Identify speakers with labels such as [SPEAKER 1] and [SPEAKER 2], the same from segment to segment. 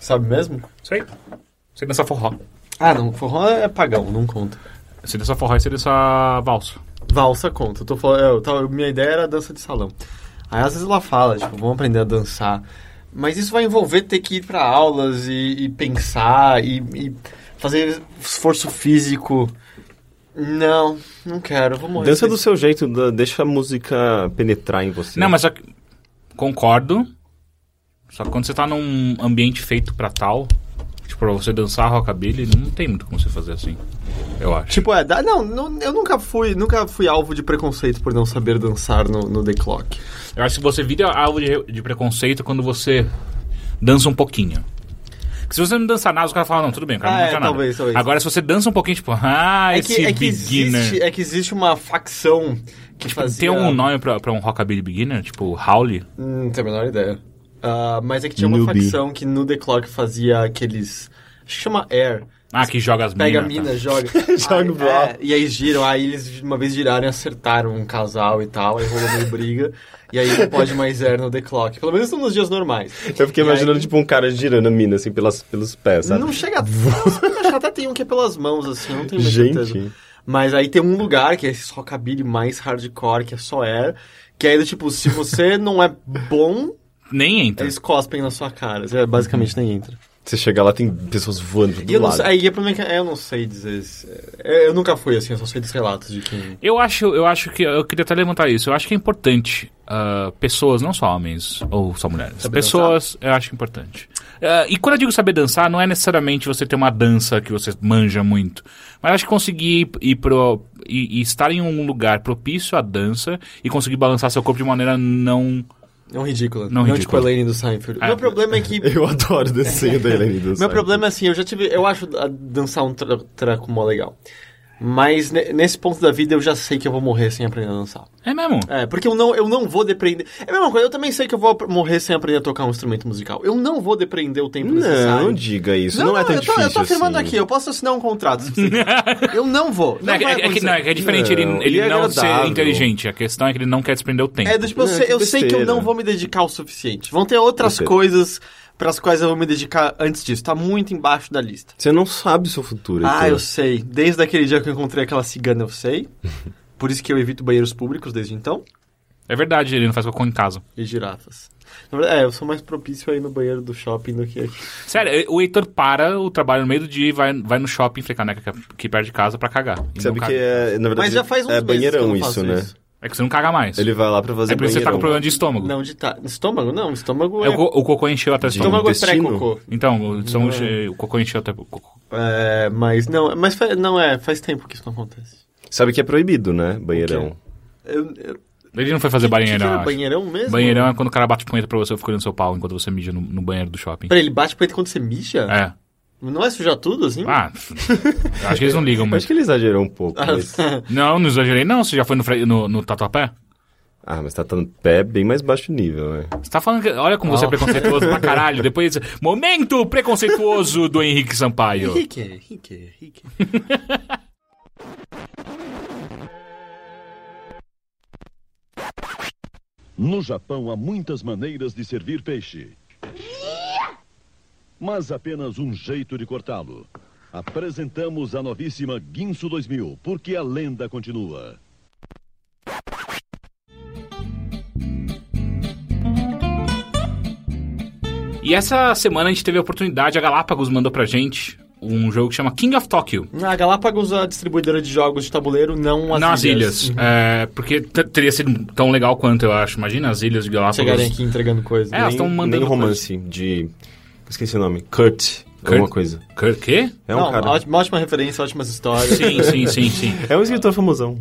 [SPEAKER 1] Sabe mesmo?
[SPEAKER 2] Sei. Sei dançar forró.
[SPEAKER 1] Ah, não. Forró é pagão, não conta.
[SPEAKER 2] Sei dançar forró e sei dançar valsa.
[SPEAKER 1] Valsa conta. Eu tô falando, é, eu tava- minha ideia era dança de salão. Aí às vezes ela fala, tipo, vamos aprender a dançar. Mas isso vai envolver ter que ir pra aulas e, e pensar e, e fazer esforço físico. Não, não quero, vou morrer.
[SPEAKER 3] Dança do seu jeito, da- deixa a música penetrar em você.
[SPEAKER 2] Não, mas só que- concordo. Só que quando você tá num ambiente feito pra tal, tipo, pra você dançar rockabilly, não tem muito como você fazer assim. Eu acho.
[SPEAKER 1] Tipo, é, dá- não, não, eu nunca fui, nunca fui alvo de preconceito por não saber dançar no, no The Clock.
[SPEAKER 2] Eu acho que você vira alvo de, de preconceito quando você dança um pouquinho. Porque se você não dançar nada, os caras falam, não, tudo bem, o cara
[SPEAKER 1] Ah,
[SPEAKER 2] não
[SPEAKER 1] é,
[SPEAKER 2] dança nada.
[SPEAKER 1] talvez, talvez.
[SPEAKER 2] Agora, se você dança um pouquinho, tipo, ah,
[SPEAKER 1] É que,
[SPEAKER 2] esse
[SPEAKER 1] é, que
[SPEAKER 2] beginner.
[SPEAKER 1] existe, é que existe uma facção que fazia...
[SPEAKER 2] Tem um nome pra, pra um rockabilly beginner? Tipo, Howley?
[SPEAKER 1] Hum, Não tenho a menor ideia. Ah, mas é que tinha uma
[SPEAKER 3] Newbie.
[SPEAKER 1] facção que no The Clock fazia aqueles. Acho que chama Air.
[SPEAKER 2] Ah, que joga as minas.
[SPEAKER 1] Pega
[SPEAKER 2] tá?
[SPEAKER 1] a mina, joga.
[SPEAKER 3] Joga
[SPEAKER 1] aí,
[SPEAKER 3] o bloco.
[SPEAKER 1] é, e aí giram, aí eles uma vez giraram e acertaram um casal e tal, aí rolou meio briga. E aí não pode mais Air no The Clock. Pelo menos nos dias normais.
[SPEAKER 3] Eu fiquei
[SPEAKER 1] E
[SPEAKER 3] imaginando,
[SPEAKER 1] aí-
[SPEAKER 3] tipo, um cara girando a mina, assim, pelas, pelos pés, sabe?
[SPEAKER 1] Não chega. a- acho que até tem um que é pelas mãos, assim, eu não tenho muita certeza.
[SPEAKER 3] Gente,
[SPEAKER 1] Mas aí tem um lugar que é esse rockabilly mais hardcore, que é só Air. Que aí, do tipo, se você não é bom,
[SPEAKER 2] Nem
[SPEAKER 3] É.
[SPEAKER 2] entra.
[SPEAKER 1] eles cospem na sua cara. Você é basicamente nem entra.
[SPEAKER 3] você chega lá, tem pessoas voando
[SPEAKER 1] E
[SPEAKER 3] Uhum. do
[SPEAKER 1] eu não,
[SPEAKER 3] lado.
[SPEAKER 1] sei- aí o problema é que eu não sei dizer. se- é, Eu nunca fui assim, eu só sei dos relatos de quem.
[SPEAKER 2] Eu acho, eu acho que. Eu queria até levantar isso. Eu acho que é importante. ah, pessoas, não só homens ou só mulheres.
[SPEAKER 1] Saber
[SPEAKER 2] pessoas, eu acho importante. Ah, e quando eu digo saber dançar, não é necessariamente você ter uma dança que você manja muito. Mas acho que conseguir ir, ir pro, e e estar em um lugar propício à dança e conseguir balançar seu corpo de maneira não.
[SPEAKER 1] É um ridículo.
[SPEAKER 2] Não
[SPEAKER 1] tipo a
[SPEAKER 2] ridículo.
[SPEAKER 1] Elaine do Seinfeld.
[SPEAKER 2] Ah.
[SPEAKER 1] meu problema é que.
[SPEAKER 3] Eu adoro desenho da Helene do
[SPEAKER 1] meu problema é assim, eu já tive. Eu acho a- dançar um tra traco mó legal. Mas ne- nesse ponto da vida eu já sei que eu vou morrer sem aprender a dançar.
[SPEAKER 2] É mesmo?
[SPEAKER 1] É, porque eu não, eu não vou depender. É a mesma coisa, eu também sei que eu vou ap- morrer sem aprender a tocar um instrumento musical. Eu não vou depender o tempo
[SPEAKER 3] Não,
[SPEAKER 1] necessário.
[SPEAKER 3] não diga isso. Não, é tão
[SPEAKER 1] eu tô,
[SPEAKER 3] difícil
[SPEAKER 1] Eu tô afirmando
[SPEAKER 3] assim.
[SPEAKER 1] aqui, eu posso assinar um contrato. se você quiser. eu não vou. Não
[SPEAKER 2] Não, é, que-
[SPEAKER 1] vai
[SPEAKER 2] é que- é que,
[SPEAKER 1] acontecer.
[SPEAKER 2] não, é que é diferente ele,
[SPEAKER 3] Não,
[SPEAKER 2] ele
[SPEAKER 3] e é
[SPEAKER 2] não ser
[SPEAKER 3] agradável.
[SPEAKER 2] inteligente. A questão é que ele não quer desprender o tempo.
[SPEAKER 1] É do tipo, eu,
[SPEAKER 3] Não,
[SPEAKER 1] sei,
[SPEAKER 3] que
[SPEAKER 1] eu sei que eu
[SPEAKER 3] besteira.
[SPEAKER 1] não vou me dedicar o suficiente. Vão ter outras
[SPEAKER 3] Besteira.
[SPEAKER 1] coisas pras quais eu vou me dedicar antes disso. Tá muito embaixo da lista.
[SPEAKER 3] Você não sabe o seu futuro.
[SPEAKER 1] Ah,
[SPEAKER 3] Heitor.
[SPEAKER 1] eu sei. Desde aquele dia que eu encontrei aquela cigana, eu sei. Por isso que eu evito banheiros públicos desde então.
[SPEAKER 2] É verdade, ele não faz cocô em casa.
[SPEAKER 1] E girafas. Na verdade, é, eu sou mais propício aí no banheiro do shopping do que aqui.
[SPEAKER 2] Sério, o Heitor para o trabalho no meio do dia e vai, vai no shopping frecar né, que, que perto de casa pra cagar. E
[SPEAKER 3] Sabe
[SPEAKER 2] não caga.
[SPEAKER 3] que é, na verdade,
[SPEAKER 1] Mas já faz uns
[SPEAKER 3] é
[SPEAKER 1] meses que eu
[SPEAKER 3] banheirão
[SPEAKER 1] não
[SPEAKER 3] isso,
[SPEAKER 1] faço
[SPEAKER 3] né?
[SPEAKER 1] isso.
[SPEAKER 2] É que você não caga mais.
[SPEAKER 3] Ele vai lá pra fazer
[SPEAKER 2] é por isso que você tá com
[SPEAKER 3] banheirão.
[SPEAKER 2] problema de estômago.
[SPEAKER 1] Não, de tá. Estômago não, estômago
[SPEAKER 2] É,
[SPEAKER 1] é.
[SPEAKER 2] o, co- o cocô encheu até o
[SPEAKER 3] De-
[SPEAKER 2] estômago.
[SPEAKER 1] Estômago é
[SPEAKER 3] intestino?
[SPEAKER 1] pré-cocô.
[SPEAKER 2] Então, o, estômago enche- o cocô encheu até o cocô.
[SPEAKER 1] É, mas não, mas fa- não é, faz tempo que isso não acontece.
[SPEAKER 3] Sabe que é proibido, né? Banheirão.
[SPEAKER 1] Eu, eu,
[SPEAKER 2] Ele não foi fazer
[SPEAKER 1] que que
[SPEAKER 2] banheirão.
[SPEAKER 1] era
[SPEAKER 2] acho.
[SPEAKER 1] banheirão mesmo?
[SPEAKER 2] Banheirão é quando o cara bate punheta pra você ficando no seu pau enquanto você mija no, no banheiro do shopping.
[SPEAKER 1] Peraí, ele bate pra ele quando você mija?
[SPEAKER 2] É.
[SPEAKER 1] Não é sujar tudo, assim?
[SPEAKER 2] Ah, eu acho que eles não ligam
[SPEAKER 3] Acho
[SPEAKER 2] muito.
[SPEAKER 3] que ele exagerou um pouco.
[SPEAKER 1] Hum. Ah,
[SPEAKER 3] mas-
[SPEAKER 1] tá.
[SPEAKER 2] Não, não exagerei. Não, você já foi no, fre- no, no tatuapé?
[SPEAKER 3] Ah, mas tá no pé bem mais baixo nível, né?
[SPEAKER 2] Você tá falando que. Olha como você é preconceituoso pra caralho. Depois. Momento preconceituoso do Henrique Sampaio.
[SPEAKER 1] Henrique, Henrique, Henrique.
[SPEAKER 4] No Japão há muitas maneiras de servir peixe. Mas apenas um jeito de cortá-lo. Apresentamos a novíssima Guinso 2000, porque a lenda continua.
[SPEAKER 2] E essa semana a gente teve a oportunidade, a Galápagos mandou pra gente um jogo que chama King of Tokyo.
[SPEAKER 1] A Galápagos é a distribuidora de jogos de tabuleiro, não as
[SPEAKER 2] não as
[SPEAKER 1] ilhas. uhum.
[SPEAKER 2] ilhas. É, porque t- teria sido tão legal quanto, eu acho. Imagina as ilhas de Galápagos.
[SPEAKER 1] Chegarem aqui entregando coisa.
[SPEAKER 2] É, elas
[SPEAKER 3] Nem-
[SPEAKER 2] estão mandando.
[SPEAKER 3] Nem romance de... Esqueci o nome. Kurt. Alguma coisa.
[SPEAKER 2] coisa. Que- Quê?
[SPEAKER 3] É um
[SPEAKER 1] não,
[SPEAKER 3] cara...
[SPEAKER 1] ótima, ótima referência, ótimas histórias.
[SPEAKER 2] Sim, sim, sim, sim.
[SPEAKER 3] É um escritor famosão.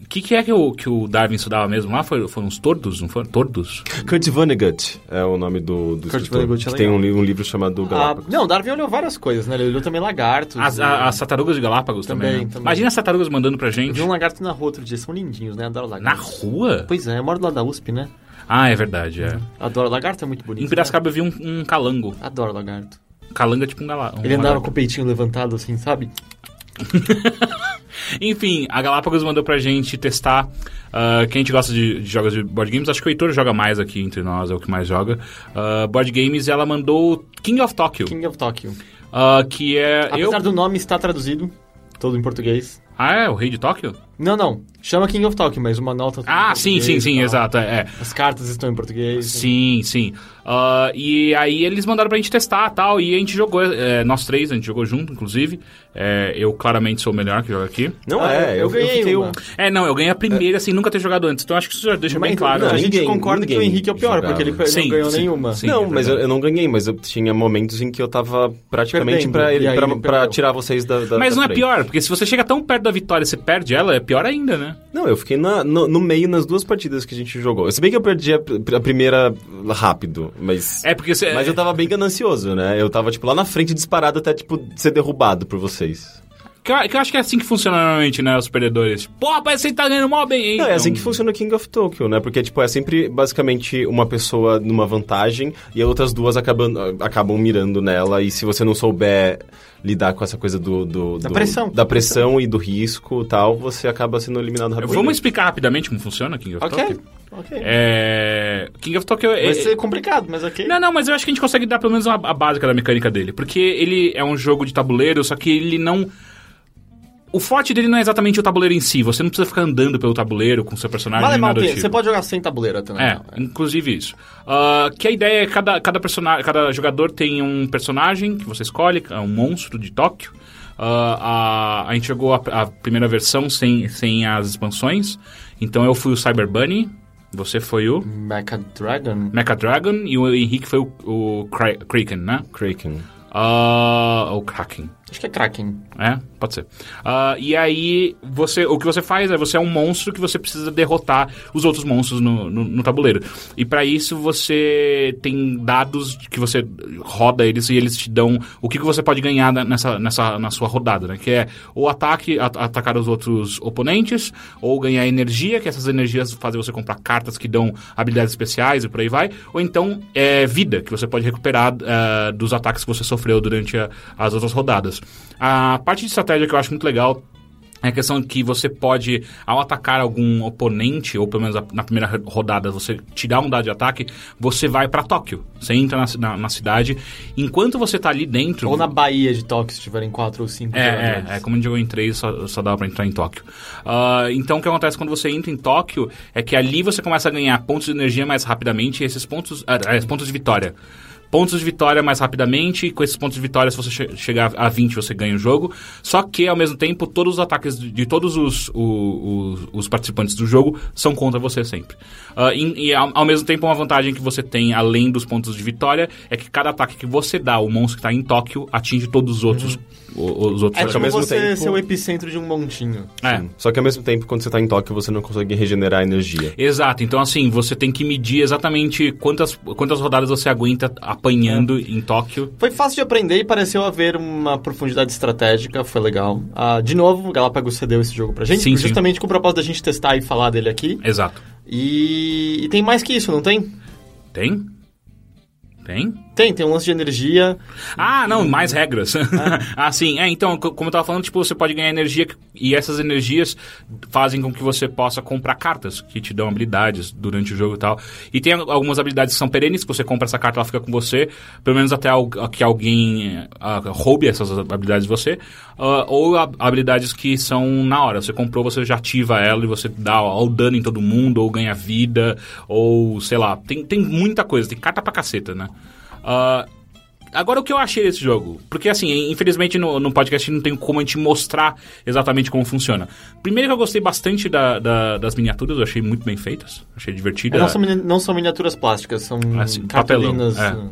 [SPEAKER 2] O que, que é que o, que o Darwin estudava mesmo lá? Foi- Foram os tordos, não foram? Tordos?
[SPEAKER 3] Kurt Vonnegut é o nome do, do
[SPEAKER 1] Kurt
[SPEAKER 3] escritor.
[SPEAKER 1] Vonnegut é
[SPEAKER 3] que tem
[SPEAKER 1] legal.
[SPEAKER 3] um, li- um livro chamado
[SPEAKER 1] Ah,
[SPEAKER 3] Galápagos.
[SPEAKER 1] não, Darwin olhou várias coisas, né? Ele olhou também lagartos.
[SPEAKER 2] As,
[SPEAKER 1] e-
[SPEAKER 2] a- as tartarugas de Galápagos também.
[SPEAKER 1] Também,
[SPEAKER 2] né?
[SPEAKER 1] também.
[SPEAKER 2] Imagina as tartarugas mandando pra
[SPEAKER 1] Eu
[SPEAKER 2] gente.
[SPEAKER 1] vi um lagarto na rua outro dia, são lindinhos, né? Adoro lagarto.
[SPEAKER 2] Na rua?
[SPEAKER 1] Pois é, eu moro lá da USP, né?
[SPEAKER 2] Ah, é verdade, é.
[SPEAKER 1] Adoro lagarto, é muito bonito.
[SPEAKER 2] Em
[SPEAKER 1] né?
[SPEAKER 2] Piracicaba eu vi um, um calango.
[SPEAKER 1] Adoro lagarto.
[SPEAKER 2] Calango é tipo um galá.
[SPEAKER 1] Ele andava com o peitinho levantado, assim, sabe?
[SPEAKER 2] Enfim, a Galápagos mandou pra gente testar. ah, quem a gente gosta de, de jogos de board games, acho que o Heitor joga mais aqui entre nós, é o que mais joga. Ah, board games, ela mandou King of Tokyo,
[SPEAKER 1] King of Tokyo.
[SPEAKER 2] ah, que é. Eu...
[SPEAKER 1] Apesar do nome estar traduzido, todo em português.
[SPEAKER 2] Ah, é? O Rei de Tóquio?
[SPEAKER 1] Não, não. Chama King of Tokyo, mas uma nota.
[SPEAKER 2] Ah, sim, sim, sim, exato. É, é.
[SPEAKER 1] As cartas estão em português.
[SPEAKER 2] Sim, sim. Ah, e aí eles mandaram pra gente testar tal, e a gente jogou, é, nós três, a gente jogou junto, inclusive. É, eu claramente sou o melhor que joga aqui.
[SPEAKER 3] Não
[SPEAKER 1] Ah,
[SPEAKER 3] é,
[SPEAKER 1] eu ganhei
[SPEAKER 3] fiquei
[SPEAKER 1] uma.
[SPEAKER 2] É, não, eu ganhei a primeira assim, nunca ter jogado antes, então acho que isso já deixa bem
[SPEAKER 1] Mas,
[SPEAKER 2] claro.
[SPEAKER 1] não, a
[SPEAKER 2] né?
[SPEAKER 1] gente
[SPEAKER 3] um ninguém-
[SPEAKER 1] concorda que o
[SPEAKER 3] ninguém
[SPEAKER 1] Henrique é o pior,
[SPEAKER 3] jogava.
[SPEAKER 1] porque ele per-
[SPEAKER 2] Sim,
[SPEAKER 1] não ganhou
[SPEAKER 2] sim,
[SPEAKER 1] nenhuma.
[SPEAKER 2] sim.
[SPEAKER 3] não,
[SPEAKER 2] é
[SPEAKER 3] mas eu,
[SPEAKER 2] verdade.
[SPEAKER 3] eu não ganhei, mas eu tinha momentos em que eu tava praticamente
[SPEAKER 1] Perdendo,
[SPEAKER 3] pra, ele,
[SPEAKER 1] e aí
[SPEAKER 3] pra,
[SPEAKER 1] ele
[SPEAKER 3] pra
[SPEAKER 1] perdeu.
[SPEAKER 3] tirar vocês da, da
[SPEAKER 2] Mas
[SPEAKER 3] da
[SPEAKER 2] não é
[SPEAKER 3] frente.
[SPEAKER 2] pior, porque se você chega tão perto da vitória e você perde ela, é pior ainda, né?
[SPEAKER 3] Não, eu fiquei na- no, no meio nas duas partidas que a gente jogou. Se bem que eu perdi a, pr- a primeira rápido, mas...
[SPEAKER 2] É porque você.
[SPEAKER 3] Mas eu tava bem ganancioso, né? Eu tava, tipo, lá na frente disparado até, tipo, ser derrubado por vocês.
[SPEAKER 2] Que eu, que eu acho que é assim que funciona normalmente, né? Os perdedores. Pô, parece que você tá ganhando mó bem, hein?
[SPEAKER 3] Não, é assim
[SPEAKER 2] Então,
[SPEAKER 3] que funciona o King of Tokyo, né? Porque, tipo, é sempre, basicamente, uma pessoa numa vantagem e as outras duas acabam, acabam mirando nela. E se você não souber lidar com essa coisa do... do-
[SPEAKER 1] Da
[SPEAKER 3] do-
[SPEAKER 1] pressão.
[SPEAKER 3] Da pressão e do risco e tal, você acaba sendo eliminado rapidamente.
[SPEAKER 2] Vamos explicar rapidamente como funciona King of
[SPEAKER 1] Ok,
[SPEAKER 2] Tokyo?
[SPEAKER 1] ok.
[SPEAKER 2] É. King of Tokyo é.
[SPEAKER 1] Vai ser complicado, mas ok.
[SPEAKER 2] Não, não, mas eu acho que a gente consegue dar pelo menos uma, a básica da mecânica dele. Porque ele é um jogo de tabuleiro, só que ele não. O forte dele não é exatamente o tabuleiro em si. Você não precisa ficar andando pelo tabuleiro com seu personagem.
[SPEAKER 1] Vale
[SPEAKER 2] nem
[SPEAKER 1] mal,
[SPEAKER 2] nada do
[SPEAKER 1] tem-
[SPEAKER 2] tipo.
[SPEAKER 1] você pode jogar sem tabuleiro até na
[SPEAKER 2] É,
[SPEAKER 1] real.
[SPEAKER 2] inclusive isso. Ah, que a ideia é que cada, cada, personagem, cada jogador tem um personagem que você escolhe, é um monstro de Tóquio. Ah, a, a gente jogou a, a primeira versão sem, sem as expansões. Então eu fui o Cyber Bunny, você foi o
[SPEAKER 1] Mecha Dragon?
[SPEAKER 2] Mecha Dragon e o Henrique foi o, o Kra- Kraken, né?
[SPEAKER 3] Kraken.
[SPEAKER 2] Ah, ou Kraken.
[SPEAKER 1] Acho que é Kraken.
[SPEAKER 2] É, pode ser. Ah, e aí, você, o que você faz é você é um monstro que você precisa derrotar os outros monstros no, no- no tabuleiro. E pra isso você tem dados que você roda eles e eles te dão o que, que você pode ganhar na- nessa, nessa, na sua rodada, né? Que é ou ataque, at- atacar os outros oponentes, ou ganhar energia, que essas energias fazem você comprar cartas que dão habilidades especiais e por aí vai, ou então é, vida, que você pode recuperar ah, dos ataques que você sofreu durante a- as outras rodadas. A parte de estratégia que eu acho muito legal é a questão que você pode, ao atacar algum oponente, ou pelo menos a- na primeira ro- rodada, você tirar um dado de ataque, você vai pra Tóquio. Você entra na, ci- na- na cidade. Enquanto você tá ali dentro.
[SPEAKER 1] Ou na né, Bahia de Tóquio, se tiverem quatro ou cinco
[SPEAKER 2] É,
[SPEAKER 1] jogadores.
[SPEAKER 2] é, é, como a gente jogou em 3, só, só dava pra entrar em Tóquio. Ah, então, o que acontece quando você entra em Tóquio é que ali você começa a ganhar pontos de energia mais rapidamente e esses pontos... ah, ah, pontos de vitória. Pontos de vitória mais rapidamente, e com esses pontos de vitória, se você che- chegar a 20, você ganha o jogo. Só que, ao mesmo tempo, todos os ataques de, de todos os, o- os, os participantes do jogo são contra você sempre. Ah, e, e ao, ao mesmo tempo, uma vantagem que você tem, além dos pontos de vitória, é que cada ataque que você dá, o monstro que está em Tóquio, atinge todos os outros. o- os outros
[SPEAKER 1] É
[SPEAKER 3] Só que ao
[SPEAKER 1] tipo
[SPEAKER 3] mesmo
[SPEAKER 1] você
[SPEAKER 3] tempo-
[SPEAKER 1] ser o epicentro de um montinho.
[SPEAKER 2] é,
[SPEAKER 3] Só que ao mesmo tempo, quando você tá em Tóquio, você não consegue regenerar energia.
[SPEAKER 2] exato. Então, assim, você tem que medir exatamente quantas, quantas rodadas você aguenta apanhando em Tóquio.
[SPEAKER 1] Foi fácil de aprender e pareceu haver uma profundidade estratégica, foi legal. Ah, de novo, o Galápagos cedeu esse jogo pra gente,
[SPEAKER 2] Sim, sim.
[SPEAKER 1] justamente com o propósito da gente testar e falar dele aqui.
[SPEAKER 2] Exato.
[SPEAKER 1] E, e tem mais que isso, não tem?
[SPEAKER 2] Tem? Tem?
[SPEAKER 1] Tem, tem um lance de energia.
[SPEAKER 2] Ah, não, mais regras. ah, sim. É, então, co- como eu tava falando, tipo, você pode ganhar energia que- e essas energias fazem com que você possa comprar cartas que te dão habilidades durante o jogo e tal. E tem al- algumas habilidades que são perenes, que você compra essa carta, ela fica com você, pelo menos até al- que alguém eh, ah, roube essas habilidades de você. Ah, ou hab- habilidades que são na hora. Você comprou, você já ativa ela e você dá ó, o dano em todo mundo, ou ganha vida, ou sei lá. Tem, tem muita coisa, tem carta pra caceta, né? Ah, Agora, o que eu achei desse jogo? Porque, assim, infelizmente no, no podcast não tem como a gente mostrar exatamente como funciona. Primeiro que eu gostei bastante da- da- das miniaturas, eu achei muito bem feitas, achei divertida.
[SPEAKER 1] Não, são, mini- não são miniaturas plásticas, são
[SPEAKER 2] Assim, papelão.
[SPEAKER 1] cartolinas.
[SPEAKER 2] é.
[SPEAKER 3] né?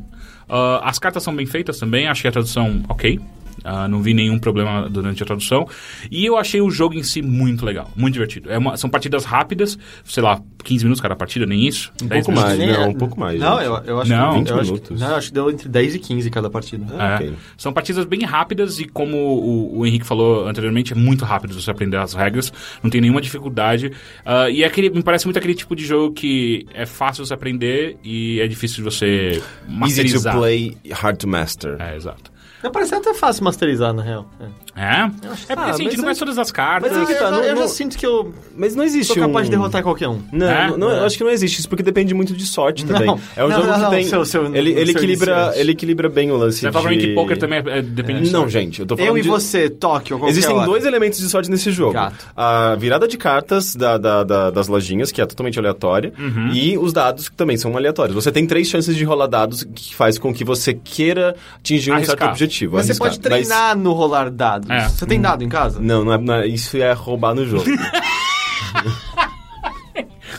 [SPEAKER 2] Ah, as cartas são bem feitas também, achei a tradução ok. Ah, não vi nenhum problema durante a tradução. E eu achei o jogo em si muito legal, muito divertido. É uma- são partidas rápidas, sei lá, 15 minutos cada partida, nem isso. Um
[SPEAKER 3] pouco mais. não, um pouco mais,
[SPEAKER 1] é. Não,
[SPEAKER 3] gente.
[SPEAKER 1] eu, eu acho
[SPEAKER 2] Não.
[SPEAKER 1] que
[SPEAKER 2] 20
[SPEAKER 1] eu acho que-
[SPEAKER 3] minutos.
[SPEAKER 1] não, eu acho que deu entre 10 e 15 cada partida.
[SPEAKER 3] Ah,
[SPEAKER 2] É.
[SPEAKER 3] ok.
[SPEAKER 2] São partidas bem rápidas e como o, o Henrique falou anteriormente, é muito rápido você aprender as regras, não tem nenhuma dificuldade. Ah, e é aquele, me parece muito aquele tipo de jogo que é fácil você aprender e é difícil de você
[SPEAKER 3] Easy to
[SPEAKER 2] masterizar.
[SPEAKER 3] play, hard to master.
[SPEAKER 2] É, exato.
[SPEAKER 1] Não, parecendo até fácil masterizar, na real. É.
[SPEAKER 2] É?
[SPEAKER 1] acho-
[SPEAKER 2] É porque
[SPEAKER 3] Ah,
[SPEAKER 2] assim, a gente
[SPEAKER 3] mas
[SPEAKER 2] não conhece
[SPEAKER 3] é-
[SPEAKER 2] todas as cartas.
[SPEAKER 3] mas é que
[SPEAKER 1] eu,
[SPEAKER 3] tá,
[SPEAKER 1] já-
[SPEAKER 3] não-
[SPEAKER 1] eu já
[SPEAKER 3] não-
[SPEAKER 1] sinto que eu
[SPEAKER 3] Mas não existe
[SPEAKER 1] sou capaz de
[SPEAKER 3] um-
[SPEAKER 1] derrotar qualquer um.
[SPEAKER 3] Não,
[SPEAKER 2] É?
[SPEAKER 3] não, não, eu acho que não existe isso, porque depende muito de sorte também. É um
[SPEAKER 1] Não,
[SPEAKER 3] jogo
[SPEAKER 1] não,
[SPEAKER 3] que
[SPEAKER 1] não,
[SPEAKER 3] tem.
[SPEAKER 1] seu- seu-
[SPEAKER 3] ele, ele
[SPEAKER 1] seu
[SPEAKER 3] equilibra,
[SPEAKER 1] iniciante.
[SPEAKER 3] ele equilibra bem o lance.
[SPEAKER 2] Você vai falar
[SPEAKER 3] de...
[SPEAKER 2] que poker também é, é, depende de
[SPEAKER 3] Não,
[SPEAKER 2] sorte.
[SPEAKER 3] gente, eu tô falando.
[SPEAKER 1] Eu e
[SPEAKER 3] de-
[SPEAKER 1] você, Tóquio, qualquer
[SPEAKER 3] Existem
[SPEAKER 1] hora.
[SPEAKER 3] dois elementos de sorte nesse jogo:
[SPEAKER 1] Gato.
[SPEAKER 3] a virada de cartas da- da- da- das lojinhas, que é totalmente aleatória,
[SPEAKER 2] Uhum.
[SPEAKER 3] e os dados, que também são aleatórios. Você tem três chances de rolar dados, que faz com que você queira atingir um certo
[SPEAKER 2] Arriscar.
[SPEAKER 3] objetivo.
[SPEAKER 1] Mas você
[SPEAKER 3] arriscar.
[SPEAKER 1] pode treinar no rolar dados.
[SPEAKER 2] É.
[SPEAKER 1] Você tem dado em casa?
[SPEAKER 3] Não, não é- não é- isso é roubar no jogo.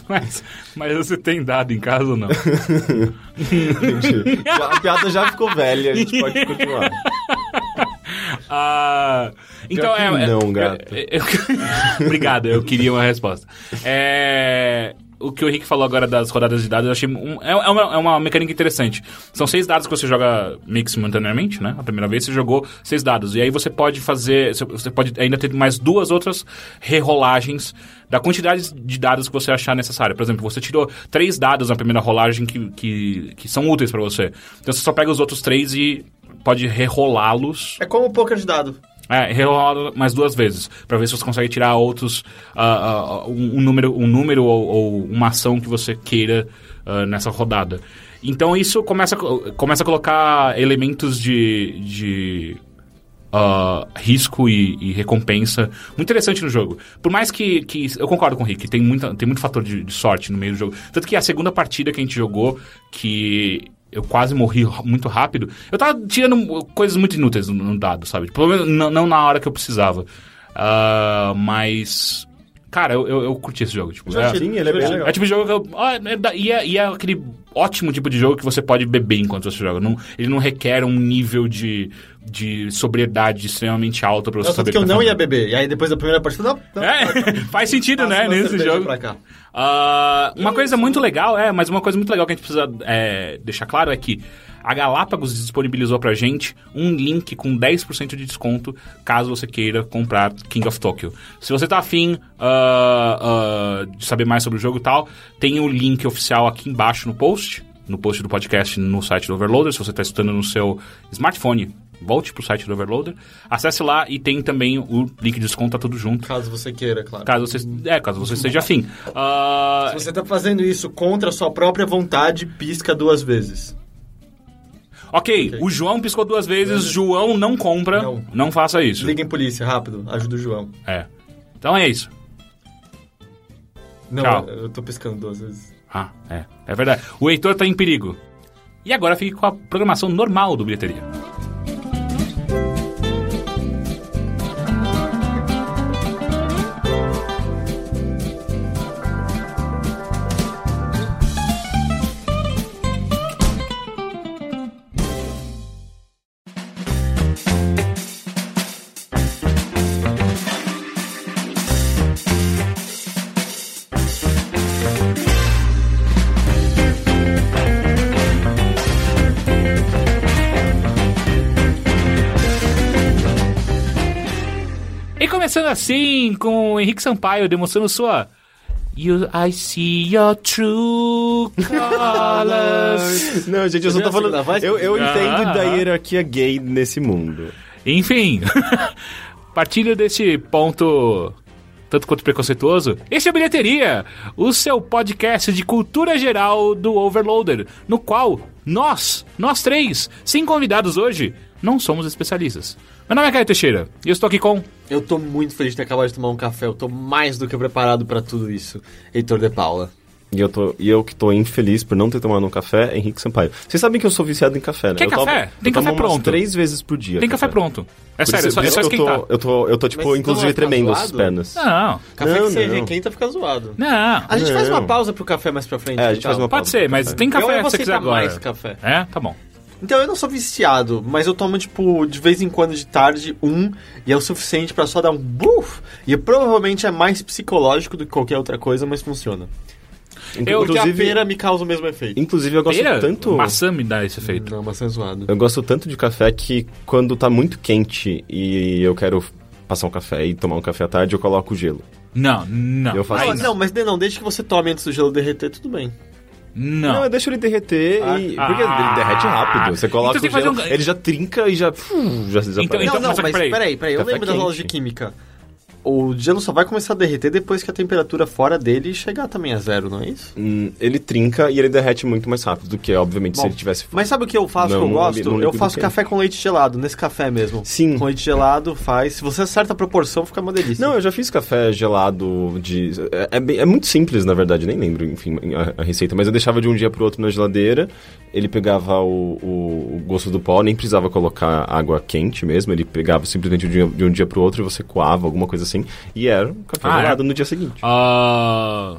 [SPEAKER 2] Mas, mas você tem dado em casa ou não?
[SPEAKER 3] Entendi. a piada já ficou velha, a gente pode continuar.
[SPEAKER 2] Ah, então
[SPEAKER 3] que
[SPEAKER 2] é. é-
[SPEAKER 3] não,
[SPEAKER 2] eu-
[SPEAKER 3] gato.
[SPEAKER 2] eu- eu- obrigado, eu queria uma resposta. É, o que o Rick falou agora das rodadas de dados, eu achei. um- é, é uma, é uma mecânica interessante. São seis dados que você joga meio que simultaneamente, né? A primeira vez você jogou seis dados. E aí você pode fazer. você- Você pode ainda ter mais duas outras rerolagens da quantidade de dados que você achar necessário. Por exemplo, você tirou três dados na primeira rolagem que, que, que são úteis pra você. Então você só pega os outros três e pode rerolá-los
[SPEAKER 1] É como o poker de dado.
[SPEAKER 2] é, rerola mais duas vezes, pra ver se você consegue tirar outros. ah, ah, um, um número, um número ou, ou uma ação que você queira ah, nessa rodada. Então isso começa, a co- começa a colocar elementos de. de ah, risco e, e recompensa muito interessante no jogo por mais que, que eu concordo com o Rick tem, muita, tem muito fator de, de sorte no meio do jogo tanto que a segunda partida que a gente jogou que eu quase morri r- muito rápido. Eu tava tirando coisas muito inúteis no, no dado, sabe? Pelo menos não, não na hora que eu precisava. Ah, mas. Cara, eu, eu, eu curti esse jogo. Tipo, é,
[SPEAKER 3] Sim, ele é bem legal.
[SPEAKER 2] é tipo de jogo que eu. ah, é da- e, é, e é aquele ótimo tipo de jogo que você pode beber enquanto você joga. Não, ele não requer um nível de, de sobriedade extremamente alto pra você
[SPEAKER 1] Eu
[SPEAKER 2] saber.
[SPEAKER 1] tanto que eu
[SPEAKER 2] tá
[SPEAKER 1] não
[SPEAKER 2] fazendo.
[SPEAKER 1] ia beber. E aí depois da primeira partida, não, não.
[SPEAKER 2] É, faz sentido,
[SPEAKER 1] Então, Passa
[SPEAKER 2] né?
[SPEAKER 1] uma
[SPEAKER 2] Nesse
[SPEAKER 1] cerveja
[SPEAKER 2] jogo.
[SPEAKER 1] pra cá.
[SPEAKER 2] Ah, uma coisa muito legal, é, mas uma coisa muito legal que a gente precisa é, deixar claro é que a Galápagos disponibilizou pra gente um link com 10% de desconto caso você queira comprar King of Tokyo. Se você tá afim ah, ah, de saber mais sobre o jogo e tal, tem o link oficial aqui embaixo no post, no post do podcast no site do Overloader, se você tá estudando no seu smartphone. Volte pro site do Overloader, acesse lá e tem também o link de desconto, tá tudo junto.
[SPEAKER 1] Caso você queira, claro.
[SPEAKER 2] Caso você, é, caso você seja afim. Ah,
[SPEAKER 1] Uhum. Se você tá fazendo isso contra a sua própria vontade, pisca duas vezes.
[SPEAKER 2] ok, o João piscou duas vezes, João não compra. Não,
[SPEAKER 1] Não.
[SPEAKER 2] faça isso.
[SPEAKER 1] Liga em polícia, rápido. Ajuda o João.
[SPEAKER 2] É. Então é isso.
[SPEAKER 1] Não,
[SPEAKER 2] Tchau.
[SPEAKER 1] eu tô piscando duas vezes.
[SPEAKER 2] Ah, é. É verdade. O Heitor tá em perigo. E agora fique com a programação normal do bilheteria. E começando assim, com o Henrique Sampaio demonstrando sua. You, I see your true colors.
[SPEAKER 3] Não, gente, eu só
[SPEAKER 1] Você
[SPEAKER 3] tô
[SPEAKER 1] viu a segunda
[SPEAKER 3] falando.
[SPEAKER 1] voz?
[SPEAKER 3] Eu, eu
[SPEAKER 2] Ah.
[SPEAKER 3] entendo da hierarquia gay nesse mundo.
[SPEAKER 2] Enfim, partilho desse ponto tanto quanto preconceituoso. Esse é o Bilheteria, o seu podcast de cultura geral do Overloader, no qual nós, nós três, sem convidados hoje, não somos especialistas. Meu nome é Caio Teixeira e eu estou aqui com...
[SPEAKER 1] Eu tô muito feliz de ter acabado de tomar um café. Eu tô mais do que preparado pra tudo isso. Heitor de Paula.
[SPEAKER 3] E eu, tô, e eu que tô infeliz por não ter tomado um café, Henrique Sampaio. Vocês sabem que eu sou viciado em café, né?
[SPEAKER 2] Quer
[SPEAKER 3] eu
[SPEAKER 2] café?
[SPEAKER 3] Tomo,
[SPEAKER 2] Tem
[SPEAKER 3] eu tomo
[SPEAKER 2] café
[SPEAKER 3] umas
[SPEAKER 2] pronto.
[SPEAKER 3] três vezes por dia.
[SPEAKER 2] Tem café pronto. É
[SPEAKER 3] Por
[SPEAKER 2] sério,
[SPEAKER 3] isso-
[SPEAKER 2] é só,
[SPEAKER 3] por
[SPEAKER 2] é
[SPEAKER 3] isso
[SPEAKER 2] só
[SPEAKER 3] que eu tô,
[SPEAKER 2] esquentar. Ah,
[SPEAKER 3] eu tô, eu tô, tipo,
[SPEAKER 1] Mas você tá não
[SPEAKER 3] inclusive
[SPEAKER 1] vai ficar
[SPEAKER 3] tremendo as
[SPEAKER 1] zoado?
[SPEAKER 3] pernas.
[SPEAKER 2] Não,
[SPEAKER 1] Café
[SPEAKER 3] Não,
[SPEAKER 1] que você
[SPEAKER 3] não.
[SPEAKER 1] requenta fica zoado.
[SPEAKER 2] não.
[SPEAKER 1] A gente faz
[SPEAKER 3] Não.
[SPEAKER 1] uma pausa pro café mais pra frente.
[SPEAKER 3] É, a gente
[SPEAKER 1] então.
[SPEAKER 3] faz uma
[SPEAKER 2] Pode ser, mas tem
[SPEAKER 1] Eu-
[SPEAKER 2] café
[SPEAKER 1] eu
[SPEAKER 2] se
[SPEAKER 1] vou
[SPEAKER 2] você quiser
[SPEAKER 1] aceitar
[SPEAKER 2] agora.
[SPEAKER 1] mais café.
[SPEAKER 2] É, tá bom.
[SPEAKER 1] Então eu não sou viciado, mas eu tomo, tipo, de vez em quando de tarde um, e é o suficiente pra só dar um buf. E provavelmente é mais psicológico do que qualquer outra coisa, mas funciona.
[SPEAKER 3] Inclu-
[SPEAKER 2] Eu-
[SPEAKER 1] Porque
[SPEAKER 3] inclusive,
[SPEAKER 1] a pera me causa o mesmo efeito.
[SPEAKER 3] inclusive, eu gosto
[SPEAKER 2] Pera,
[SPEAKER 3] tanto.
[SPEAKER 2] maçã me dá esse efeito.
[SPEAKER 1] Não, mas é zoado.
[SPEAKER 3] Eu gosto tanto de café que quando tá muito quente e eu quero passar um café e tomar um café à tarde, eu coloco gelo.
[SPEAKER 2] Não, não.
[SPEAKER 3] Eu faço
[SPEAKER 2] Ai,
[SPEAKER 1] Ah, Não,
[SPEAKER 3] isso.
[SPEAKER 1] não, mas não, desde que você tome antes do gelo derreter, tudo bem.
[SPEAKER 2] Não.
[SPEAKER 3] Não, eu deixo ele derreter e.
[SPEAKER 2] Ah.
[SPEAKER 3] Porque ele derrete rápido. Você coloca
[SPEAKER 2] Então tem
[SPEAKER 3] o
[SPEAKER 2] que
[SPEAKER 3] gelo,
[SPEAKER 2] fazer um-
[SPEAKER 3] ele já trinca e já. Já desaparece.
[SPEAKER 2] Então,
[SPEAKER 1] não, não, mas,
[SPEAKER 2] mas é que peraí.
[SPEAKER 1] peraí, peraí, Eu
[SPEAKER 3] Café
[SPEAKER 1] lembro das aulas de
[SPEAKER 3] quente.
[SPEAKER 1] química. O gelo só vai começar a derreter depois que a temperatura fora dele chegar também a zero, não é isso?
[SPEAKER 3] Hum, ele trinca e ele derrete muito mais rápido do que, obviamente, se
[SPEAKER 1] Bom,
[SPEAKER 3] ele tivesse.
[SPEAKER 1] Mas sabe o que eu faço
[SPEAKER 3] Não,
[SPEAKER 1] que eu
[SPEAKER 3] não li-
[SPEAKER 1] gosto?
[SPEAKER 3] não
[SPEAKER 1] eu
[SPEAKER 3] líquido
[SPEAKER 1] faço
[SPEAKER 3] quente.
[SPEAKER 1] café com leite gelado, nesse café mesmo.
[SPEAKER 3] é. Sim.
[SPEAKER 1] Com leite gelado faz. Se você acerta a proporção, fica uma delícia.
[SPEAKER 3] Não, é eu já fiz café gelado de. É, é bem- é muito simples, na verdade, nem lembro, enfim, a, a receita, mas eu deixava de um dia pro outro na geladeira, ele pegava o, o- o gosto do pó, nem precisava colocar água quente mesmo, ele pegava simplesmente de um, de um dia pro outro e você coava, alguma coisa assim, e era um café
[SPEAKER 2] Ah,
[SPEAKER 3] gelado
[SPEAKER 2] é?
[SPEAKER 3] no dia seguinte.
[SPEAKER 2] Ah,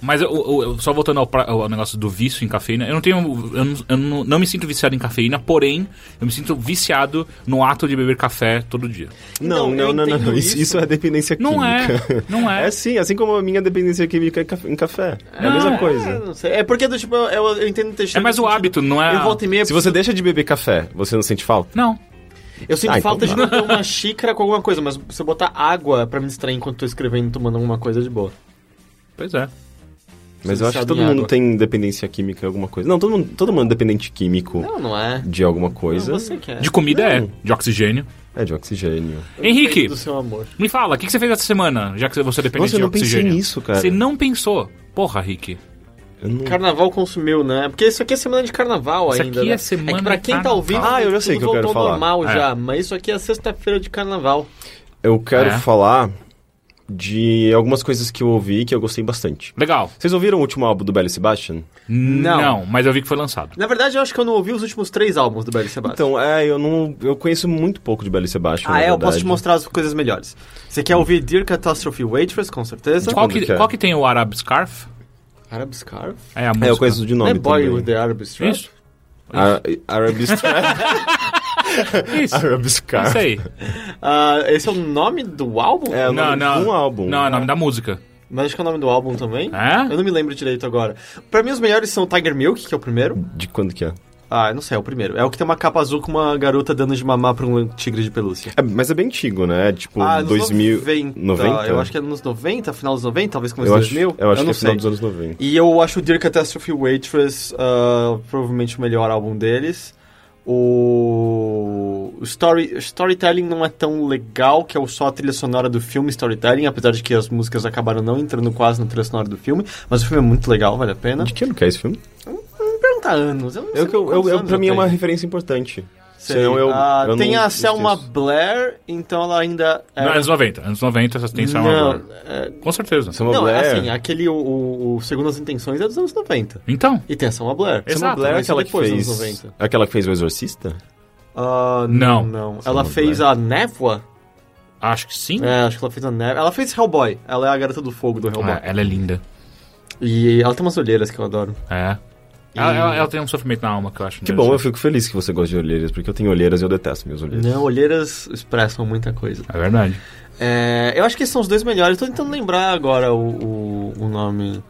[SPEAKER 2] mas eu, eu- eu- só voltando ao, pra- ao negócio do vício em cafeína, eu não tenho. Eu, não, eu não- não me sinto viciado em cafeína, porém, eu me sinto viciado no ato de beber café todo dia.
[SPEAKER 1] Então,
[SPEAKER 3] não,
[SPEAKER 1] eu
[SPEAKER 3] não, não, não,
[SPEAKER 1] entendo
[SPEAKER 3] isso,
[SPEAKER 1] isso.
[SPEAKER 3] isso é dependência
[SPEAKER 2] Não
[SPEAKER 3] química.
[SPEAKER 2] é, não é.
[SPEAKER 3] É sim, assim como a minha dependência química em caf- em café. É a
[SPEAKER 2] Não,
[SPEAKER 3] mesma
[SPEAKER 1] É,
[SPEAKER 3] coisa.
[SPEAKER 1] não sei. É porque do tipo, eu, eu, eu entendo o texto.
[SPEAKER 2] É mais o hábito, não é?
[SPEAKER 1] Eu volto e meia.
[SPEAKER 3] Se você deixa de beber café, você não sente falta?
[SPEAKER 2] Não.
[SPEAKER 1] Eu sinto
[SPEAKER 3] Ah, então
[SPEAKER 1] falta de
[SPEAKER 3] não.
[SPEAKER 1] não ter uma xícara com alguma coisa, mas se eu botar água pra me distrair enquanto tô escrevendo, tomando alguma coisa de boa.
[SPEAKER 2] Pois é.
[SPEAKER 3] Mas eu acho que
[SPEAKER 1] Viciado
[SPEAKER 3] todo
[SPEAKER 1] em
[SPEAKER 3] mundo
[SPEAKER 1] água.
[SPEAKER 3] tem dependência química em alguma coisa. Não, todo mundo, todo mundo é dependente químico
[SPEAKER 1] Não, não é.
[SPEAKER 3] de alguma
[SPEAKER 1] Não,
[SPEAKER 3] coisa.
[SPEAKER 1] você quer.
[SPEAKER 2] De comida é,
[SPEAKER 3] Não.
[SPEAKER 2] de oxigênio.
[SPEAKER 3] É de oxigênio.
[SPEAKER 2] Henrique,
[SPEAKER 1] Do seu amor.
[SPEAKER 2] me fala, o que, que você fez essa semana, já que você é dependente
[SPEAKER 3] Nossa, eu
[SPEAKER 2] de
[SPEAKER 3] não pensei
[SPEAKER 2] oxigênio?
[SPEAKER 3] nisso, cara.
[SPEAKER 2] Você não pensou. Porra, Rick.
[SPEAKER 3] Eu não-
[SPEAKER 1] Carnaval consumiu, né? Porque isso aqui é semana de carnaval
[SPEAKER 2] Isso
[SPEAKER 1] ainda.
[SPEAKER 2] aqui é
[SPEAKER 1] né?
[SPEAKER 2] semana
[SPEAKER 1] É que pra
[SPEAKER 2] de
[SPEAKER 1] quem tá
[SPEAKER 2] carnaval.
[SPEAKER 1] ouvindo,
[SPEAKER 3] Ah, eu já sei
[SPEAKER 1] tudo
[SPEAKER 3] o que eu quero
[SPEAKER 1] voltou
[SPEAKER 3] falar.
[SPEAKER 1] ao normal
[SPEAKER 2] É.
[SPEAKER 1] já, mas isso aqui é sexta-feira de carnaval.
[SPEAKER 3] Eu quero
[SPEAKER 2] É.
[SPEAKER 3] falar de algumas coisas que eu ouvi que eu gostei bastante.
[SPEAKER 2] Legal.
[SPEAKER 3] Vocês ouviram o último álbum do Belly Sebastian?
[SPEAKER 2] Não. mas eu vi que foi lançado.
[SPEAKER 1] Na verdade, eu acho que eu não ouvi os últimos três álbuns do Belly Sebastian.
[SPEAKER 3] Então, é, eu não. Eu conheço muito pouco de Belly Sebastian.
[SPEAKER 1] ah,
[SPEAKER 3] na
[SPEAKER 1] é, eu
[SPEAKER 3] verdade.
[SPEAKER 1] posso te mostrar as coisas melhores. Você quer ouvir Dear Catastrophe Waitress, com certeza.
[SPEAKER 2] Qual
[SPEAKER 3] quando
[SPEAKER 2] que,
[SPEAKER 3] que é?
[SPEAKER 2] qual que tem o Arab Scarf?
[SPEAKER 1] Arab Scarf?
[SPEAKER 2] É a música.
[SPEAKER 3] É, eu conheço de
[SPEAKER 1] Não é
[SPEAKER 3] nome
[SPEAKER 1] Boy with
[SPEAKER 3] também.
[SPEAKER 1] the Arab Strap?
[SPEAKER 2] Isso.
[SPEAKER 3] Ar Arab Strap.
[SPEAKER 2] Isso.
[SPEAKER 3] Arab
[SPEAKER 2] Isso
[SPEAKER 3] Scar.
[SPEAKER 2] aí.
[SPEAKER 1] Ah, esse é o nome do álbum?
[SPEAKER 3] É, o
[SPEAKER 2] Não,
[SPEAKER 3] nome
[SPEAKER 2] não.
[SPEAKER 3] de um álbum.
[SPEAKER 2] Não, é o nome da música.
[SPEAKER 1] Mas acho que é o nome do álbum também.
[SPEAKER 2] É?
[SPEAKER 1] Eu não me lembro direito agora. Pra mim, os melhores são Tiger Milk, que é o primeiro.
[SPEAKER 3] De quando que é?
[SPEAKER 1] Ah, eu não sei, é o primeiro. É o que tem uma capa azul com uma garota dando de mamar pra um tigre de pelúcia.
[SPEAKER 3] É, Mas é bem antigo, né? É tipo
[SPEAKER 1] ah, nos
[SPEAKER 3] 2000. 90?
[SPEAKER 1] Eu acho que é nos 90, final dos 90, talvez começo
[SPEAKER 3] Eu
[SPEAKER 1] dos
[SPEAKER 3] acho,
[SPEAKER 1] 2000.
[SPEAKER 3] eu acho que
[SPEAKER 1] não
[SPEAKER 3] é
[SPEAKER 1] sei.
[SPEAKER 3] final dos anos 90.
[SPEAKER 1] E eu acho o Dear Catastrophe Waitress ah, provavelmente o melhor álbum deles. O o story, Storytelling não é tão legal, que é o só a trilha sonora do filme Storytelling, apesar de que as músicas acabaram não entrando quase na trilha sonora do filme, mas o filme é muito legal, vale a pena.
[SPEAKER 3] De que ano que é esse filme?
[SPEAKER 1] Não pergunta anos, eu não sei
[SPEAKER 3] Eu, eu,
[SPEAKER 1] quantos
[SPEAKER 3] eu,
[SPEAKER 1] anos
[SPEAKER 3] pra mim é
[SPEAKER 1] tenho.
[SPEAKER 3] uma referência importante.
[SPEAKER 1] Sei.
[SPEAKER 3] Senão eu-
[SPEAKER 1] Ah,
[SPEAKER 3] eu
[SPEAKER 1] tem
[SPEAKER 3] não
[SPEAKER 1] a Selma
[SPEAKER 3] esqueço.
[SPEAKER 1] Blair, então ela ainda...
[SPEAKER 2] Não,
[SPEAKER 1] era-
[SPEAKER 2] anos 90. Anos 90, essas tem Selma
[SPEAKER 1] Não,
[SPEAKER 2] Blair.
[SPEAKER 1] é-
[SPEAKER 2] Com certeza.
[SPEAKER 3] Selma
[SPEAKER 1] não, é
[SPEAKER 3] Blair.
[SPEAKER 1] assim, aquele, o, o, o Segundo as Intenções é dos anos 90.
[SPEAKER 2] Então.
[SPEAKER 1] E tem a Selma Blair.
[SPEAKER 2] Exato,
[SPEAKER 3] Selma Blair é
[SPEAKER 1] mas
[SPEAKER 3] aquela que
[SPEAKER 1] depois dos
[SPEAKER 3] fez.
[SPEAKER 1] anos 90.
[SPEAKER 3] Aquela que fez o Exorcista?
[SPEAKER 1] Ah,
[SPEAKER 2] Não.
[SPEAKER 1] não. Não.
[SPEAKER 3] Selma
[SPEAKER 1] Ela fez
[SPEAKER 3] Blair.
[SPEAKER 1] a Névoa?
[SPEAKER 2] Acho que sim.
[SPEAKER 1] É, acho que ela fez a Névoa. Ela fez Hellboy. Ela é a garota do fogo do Hellboy.
[SPEAKER 2] Ah, ela é linda.
[SPEAKER 1] E ela tem umas olheiras que eu adoro.
[SPEAKER 2] É. Ela, ela- ela tem um sofrimento na alma que eu acho.
[SPEAKER 3] Que bom, eu fico feliz que você gosta de olheiras, porque eu tenho olheiras e eu detesto minhas olheiras.
[SPEAKER 1] Não, olheiras expressam muita coisa.
[SPEAKER 2] É verdade.
[SPEAKER 1] É, eu acho que esses são os dois melhores. Tô tentando lembrar agora o, o, o nome.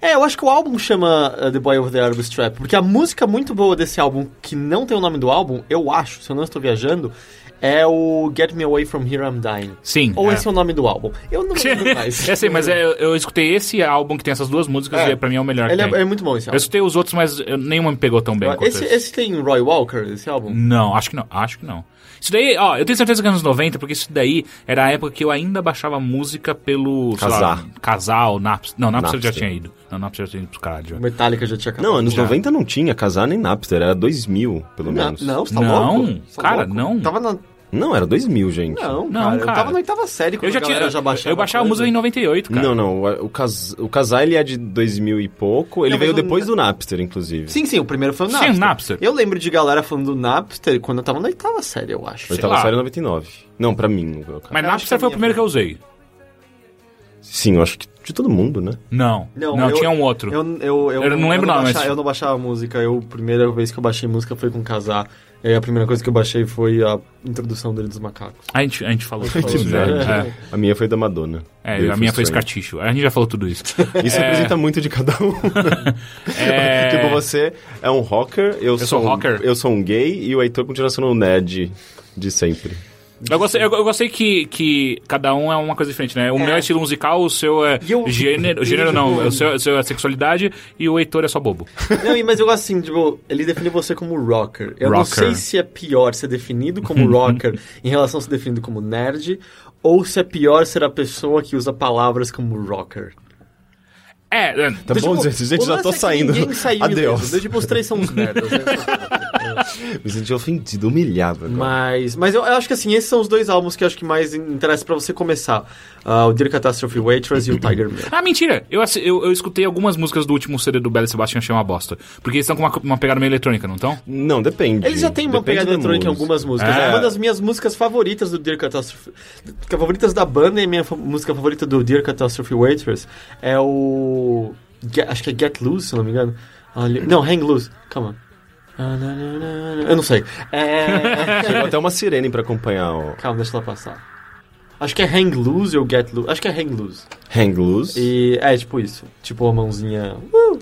[SPEAKER 1] É, eu acho que o álbum chama uh, The Boy Over the Arab Strap, porque a música muito boa desse álbum, que não tem o nome do álbum, eu acho, se eu não estou viajando, é o Get Me Away From Here I'm Dying.
[SPEAKER 2] Sim.
[SPEAKER 1] Ou
[SPEAKER 2] é.
[SPEAKER 1] esse é o nome do álbum. Eu não lembro mais.
[SPEAKER 2] é sim, mas é, eu, eu escutei esse álbum que tem essas duas músicas
[SPEAKER 1] É.
[SPEAKER 2] e pra mim é o melhor
[SPEAKER 1] Ele
[SPEAKER 2] que tem.
[SPEAKER 1] é, é muito bom esse
[SPEAKER 2] Eu
[SPEAKER 1] álbum.
[SPEAKER 2] escutei os outros, mas eu- nenhuma me pegou tão bem
[SPEAKER 1] Ah,
[SPEAKER 2] quanto
[SPEAKER 1] esse, esse tem Roy Walker, esse álbum?
[SPEAKER 2] Não, acho que não, acho que não. Isso daí, ó, eu tenho certeza que é anos 90, porque isso daí era a época que eu ainda baixava música pelo. sei
[SPEAKER 3] Casar.
[SPEAKER 2] lá, Casal, Napster. Não, Napster, eu já
[SPEAKER 3] Napster.
[SPEAKER 2] tinha ido. Não, Napster já tinha ido pros caras. já.
[SPEAKER 1] Metallica já tinha acabado.
[SPEAKER 3] Não, é anos
[SPEAKER 2] Já.
[SPEAKER 3] 90 não tinha casar nem Napster, era 2000, pelo
[SPEAKER 1] não,
[SPEAKER 3] menos.
[SPEAKER 1] não, você tá
[SPEAKER 2] Não,
[SPEAKER 1] louco? Você tá
[SPEAKER 2] cara,
[SPEAKER 1] louco?
[SPEAKER 2] não.
[SPEAKER 1] Tava na...
[SPEAKER 3] Não, era 2000, gente.
[SPEAKER 1] Não,
[SPEAKER 2] Não,
[SPEAKER 1] cara,
[SPEAKER 2] cara.
[SPEAKER 1] Eu tava na oitava série quando
[SPEAKER 2] Eu já
[SPEAKER 1] a
[SPEAKER 2] tinha.
[SPEAKER 1] galera já baixava.
[SPEAKER 2] eu baixava a
[SPEAKER 1] coisa.
[SPEAKER 2] música em 98, cara.
[SPEAKER 3] Não, não, o, o cas, o casar ele é de 2000 e pouco, ele
[SPEAKER 1] Não, mas
[SPEAKER 3] veio
[SPEAKER 1] o-
[SPEAKER 3] depois do Napster, inclusive.
[SPEAKER 1] Sim, sim, o primeiro foi o
[SPEAKER 2] Sim,
[SPEAKER 1] Napster.
[SPEAKER 2] o Napster.
[SPEAKER 1] Eu lembro de galera falando do Napster quando eu tava na oitava série, eu acho.
[SPEAKER 3] Eu tava
[SPEAKER 2] lá.
[SPEAKER 3] série 99. Não, pra mim, no meu caso.
[SPEAKER 2] Mas
[SPEAKER 1] Eu acho que
[SPEAKER 2] Napster
[SPEAKER 1] é a
[SPEAKER 2] foi o
[SPEAKER 1] minha
[SPEAKER 2] primeiro que eu usei.
[SPEAKER 3] Sim, eu acho que de todo mundo, né?
[SPEAKER 2] Não. Não,
[SPEAKER 1] eu-
[SPEAKER 2] tinha um outro.
[SPEAKER 1] Eu, eu, eu,
[SPEAKER 2] Eu não lembro não, mas-
[SPEAKER 1] baixava- Eu não baixava música. Eu, a primeira vez que eu baixei música foi com Casar. E aí a primeira coisa que eu baixei foi a introdução dele dos macacos.
[SPEAKER 2] A, gente, a gente falou tudo
[SPEAKER 3] Que
[SPEAKER 2] isso.
[SPEAKER 3] merda.
[SPEAKER 2] né?
[SPEAKER 3] A minha foi da Madonna.
[SPEAKER 2] É,
[SPEAKER 3] Daí
[SPEAKER 2] é, a minha foi
[SPEAKER 3] foi estranho.
[SPEAKER 2] escarticho. A gente já falou tudo isso.
[SPEAKER 1] É.
[SPEAKER 3] Isso representa muito de cada um.
[SPEAKER 2] É.
[SPEAKER 3] tipo, você é um rocker, eu,
[SPEAKER 2] sou
[SPEAKER 3] um,
[SPEAKER 2] rocker.
[SPEAKER 3] Eu sou um gay e o Heitor continua sendo um nerd de sempre.
[SPEAKER 2] Eu gostei, eu, eu gostei que, que cada um é uma coisa diferente, né? O meu é estilo musical, o seu é
[SPEAKER 1] E eu-
[SPEAKER 2] gênero. Gênero não, o seu, o seu é sexualidade e o Heitor é só bobo.
[SPEAKER 1] Não, e- mas eu gosto assim, tipo, ele define você como rocker. Eu não
[SPEAKER 2] Rocker.
[SPEAKER 1] sei se é pior ser definido como rocker em relação a ser definido como nerd, ou se é pior ser a pessoa que usa palavras como rocker.
[SPEAKER 2] É, é,
[SPEAKER 3] Tá bom, gente, gente,
[SPEAKER 1] o
[SPEAKER 3] já
[SPEAKER 1] lance
[SPEAKER 3] tô
[SPEAKER 1] é que
[SPEAKER 3] saindo.
[SPEAKER 1] Ninguém saiu
[SPEAKER 3] Adeus.
[SPEAKER 1] ileso. Tipo, os três são uns nerds. né?
[SPEAKER 3] Me senti ofendido, humilhado agora.
[SPEAKER 1] Mas, mas eu, eu acho que assim, esses são os dois álbuns que eu acho que mais interessa pra você começar. Ah, o Dear Catastrophe Waitress e o Tiger Mail.
[SPEAKER 2] Ah, mentira! Eu, assi- eu, eu escutei algumas músicas do último CD do Bela Sebastião chama bosta. Porque eles estão com uma, co- uma pegada meio eletrônica, não estão?
[SPEAKER 3] Não, depende.
[SPEAKER 1] Eles já têm uma
[SPEAKER 3] Depende
[SPEAKER 1] pegada
[SPEAKER 3] da
[SPEAKER 1] eletrônica em
[SPEAKER 3] música.
[SPEAKER 1] algumas músicas. né?
[SPEAKER 2] É.
[SPEAKER 1] Uma das minhas músicas favoritas do Dear Catastrophe. que é Favoritas da banda e minha fa- música favorita do Dear Catastrophe Waitress é o. Ge- acho que é Get Loose, se não me engano. Olha- Não, Hang Loose. Calma. Eu não sei. É...
[SPEAKER 3] Chegou até uma sirene pra acompanhar o
[SPEAKER 1] Calma, deixa ela passar. Acho que é Hang Loose ou Get Loose. Acho que é Hang Loose.
[SPEAKER 3] Hang Loose.
[SPEAKER 1] E é tipo isso. Tipo a mãozinha. uh!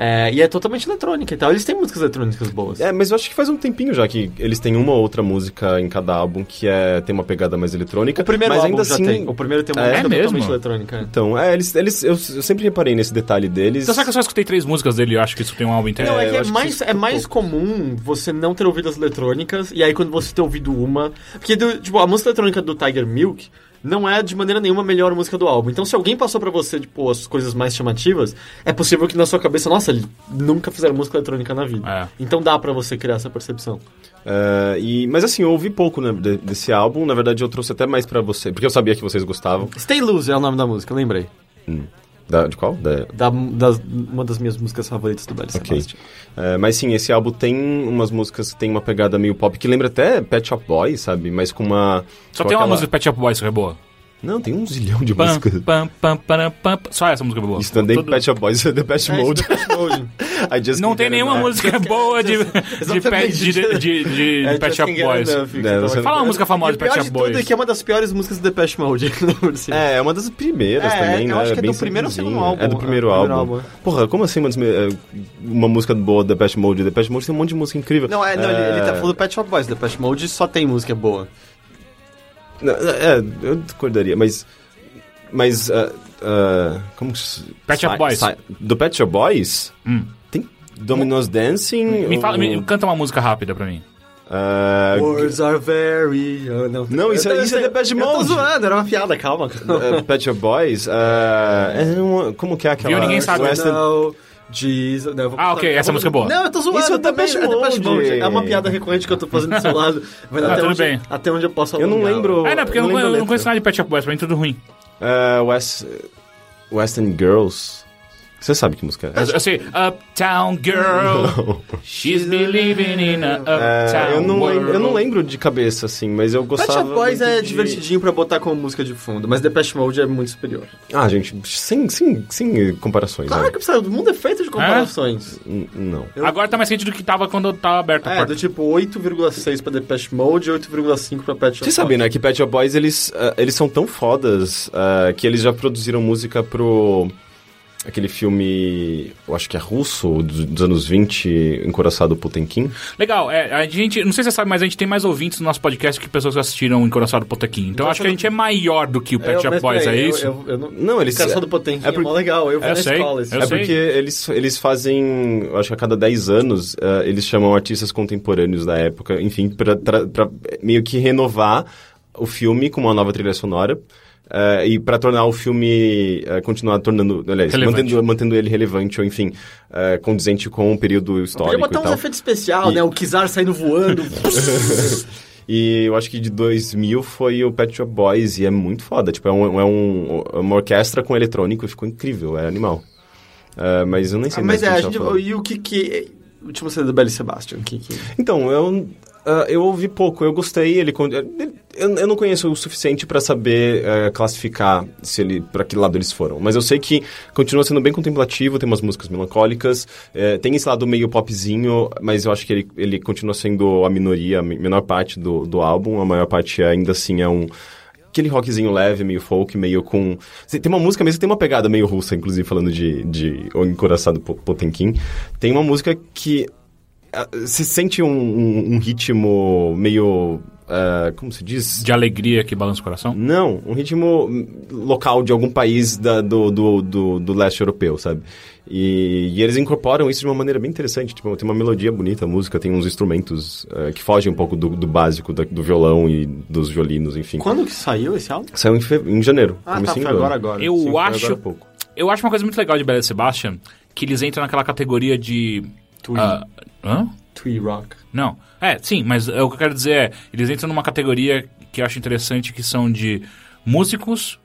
[SPEAKER 1] É, e é totalmente eletrônica e tal. Eles têm músicas eletrônicas boas.
[SPEAKER 3] É, mas eu acho que faz um tempinho já que eles têm uma ou outra música em cada álbum que é, tem uma pegada mais eletrônica.
[SPEAKER 1] O primeiro
[SPEAKER 3] mas
[SPEAKER 1] álbum
[SPEAKER 3] ainda
[SPEAKER 1] já
[SPEAKER 3] assim,
[SPEAKER 1] tem. O primeiro tem uma
[SPEAKER 3] É
[SPEAKER 1] música
[SPEAKER 2] mesmo?
[SPEAKER 1] totalmente eletrônica.
[SPEAKER 3] Então, é, eles, eles, eu, eu sempre reparei nesse detalhe deles.
[SPEAKER 2] Então será que eu só escutei três músicas dele e eu acho que isso tem um álbum inteiro?
[SPEAKER 1] Não, é,
[SPEAKER 3] eu
[SPEAKER 1] que é
[SPEAKER 3] acho que
[SPEAKER 1] mais,
[SPEAKER 3] isso
[SPEAKER 1] é mais comum você não ter ouvido as eletrônicas, e aí quando você ter ouvido uma. Porque, do- tipo, a música eletrônica do Tiger Milk não é de maneira nenhuma a melhor música do álbum. Então, se alguém passou pra você, tipo, as coisas mais chamativas, é possível que na sua cabeça, nossa, ele nunca fizeram música eletrônica na vida.
[SPEAKER 2] É.
[SPEAKER 1] Então dá pra você criar essa percepção.
[SPEAKER 3] É, e, mas assim, eu ouvi pouco né, de- desse álbum. Na verdade, eu trouxe até mais pra você, porque eu sabia que vocês gostavam.
[SPEAKER 1] Stay Loose é o nome da música, eu lembrei.
[SPEAKER 3] Da- de qual? Da,
[SPEAKER 1] Da, das- uma das minhas músicas favoritas do Belly
[SPEAKER 3] Ok.
[SPEAKER 1] Sebastian.
[SPEAKER 3] É, mas sim, esse álbum tem umas músicas que tem uma pegada meio pop, que lembra até Pet Shop Boys, sabe? Mas com uma...
[SPEAKER 2] Só
[SPEAKER 3] com
[SPEAKER 2] tem uma
[SPEAKER 3] aquela-
[SPEAKER 2] música do Pet Shop Boys que é boa.
[SPEAKER 3] Não, tem um zilhão de
[SPEAKER 2] Pam,
[SPEAKER 3] músicas.
[SPEAKER 2] pam, pam, param, pam, pam. Só essa mústica é boa.
[SPEAKER 3] Isso também
[SPEAKER 2] Tudo-
[SPEAKER 3] Pet Shop Boys é The Pet
[SPEAKER 1] É,
[SPEAKER 3] Mode.
[SPEAKER 1] Depeche Mode.
[SPEAKER 3] I just
[SPEAKER 2] Não
[SPEAKER 3] can't
[SPEAKER 2] tem
[SPEAKER 3] get
[SPEAKER 2] nenhuma
[SPEAKER 3] enough.
[SPEAKER 2] música boa de, de, pet, de, de, de, de
[SPEAKER 1] É,
[SPEAKER 2] Pet
[SPEAKER 1] Just
[SPEAKER 2] Shop
[SPEAKER 1] Can't Get
[SPEAKER 2] Boys.
[SPEAKER 1] Enough, que
[SPEAKER 3] É,
[SPEAKER 1] você
[SPEAKER 3] você-
[SPEAKER 1] tava-
[SPEAKER 2] Fala uma música
[SPEAKER 1] E
[SPEAKER 2] famosa do
[SPEAKER 1] o pior
[SPEAKER 2] Pet Shop
[SPEAKER 1] de tudo
[SPEAKER 2] Boys.
[SPEAKER 1] é que é uma das piores músicas do Depeche Mode. né? por assim. cima.
[SPEAKER 3] É, é uma das primeiras
[SPEAKER 1] É,
[SPEAKER 3] também,
[SPEAKER 1] eu
[SPEAKER 3] né?
[SPEAKER 1] acho que é
[SPEAKER 3] bem
[SPEAKER 1] do primeiro ou segundo
[SPEAKER 3] simplesinha.
[SPEAKER 1] álbum,
[SPEAKER 3] É do
[SPEAKER 1] é,
[SPEAKER 3] primeiro,
[SPEAKER 1] do
[SPEAKER 3] álbum.
[SPEAKER 1] primeiro álbum,
[SPEAKER 3] Porra, como assim uma, desme- é, uma música boa da Pet Mode? The Pet Mode tem um monte de música incrível. Eh,
[SPEAKER 1] Não, é, não, ele, ele tá falando do Pet Shop Boys. Depeche Mode só tem música boa.
[SPEAKER 3] Não, É, eu discordaria, mas. Mas. ah, ah, como que se.
[SPEAKER 2] Pet Shop
[SPEAKER 3] Sai-
[SPEAKER 2] Boys. Hum.
[SPEAKER 3] sai- do Pet Shop Boys? Tem Domino's Dancing.
[SPEAKER 2] Me, fala,
[SPEAKER 3] o-
[SPEAKER 2] me- canta uma música rápida pra mim.
[SPEAKER 3] ah,
[SPEAKER 1] Words are very... não,
[SPEAKER 3] Não, isso é-
[SPEAKER 1] eu-
[SPEAKER 3] isso é
[SPEAKER 1] eu-
[SPEAKER 3] Depeche
[SPEAKER 1] Eu tô
[SPEAKER 3] Mode.
[SPEAKER 1] zoando, era uma piada, calma. calma.
[SPEAKER 3] ah, Pet Shop Boys. ah, é uma- como que é aquela.
[SPEAKER 2] Viu? Ninguém sabe.
[SPEAKER 3] Western-
[SPEAKER 1] Não, Jesus... não, eu vou
[SPEAKER 2] Ah, ok,
[SPEAKER 1] eu
[SPEAKER 2] essa
[SPEAKER 1] vou-
[SPEAKER 2] música é boa.
[SPEAKER 1] Não, eu tô zoando
[SPEAKER 3] Isso é
[SPEAKER 1] também,
[SPEAKER 3] Depeche
[SPEAKER 1] Depeche
[SPEAKER 3] Mode.
[SPEAKER 1] Mode. É uma piada recorrente que eu tô fazendo do seu lado. Mas
[SPEAKER 2] Ah,
[SPEAKER 1] até,
[SPEAKER 2] tudo
[SPEAKER 1] onde,
[SPEAKER 2] bem.
[SPEAKER 1] até onde eu posso
[SPEAKER 3] Eu não
[SPEAKER 1] alongar.
[SPEAKER 3] lembro.
[SPEAKER 2] Ah, não, porque eu não,
[SPEAKER 3] lembro
[SPEAKER 2] eu
[SPEAKER 3] a
[SPEAKER 2] não conheço
[SPEAKER 3] letra.
[SPEAKER 2] nada de Pet Shop Boys, pra mim é tudo ruim.
[SPEAKER 3] Ah, West, Western Girls. Você sabe que música é?
[SPEAKER 2] Eu, eu sei, Uptown Girl, she's believing in a Uptown
[SPEAKER 3] É, eu, não
[SPEAKER 2] world.
[SPEAKER 3] lembro, eu não lembro de cabeça, assim, mas eu
[SPEAKER 1] Pet
[SPEAKER 3] gostava.
[SPEAKER 1] Shop Boys
[SPEAKER 3] muito
[SPEAKER 1] é
[SPEAKER 3] de-
[SPEAKER 1] divertidinho pra botar como música de fundo, mas Depeche Mode é muito superior.
[SPEAKER 3] Ah, gente, sem, sem, sem comparações.
[SPEAKER 1] Claro
[SPEAKER 3] né?
[SPEAKER 1] que precisa, o mundo é feito de comparações.
[SPEAKER 3] N- Não.
[SPEAKER 1] eu-
[SPEAKER 2] Agora tá mais quente do que tava quando tava aberto a
[SPEAKER 1] É,
[SPEAKER 2] porta.
[SPEAKER 1] do tipo 8,6 pra Depeche Mode e 8,5 pra Pet Shop
[SPEAKER 3] Vocês sabem, né, que Pet Shop Boys, eles, ah, eles são tão fodas ah, que eles já produziram música pro... Aquele filme, eu acho que é russo, dos, dos anos 20, Encoraçado Potemkin.
[SPEAKER 2] Legal, é, a gente, não sei se você sabe, mas a gente tem mais ouvintes no nosso podcast que pessoas que assistiram em Coração do Potequim. Então acho que a gente é maior do que o Pet Shop Boys, é isso?
[SPEAKER 1] Eu, eu, não...
[SPEAKER 3] Não, eles...
[SPEAKER 1] Cara, só do Potemkin é,
[SPEAKER 3] é por-
[SPEAKER 1] mó legal, eu fui
[SPEAKER 2] Eu
[SPEAKER 1] na
[SPEAKER 2] sei,
[SPEAKER 1] escola. esse
[SPEAKER 2] eu
[SPEAKER 3] É
[SPEAKER 1] ano.
[SPEAKER 2] sei.
[SPEAKER 3] porque eles, eles fazem, eu acho que a cada 10 anos, eh, eles chamam artistas contemporâneos da época, enfim, pra, tra- pra meio que renovar o filme com uma nova trilha sonora. eh, e pra tornar o filme eh, continuar tornando aliás,
[SPEAKER 2] Relevante.
[SPEAKER 3] mantendo, mantendo ele relevante ou enfim eh, condizente com o período histórico
[SPEAKER 1] Podia botar
[SPEAKER 3] e
[SPEAKER 1] uns
[SPEAKER 3] tal
[SPEAKER 1] efeitos especial, né? O Kizar saindo voando.
[SPEAKER 3] e eu acho que de 2000 foi o Pet Shop Boys e é muito foda tipo é, um, é um- uma orquestra com eletrônico ficou incrível é animal Eh, mas eu nem sei
[SPEAKER 1] Ah, mas
[SPEAKER 3] mais o
[SPEAKER 1] é,
[SPEAKER 3] que
[SPEAKER 1] a
[SPEAKER 3] gente
[SPEAKER 1] gente...
[SPEAKER 3] tava falando.
[SPEAKER 1] E o que que... O último CD do Belly Sebastian, que que...
[SPEAKER 3] Então, eu, ah, eu ouvi pouco, eu gostei. Ele, con- eu, eu não conheço o suficiente pra saber eh, classificar se ele para que lado eles foram. Mas eu sei que continua sendo bem contemplativo, tem umas músicas melancólicas, eh, tem esse lado meio popzinho, mas eu acho que ele, ele continua sendo a minoria, a mi- menor parte do, do álbum. A maior parte ainda assim é um. Aquele rockzinho leve, meio folk, meio com. Tem uma música mesmo, que tem uma pegada meio russa, inclusive, falando de, de O Encoraçado Po- Potemkin. Tem Ah, uma música que se sente um, um- um ritmo meio ah, como se diz?
[SPEAKER 2] De alegria que balança o coração?
[SPEAKER 3] Não, um ritmo hum, local de algum país da- do, do, do, do leste europeu, sabe? E, e eles incorporam isso de uma maneira bem interessante. Tipo, tem uma melodia bonita, a música tem uns instrumentos eh, que fogem um pouco do, do básico da- do violão e dos violinos, enfim.
[SPEAKER 1] Quando que saiu esse álbum?
[SPEAKER 3] Saiu em, fe... em janeiro.
[SPEAKER 1] Ah, tá,
[SPEAKER 3] comecinho
[SPEAKER 1] foi
[SPEAKER 3] do
[SPEAKER 1] agora,
[SPEAKER 3] ano.
[SPEAKER 1] agora.
[SPEAKER 2] Eu
[SPEAKER 1] Sim, foi
[SPEAKER 2] acho.
[SPEAKER 1] agora há pouco.
[SPEAKER 2] Eu acho uma coisa muito legal de Bela Sebastian que eles entram naquela categoria de.
[SPEAKER 1] Twee.
[SPEAKER 2] ah, hã?
[SPEAKER 1] Twee Rock.
[SPEAKER 2] Não. É, sim, mas é, o que eu quero dizer é, eles entram numa categoria que eu acho interessante, que são de músicos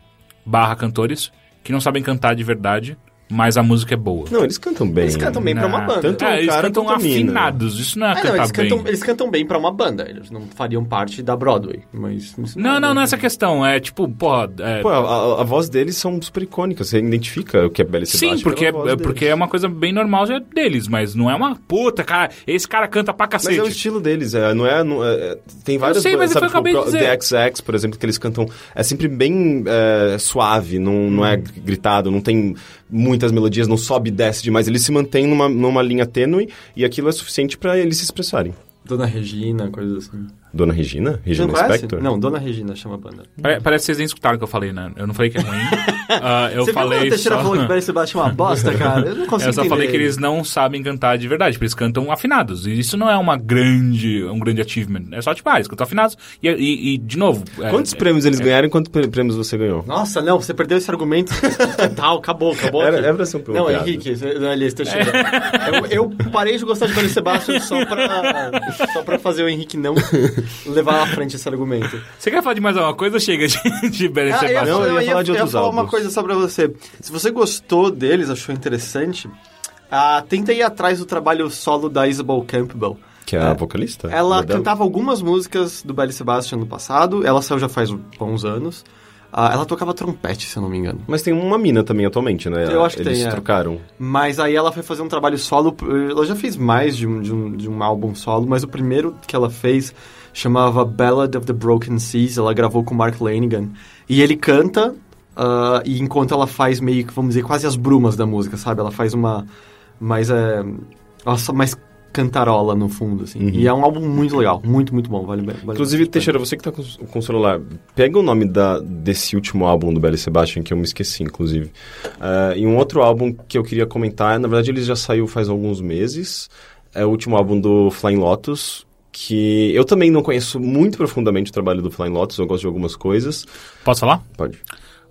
[SPEAKER 2] barra cantores, que não sabem cantar de verdade, mas a música é boa.
[SPEAKER 3] Não, eles cantam bem.
[SPEAKER 1] Eles cantam bem pra uma
[SPEAKER 2] Ah,
[SPEAKER 1] banda.
[SPEAKER 3] tanto-
[SPEAKER 2] é,
[SPEAKER 3] um
[SPEAKER 2] eles
[SPEAKER 3] cara
[SPEAKER 2] cantam
[SPEAKER 3] quanto a mina.
[SPEAKER 2] afinados, isso não é
[SPEAKER 1] Ah,
[SPEAKER 2] cantar
[SPEAKER 1] não, eles
[SPEAKER 2] bem.
[SPEAKER 1] cantam, eles cantam bem pra uma banda. Eles não fariam parte da Broadway, mas... Ah, isso
[SPEAKER 2] Não, não, não é essa questão, é tipo, porra... é-
[SPEAKER 3] Pô, a, a- a voz deles são super icônicas. Você identifica o que é Bela e Sebastian
[SPEAKER 2] Sim, porque, é,
[SPEAKER 3] pela voz
[SPEAKER 2] é
[SPEAKER 3] deles.
[SPEAKER 2] porque é uma coisa bem normal já deles, mas não é uma puta, cara, esse cara canta pra
[SPEAKER 3] Mas
[SPEAKER 2] cacete.
[SPEAKER 3] é o estilo deles, é, não é, não é- é- Tem várias
[SPEAKER 2] sei, mas
[SPEAKER 3] bandas,
[SPEAKER 2] é o que eu
[SPEAKER 3] sabe,
[SPEAKER 2] acabei de
[SPEAKER 3] tipo,
[SPEAKER 2] dizer.
[SPEAKER 3] The XX, por exemplo, que eles cantam. É sempre bem é, suave, não, não
[SPEAKER 2] Hum.
[SPEAKER 3] é gritado, não tem muitas melodias, não sobe e desce demais. Eles se mantêm numa, numa linha tênue e aquilo é suficiente pra eles se expressarem.
[SPEAKER 1] Dona Regina, coisas assim.
[SPEAKER 3] Dona Regina?
[SPEAKER 1] Você não
[SPEAKER 3] Regina
[SPEAKER 1] conhece?
[SPEAKER 3] Spector?
[SPEAKER 1] Não, Dona Regina chama a banda.
[SPEAKER 2] Pare- Parece que vocês nem escutaram o que eu falei, né? Eu não falei que é ruim. Ah, eu
[SPEAKER 1] Você viu
[SPEAKER 2] falei
[SPEAKER 1] quando o Teixeira
[SPEAKER 2] só...
[SPEAKER 1] falou que Bela e Sebastian é uma bosta, cara? Eu não consigo
[SPEAKER 2] Eu só
[SPEAKER 1] entender.
[SPEAKER 2] falei que eles não sabem cantar de verdade, porque eles cantam afinados. E isso não é uma grande, um grande achievement. É só tipo, ah, eles cantam afinados. E, e- e, de novo. é-
[SPEAKER 3] Quantos
[SPEAKER 2] é-
[SPEAKER 3] prêmios eles ganharam e quantos pre- prêmios você ganhou?
[SPEAKER 1] Nossa, não, você perdeu esse argumento. Tal, acabou, acabou.
[SPEAKER 3] Era-
[SPEAKER 1] aqui.
[SPEAKER 3] era pra ser um
[SPEAKER 1] Não,
[SPEAKER 3] piada.
[SPEAKER 1] Henrique, você- não, aliás, Teixeira. Eu, eu parei de gostar de Bela e Sebastian só pra, só pra fazer o Henrique não levar à frente esse argumento.
[SPEAKER 2] Você quer falar de mais alguma coisa? Chega de, de Beren
[SPEAKER 1] Ah,
[SPEAKER 2] Sebastian.
[SPEAKER 3] Não, eu ia falar de
[SPEAKER 1] eu
[SPEAKER 3] outros
[SPEAKER 1] falar uma
[SPEAKER 3] álbuns.
[SPEAKER 1] coisa só pra você. Se você gostou deles, achou interessante, ah, tenta ir atrás do trabalho solo da Isabel Campbell.
[SPEAKER 3] Que é a vocalista?
[SPEAKER 1] Ela
[SPEAKER 3] Uma delas.
[SPEAKER 1] cantava algumas músicas do Belle Sebastian no passado, ela saiu já faz um- uns anos. Ah, ela tocava trompete, se eu não me engano.
[SPEAKER 3] Mas tem uma mina também atualmente, né?
[SPEAKER 1] Eu acho que
[SPEAKER 3] Eles
[SPEAKER 1] tem, é.
[SPEAKER 3] trocaram.
[SPEAKER 1] Mas aí ela foi fazer um trabalho solo. Ela já fez mais de um, de um, de um álbum solo, mas o primeiro que ela fez chamava Ballad of the Broken Seas. Ela gravou com o Mark Lanigan. E ele canta, ah, e enquanto ela faz meio que, vamos dizer, quase as brumas da música, sabe? Ela faz uma. Mais. É, nossa, mais cantarola no fundo, assim. E é um álbum muito legal, muito, muito bom. Vale, bem- vale
[SPEAKER 3] Inclusive,
[SPEAKER 1] bastante.
[SPEAKER 3] Teixeira, você que tá com, com o celular, pega o nome da, desse último álbum do Belle Sebastian, que eu me esqueci, inclusive. Ah, e um outro álbum que eu queria comentar, na verdade ele já saiu faz alguns meses, é o último álbum do Flying Lotus, que eu também não conheço muito profundamente o trabalho do Flying Lotus, eu gosto de algumas coisas.
[SPEAKER 2] Posso falar?
[SPEAKER 3] Pode.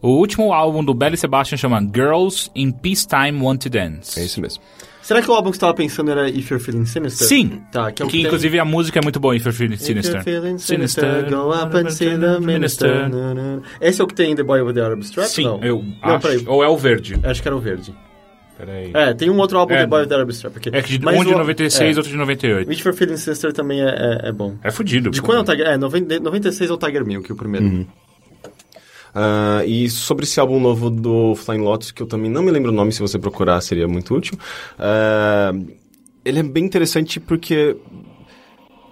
[SPEAKER 2] O último álbum do Belle Sebastian chama Girls in Peacetime Want to Dance.
[SPEAKER 3] É isso mesmo.
[SPEAKER 1] Será que o álbum que você tava pensando era If You're Feeling Sinister?
[SPEAKER 2] Sim.
[SPEAKER 1] Tá, que é o
[SPEAKER 2] que
[SPEAKER 1] tem-
[SPEAKER 2] inclusive a música é muito boa, If You're Feeling Sinister.
[SPEAKER 1] If you're feeling sinister, go up and see the minister. Na, na, na. Esse é o que tem The Boy with the Arab Strap?
[SPEAKER 2] Sim,
[SPEAKER 1] não.
[SPEAKER 2] eu
[SPEAKER 1] Não,
[SPEAKER 2] acho.
[SPEAKER 1] peraí.
[SPEAKER 2] Ou é o verde.
[SPEAKER 1] Acho que era o verde.
[SPEAKER 2] Peraí.
[SPEAKER 1] É, tem um outro álbum
[SPEAKER 2] É.
[SPEAKER 1] The Boy with the Arab Strap. Aqui.
[SPEAKER 2] É que de,
[SPEAKER 1] Mas
[SPEAKER 2] um de
[SPEAKER 1] o-
[SPEAKER 2] 96,
[SPEAKER 1] é.
[SPEAKER 2] outro de 98.
[SPEAKER 1] Witch for Feeling Sinister também é, é, é bom.
[SPEAKER 2] É fudido.
[SPEAKER 1] De
[SPEAKER 2] pô.
[SPEAKER 1] quando é o Tiger... É, 90 96 é o Tiger Milk, o primeiro.
[SPEAKER 3] Ah, e sobre esse álbum novo do Flying Lotus, que eu também não me lembro o nome, se você procurar seria muito útil. Ah, ele é bem interessante porque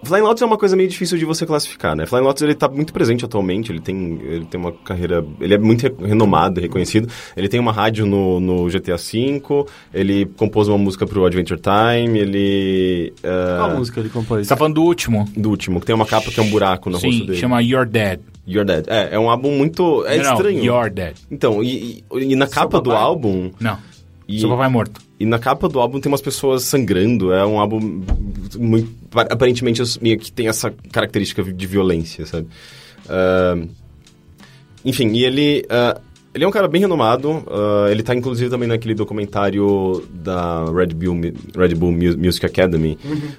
[SPEAKER 3] Flying Lotus é uma coisa meio difícil de você classificar, né? Flying Lotus ele tá muito presente atualmente, ele tem, ele tem uma carreira, ele é muito re- renomado, reconhecido. Ele tem uma rádio no, no GTA V, ele compôs uma música pro Adventure Time, ele ah,
[SPEAKER 1] Qual música ele compôs?
[SPEAKER 2] Você tá falando do último?
[SPEAKER 3] do último, que tem uma capa que é um buraco no rosto
[SPEAKER 2] Sim,
[SPEAKER 3] dele.
[SPEAKER 2] chama You're Dead.
[SPEAKER 3] You're Dead. É, é um álbum muito é
[SPEAKER 2] não, não,
[SPEAKER 3] estranho.
[SPEAKER 2] You're Dead.
[SPEAKER 3] Então, e, e- e na capa do
[SPEAKER 1] papai.
[SPEAKER 3] álbum
[SPEAKER 2] Não.
[SPEAKER 3] E-
[SPEAKER 2] Seu papai é morto.
[SPEAKER 3] e na capa do álbum tem umas pessoas sangrando. É um álbum muito. Aparentemente meio que tem essa característica de violência, sabe? Ah, enfim, e ele. ah, ele é um cara bem renomado. ah, ele tá inclusive também naquele documentário da Red Bull, Mi- Red Bull Mu- Music Academy,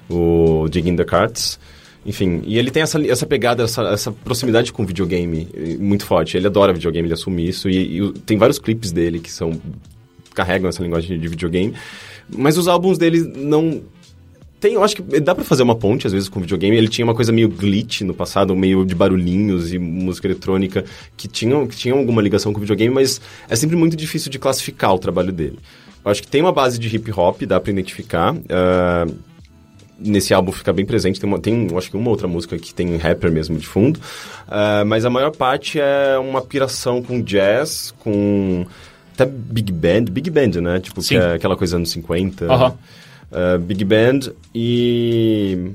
[SPEAKER 3] o Digging the Carts. Enfim, e ele tem essa, li- essa pegada, essa, essa proximidade com videogame eh, muito forte. Ele adora videogame, ele assume isso. E, e o- tem vários clipes dele que são carregam essa linguagem de videogame. Mas os álbuns dele não. Tem, eu acho que dá pra fazer uma ponte, às vezes, com videogame. Ele tinha uma coisa meio glitch no passado, meio de barulhinhos e música eletrônica que tinham, que tinham alguma ligação com videogame, mas é sempre muito difícil de classificar o trabalho dele. Eu acho que tem uma base de hip hop, dá pra identificar. ah, nesse álbum fica bem presente. Tem, uma, tem eu acho que uma outra música que tem rapper mesmo de fundo. Ah, mas a maior parte é uma piração com jazz, com até big band. Big band, né? Tipo, que
[SPEAKER 2] Sim.
[SPEAKER 3] é aquela coisa anos 50.
[SPEAKER 2] Aham.
[SPEAKER 3] Ah, big band eh, e...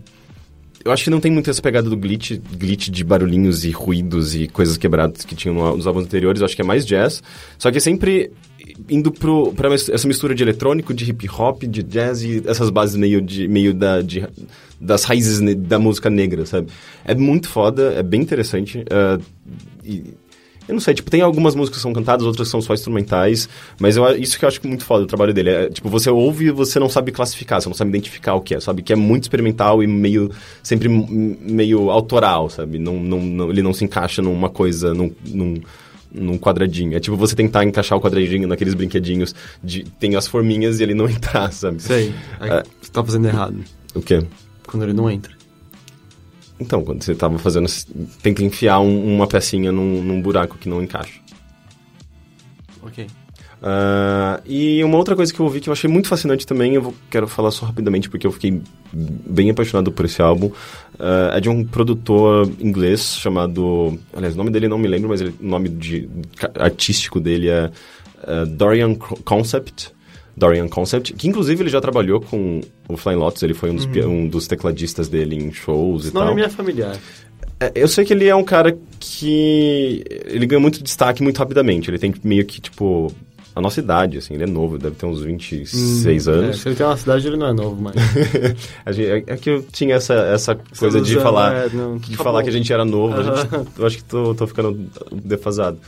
[SPEAKER 3] eu acho que não tem muito essa pegada do glitch, glitch de barulhinhos e ruídos e coisas quebradas que tinham no- nos álbuns anteriores. Eu acho que é mais jazz. Só que é sempre indo pro, pra mis- essa mistura de eletrônico, de hip hop, de jazz e essas bases meio, de, meio da, de- das raízes ne- da música negra, sabe? É muito foda, é bem interessante. ah, e- eu não sei, tipo, tem algumas músicas que são cantadas, outras que são só instrumentais, mas eu, a- isso que eu acho muito foda do trabalho dele. É, tipo, você ouve e você não sabe classificar, você não sabe identificar o que é, sabe? Que é muito experimental e meio, sempre m- meio autoral, sabe? Não, não, não- ele não se encaixa numa coisa, num, num, num quadradinho. É tipo você tentar encaixar o quadradinho naqueles brinquedinhos de tem as forminhas e ele não entrar, sabe?
[SPEAKER 1] Sei.
[SPEAKER 3] É.
[SPEAKER 1] Você tá fazendo errado.
[SPEAKER 3] O quê?
[SPEAKER 1] Quando ele não entra.
[SPEAKER 3] Então, quando você tava fazendo. Tenta enfiar um- uma pecinha num- num buraco que não encaixa.
[SPEAKER 1] Ok.
[SPEAKER 3] Ah, e uma outra coisa que eu ouvi que eu achei muito fascinante também, eu vou- quero falar só rapidamente porque eu fiquei bem apaixonado por esse álbum, ah, é de um produtor inglês chamado. Aliás, o nome dele eu não me lembro, mas ele- o nome de, ca- artístico dele é ah, Dorian Co- Concept. Dorian Concept, que inclusive ele já trabalhou com o Flying Lotus, ele foi um dos, pia- um dos tecladistas dele em shows e
[SPEAKER 1] Uhum. Esse
[SPEAKER 3] tal.
[SPEAKER 1] nome me é familiar.
[SPEAKER 3] É, Eu sei que ele é um cara que. Ele ganha muito destaque muito rapidamente. Ele tem meio que, tipo. A nossa idade, assim. Ele é novo, deve ter uns 26
[SPEAKER 1] É,
[SPEAKER 3] anos.
[SPEAKER 1] se ele tem uma cidade, ele não é novo, mas.
[SPEAKER 3] A gente- É, é que eu tinha essa, essa coisa de
[SPEAKER 1] ilusão,
[SPEAKER 3] falar.
[SPEAKER 1] é, não,
[SPEAKER 3] de
[SPEAKER 1] tá
[SPEAKER 3] falar
[SPEAKER 1] bom.
[SPEAKER 3] que a gente era novo. a gente-
[SPEAKER 1] Aham.
[SPEAKER 3] eu acho que tô, tô ficando defasado.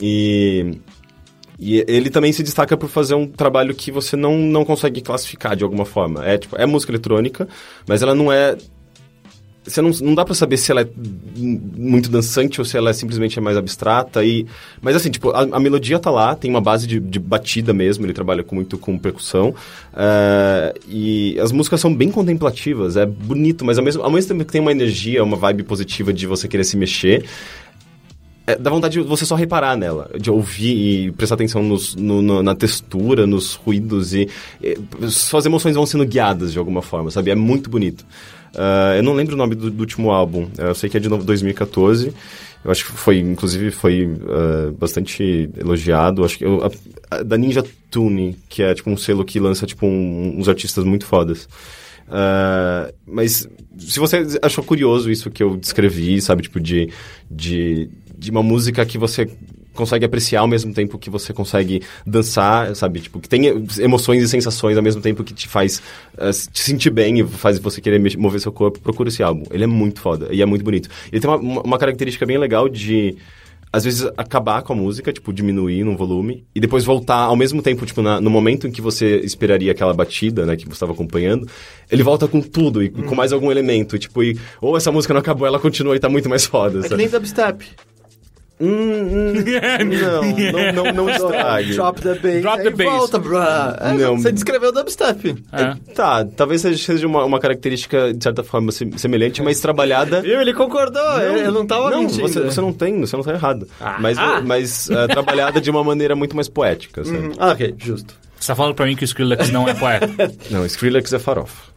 [SPEAKER 3] E. E ele também se destaca por fazer um trabalho que você não, não consegue classificar de alguma forma. É, tipo, é música eletrônica, mas ela não é você não, não dá pra saber se ela é m- muito dançante ou se ela é simplesmente é mais abstrata e mas assim tipo a, a melodia tá lá tem uma base de, de batida mesmo ele trabalha com, muito com percussão eh, e as músicas são bem contemplativas é bonito mas ao mesmo ao mesmo tempo que tem uma energia uma vibe positiva de você querer se mexer é, dá vontade de você só reparar nela, de ouvir e prestar atenção nos- no- no- na textura, nos ruídos e, e suas emoções vão sendo guiadas de alguma forma, sabe? É muito bonito. Ah, eu não lembro o nome do, do último álbum, eu sei que é de novo 2014. Eu acho que foi, inclusive, foi ah, bastante elogiado. Acho que eu- a- a- da Ninja Tune, que é tipo um selo que lança tipo um- uns artistas muito fodas. Ah, mas se você achou curioso isso que eu descrevi, sabe, tipo de, de, de uma música que você consegue apreciar ao mesmo tempo que você consegue dançar, sabe, tipo que tem emoções e sensações ao mesmo tempo que te faz ah, te sentir bem e faz você querer mex- mover seu corpo, procura esse álbum. Ele é muito foda e é muito bonito. Ele tem uma- uma, uma característica bem legal de às vezes acabar com a música, tipo, diminuir no volume, e depois voltar ao mesmo tempo, tipo, na- no momento em que você esperaria aquela batida, né, que você estava acompanhando, ele volta com tudo e com mais algum elemento, e, tipo, e, ou essa música não acabou, ela continua e tá muito mais foda,
[SPEAKER 1] É que
[SPEAKER 3] sabe?
[SPEAKER 1] nem dubstep.
[SPEAKER 3] Hum, hum, não, não, não, não estrague.
[SPEAKER 1] É, Drop the bass.
[SPEAKER 2] Drop
[SPEAKER 1] aí
[SPEAKER 2] the bass.
[SPEAKER 1] Volta, bruh. É,
[SPEAKER 3] Não.
[SPEAKER 1] Você descreveu o dubstep.
[SPEAKER 2] É.
[SPEAKER 3] Tá, talvez seja uma, uma característica, de certa forma, sem- semelhante, mas trabalhada...
[SPEAKER 1] Viu? Ele concordou. eu, eu não tava
[SPEAKER 3] não,
[SPEAKER 1] mentindo.
[SPEAKER 3] Você, você não tem, você não tá errado.
[SPEAKER 2] Ah.
[SPEAKER 3] mas mas eh, trabalhada de uma maneira muito mais poética, sabe?
[SPEAKER 2] Uhum.
[SPEAKER 1] Hum, Ah, ok, justo.
[SPEAKER 2] Você tá falando pra mim que o Skrillex não é poeta?
[SPEAKER 3] Não, Skrillex é farofa.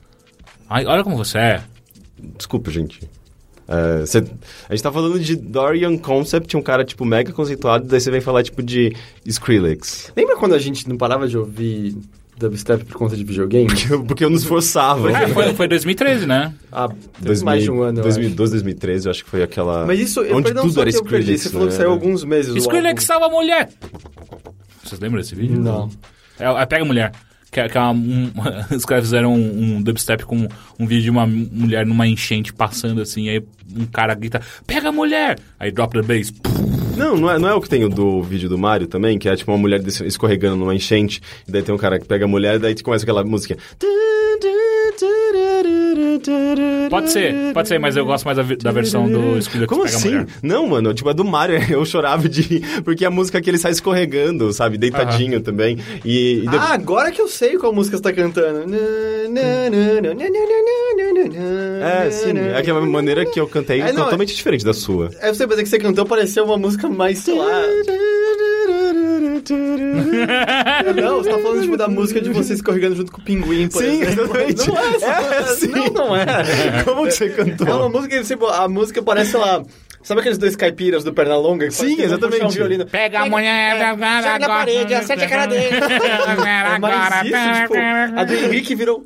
[SPEAKER 2] Ai, olha como você é.
[SPEAKER 3] Desculpa, gente. É, cê- a gente tá falando de Dorian Concept, um cara, tipo, mega conceituado, daí você vem falar, tipo, de Skrillex.
[SPEAKER 1] Lembra quando a gente não parava de ouvir dubstep por conta de videogame?
[SPEAKER 3] Que eu- Porque eu nos forçava.
[SPEAKER 2] É, foi, foi 2013, né?
[SPEAKER 1] Ah, teve mais de um ano, eu
[SPEAKER 3] 2012, 2013, eu acho que foi aquela...
[SPEAKER 1] acho. Mas isso, eu
[SPEAKER 3] onde
[SPEAKER 1] perdão,
[SPEAKER 3] tudo
[SPEAKER 1] só
[SPEAKER 3] era
[SPEAKER 1] que eu
[SPEAKER 3] Skrillex,
[SPEAKER 1] perdi. Você falou
[SPEAKER 3] né?
[SPEAKER 1] que saiu alguns meses um o
[SPEAKER 2] Skrillex salva a mulher! Vocês lembram desse vídeo?
[SPEAKER 1] álbum. Não.
[SPEAKER 2] É, é Pega Mulher. Que, é- que é uma, um- os caras fizeram um, um dubstep com um vídeo de uma mulher numa enchente passando assim, aí um cara grita, pega a mulher! Aí drop the bass.
[SPEAKER 3] Não, não é, não é o que tem o do vídeo do Mario também, que é, tipo, uma mulher des- escorregando numa enchente, e daí tem um cara que pega a mulher, e daí começa aquela música...
[SPEAKER 2] Pode ser, pode ser, mas eu gosto mais da, vi- da versão do Skrillex
[SPEAKER 3] Como
[SPEAKER 2] pega a
[SPEAKER 3] assim?
[SPEAKER 2] mulher.
[SPEAKER 3] Não, mano, tipo, é do Mario. Eu chorava de. rir, Porque a música que ele sai escorregando, sabe? Deitadinho também. E. e de-
[SPEAKER 1] Ah, agora que eu sei qual música você tá cantando. É,
[SPEAKER 3] é, sim. É que a maneira que eu cantei é
[SPEAKER 1] É, não,
[SPEAKER 3] totalmente diferente da sua.
[SPEAKER 1] É você pensar que você cantou, pareceu uma música mais, sei lá. Não, você tá falando tipo, da música de você escorregando junto com o pinguim, por
[SPEAKER 3] Sim,
[SPEAKER 1] exemplo.
[SPEAKER 3] exatamente.
[SPEAKER 1] Não é, essa
[SPEAKER 3] É,
[SPEAKER 1] música.
[SPEAKER 3] sim.
[SPEAKER 1] Não, não é.
[SPEAKER 3] Como que você
[SPEAKER 1] É uma
[SPEAKER 3] cantou?
[SPEAKER 1] música que tipo, a música parece, sei lá. Sabe aqueles dois caipiras do Pernalonga? Que parece
[SPEAKER 3] Sim,
[SPEAKER 1] que vão
[SPEAKER 3] exatamente.
[SPEAKER 1] puxar Um violino.
[SPEAKER 2] Pega a mulher,
[SPEAKER 1] É, Joga na parede, acerte É
[SPEAKER 2] tá
[SPEAKER 1] a cara dele. É mais isso, tipo, a do Henrique virou.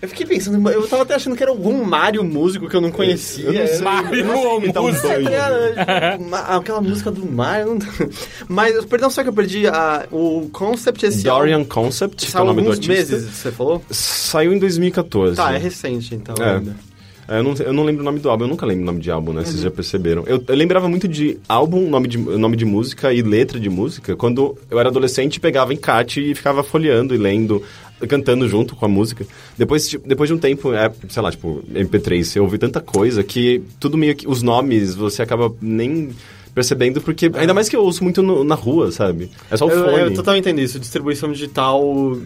[SPEAKER 1] Eu fiquei pensando, eu tava até achando que era algum Mario músico que eu não conhecia.
[SPEAKER 3] Eu não sei.
[SPEAKER 2] Mario
[SPEAKER 3] eu não sei imitar um
[SPEAKER 2] músico.
[SPEAKER 3] doido.
[SPEAKER 1] Aquela, ma- aquela música do Mario. não- Mas, perdão, só que eu perdi a- o concept esse
[SPEAKER 3] Dorian Concept, que é o
[SPEAKER 1] Saiu
[SPEAKER 3] nome do
[SPEAKER 1] alguns
[SPEAKER 3] artista.
[SPEAKER 1] meses, você falou?
[SPEAKER 3] Saiu em 2014.
[SPEAKER 1] Tá, é recente então. ainda.
[SPEAKER 3] É. É, eu, não, eu não lembro o nome do álbum, eu nunca lembro o nome de álbum, né? Vocês já
[SPEAKER 1] Uhum.
[SPEAKER 3] perceberam. Eu, eu lembrava muito de álbum, nome de, nome de música e letra de música quando eu era adolescente pegava encarte e ficava folheando e lendo, cantando junto com a música. Depois, tipo, depois de um tempo, é, sei lá, tipo, MP3, eu ouvi tanta coisa que tudo meio que. Os nomes você acaba nem percebendo, porque. Ainda mais que eu ouço muito no- na rua, sabe? É só o
[SPEAKER 1] Eu,
[SPEAKER 3] fone.
[SPEAKER 1] eu totalmente entendo isso. Distribuição digital.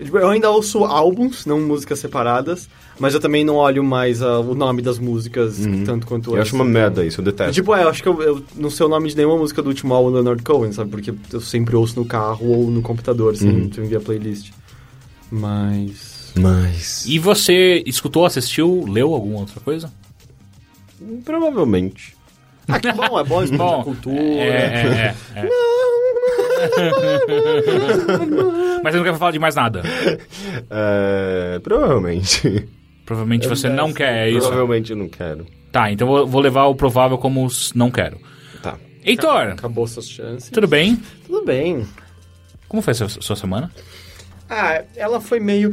[SPEAKER 1] Tipo, Eu ainda ouço álbuns, não músicas separadas, mas eu também não olho mais ah, o nome das músicas tanto quanto
[SPEAKER 3] Eu acho uma merda isso, eu detesto.
[SPEAKER 1] assim. Tipo, é, eu acho que eu, eu não sei o nome de nenhuma música do último álbum do Leonard Cohen, sabe? Porque eu sempre ouço no carro ou no computador, assim, então sem sem enviar playlist. Mas.
[SPEAKER 3] Mas.
[SPEAKER 2] E você escutou, assistiu, leu alguma outra coisa?
[SPEAKER 3] Provavelmente.
[SPEAKER 1] Ah, que bom, é bom
[SPEAKER 2] Bom,
[SPEAKER 1] escutar cultura.
[SPEAKER 2] É, é, é, é. Mas você não quer falar de mais nada.
[SPEAKER 3] É, provavelmente.
[SPEAKER 2] Provavelmente você não quer, é isso.
[SPEAKER 3] Provavelmente eu não quero.
[SPEAKER 2] Tá, então eu vou levar o provável como os não quero.
[SPEAKER 3] Tá.
[SPEAKER 2] Heitor,
[SPEAKER 1] Acabou suas chances.
[SPEAKER 2] tudo bem?
[SPEAKER 1] Tudo bem.
[SPEAKER 2] Como foi a sua, sua semana?
[SPEAKER 1] Ah, ela foi meio.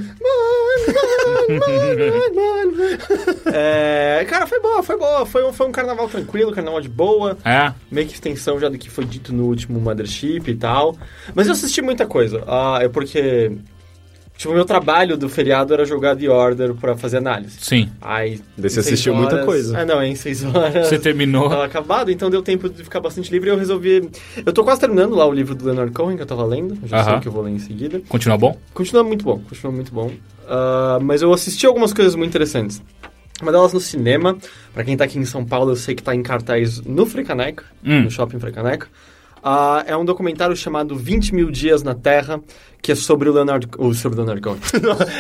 [SPEAKER 1] É, cara, foi boa, foi boa. Foi um, foi um carnaval tranquilo, carnaval de boa.
[SPEAKER 2] É,
[SPEAKER 1] Meio que extensão já do que foi dito no último Mothership e tal. Mas eu assisti muita coisa. Ah, é porque. Tipo, meu trabalho do feriado era jogar The Order pra fazer análise.
[SPEAKER 2] sim.
[SPEAKER 1] Aí.
[SPEAKER 3] Daí você
[SPEAKER 1] em seis
[SPEAKER 3] assistiu muita
[SPEAKER 1] horas-
[SPEAKER 3] coisa.
[SPEAKER 1] Ah, não, é em seis horas.
[SPEAKER 2] Você terminou.
[SPEAKER 1] Tava acabado, então deu tempo de ficar bastante livre e eu resolvi. Eu tô quase terminando lá o livro do Leonard Cohen que eu tava lendo. Eu já sei
[SPEAKER 2] Aham.
[SPEAKER 1] o que eu vou ler em seguida.
[SPEAKER 2] Continua bom?
[SPEAKER 1] Continua muito bom, continua muito bom. Ah, mas eu assisti algumas coisas muito interessantes. Uma delas no cinema. Pra quem tá aqui em São Paulo, eu sei que tá em cartaz no Frecaneca,
[SPEAKER 2] Hum.
[SPEAKER 1] no shopping Frecaneca. Ah, é um documentário chamado 20 Mil Dias na Terra, que é sobre o Leonardo... Ou sobre o Leonardo Cohen.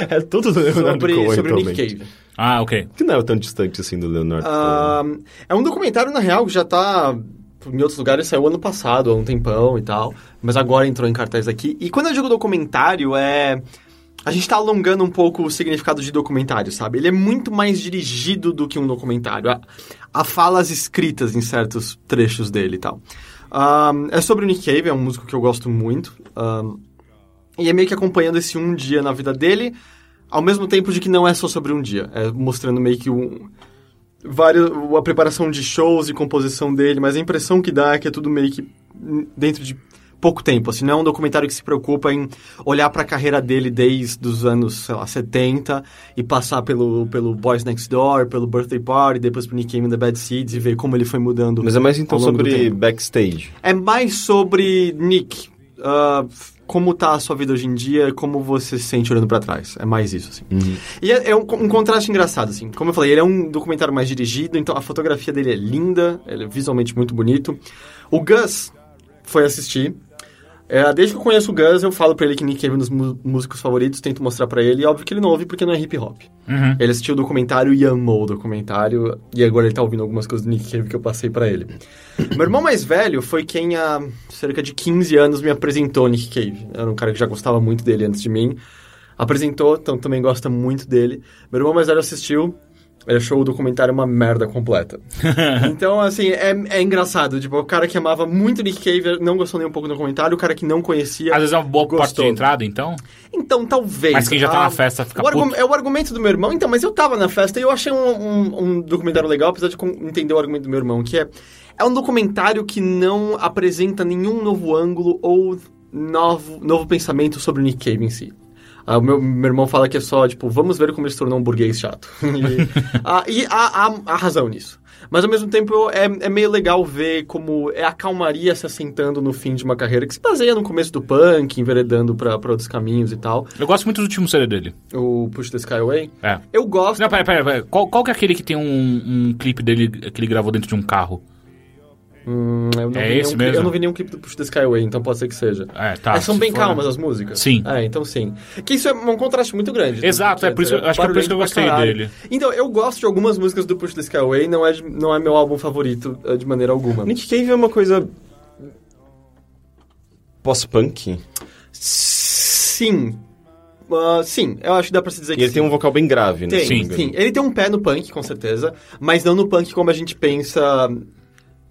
[SPEAKER 3] é tudo do Leonardo
[SPEAKER 1] sobre
[SPEAKER 3] Cohen,
[SPEAKER 1] sobre o Nick
[SPEAKER 3] atualmente.
[SPEAKER 1] Cave.
[SPEAKER 2] Ah, ok.
[SPEAKER 3] Que não é tão distante assim do Leonardo Cohen.
[SPEAKER 1] Ah, é um documentário, na real, que já tá em outros lugares, saiu ano passado, há um tempão e tal. Mas agora entrou em cartaz aqui. E quando eu digo documentário, é. A gente tá alongando um pouco o significado de documentário, sabe? Ele é muito mais dirigido do que um documentário. Há, há falas escritas em certos trechos dele e tal. Ah, é sobre o Nick Cave, é um músico que eu gosto muito. Ah, e é meio que acompanhando esse um dia na vida dele, ao mesmo tempo de que não é só sobre um dia. É mostrando meio que um, vários, a preparação de shows e composição dele, mas a impressão que dá é que é tudo meio que hum, dentro de pouco tempo, assim, não é um documentário que se preocupa em olhar pra carreira dele desde os anos, sei lá, 70 e passar pelo, pelo Boys Next Door, pelo Birthday Party, depois pro Nick Cave and the Bad Seeds e ver como ele foi mudando.
[SPEAKER 3] Mas é mais então
[SPEAKER 1] ao longo do
[SPEAKER 3] sobre
[SPEAKER 1] tempo.
[SPEAKER 3] backstage.
[SPEAKER 1] É mais sobre Nick. ah, como tá a sua vida hoje em dia, como você se sente olhando pra trás. É mais isso, assim. E é, é um, co- um contraste engraçado, assim. Como eu falei, ele é um documentário mais dirigido, então a fotografia dele é linda, ele é visualmente muito bonito. O Gus foi assistir. É, desde que eu conheço o Gus, eu falo pra ele que Nick Cave é um dos mu- músicos favoritos, tento mostrar pra ele. E óbvio que ele não ouve porque não é hip hop.
[SPEAKER 2] Uhum.
[SPEAKER 1] Ele assistiu o documentário e amou o documentário. E agora ele tá ouvindo algumas coisas do Nick Cave que eu passei pra ele. Meu irmão mais velho foi quem há cerca de 15 anos me apresentou Nick Cave. Era um cara que já gostava muito dele antes de mim. Apresentou, então também gosta muito dele. Meu irmão mais velho assistiu. Ele achou o documentário uma merda completa. então, assim, é, é engraçado. Tipo, o cara que amava muito Nick Cave não gostou nem um pouco do documentário. O cara que não conhecia...
[SPEAKER 2] Às vezes é uma boa parte
[SPEAKER 1] Gostou.
[SPEAKER 2] de entrada, então.
[SPEAKER 1] Então, talvez.
[SPEAKER 2] Mas quem já tá
[SPEAKER 1] Ah,
[SPEAKER 2] na festa fica
[SPEAKER 1] o argu-
[SPEAKER 2] puto.
[SPEAKER 1] É o argumento do meu irmão, então, mas eu tava na festa e eu achei um, um- um documentário legal, apesar de con- entender o argumento do meu irmão, que é. É um documentário que não apresenta nenhum novo ângulo ou novo, novo pensamento sobre o Nick Cave em si. Ah, o meu, meu irmão fala que é só, tipo, vamos ver como ele se tornou um burguês chato. e ah, e há, há- há razão nisso. Mas ao mesmo tempo é, é meio legal ver como é a calmaria se assentando no fim de uma carreira que se baseia no começo do punk, enveredando pra pra outros caminhos e tal.
[SPEAKER 2] Eu gosto muito do último CD dele.
[SPEAKER 1] O Push the Skyway.
[SPEAKER 2] É.
[SPEAKER 1] Eu gosto.
[SPEAKER 2] Não, pera, pera, pera. Qual, qual que é aquele que tem um, um clipe dele que ele gravou dentro de um carro?
[SPEAKER 1] Hum, eu não
[SPEAKER 2] É
[SPEAKER 1] vi
[SPEAKER 2] esse
[SPEAKER 1] nenhum,
[SPEAKER 2] mesmo?
[SPEAKER 1] Eu não vi nenhum clipe do Push the Skyway, então pode ser que seja.
[SPEAKER 2] É, tá,
[SPEAKER 1] Mas são
[SPEAKER 2] se
[SPEAKER 1] bem
[SPEAKER 2] for-
[SPEAKER 1] calmas as músicas.
[SPEAKER 2] Sim.
[SPEAKER 1] É, então sim. Que isso é um contraste muito grande.
[SPEAKER 2] Exato, é por isso-
[SPEAKER 1] Entendeu?
[SPEAKER 2] acho que é por isso que eu
[SPEAKER 1] Barulhento pra
[SPEAKER 2] gostei
[SPEAKER 1] caralho.
[SPEAKER 2] dele.
[SPEAKER 1] Então, eu gosto de algumas músicas do Push the Skyway, não é, de- não é meu álbum favorito eh, de maneira alguma.
[SPEAKER 3] Nick Cave é uma coisa. pós-punk.
[SPEAKER 1] Sim. Ah, sim, eu acho que dá pra se dizer
[SPEAKER 3] E
[SPEAKER 1] que
[SPEAKER 3] ele tem um vocal bem grave, né?
[SPEAKER 1] Tem,
[SPEAKER 3] se não me
[SPEAKER 1] sim,
[SPEAKER 3] engano.
[SPEAKER 1] Ele tem um pé no punk, com certeza, mas não no punk como a gente pensa.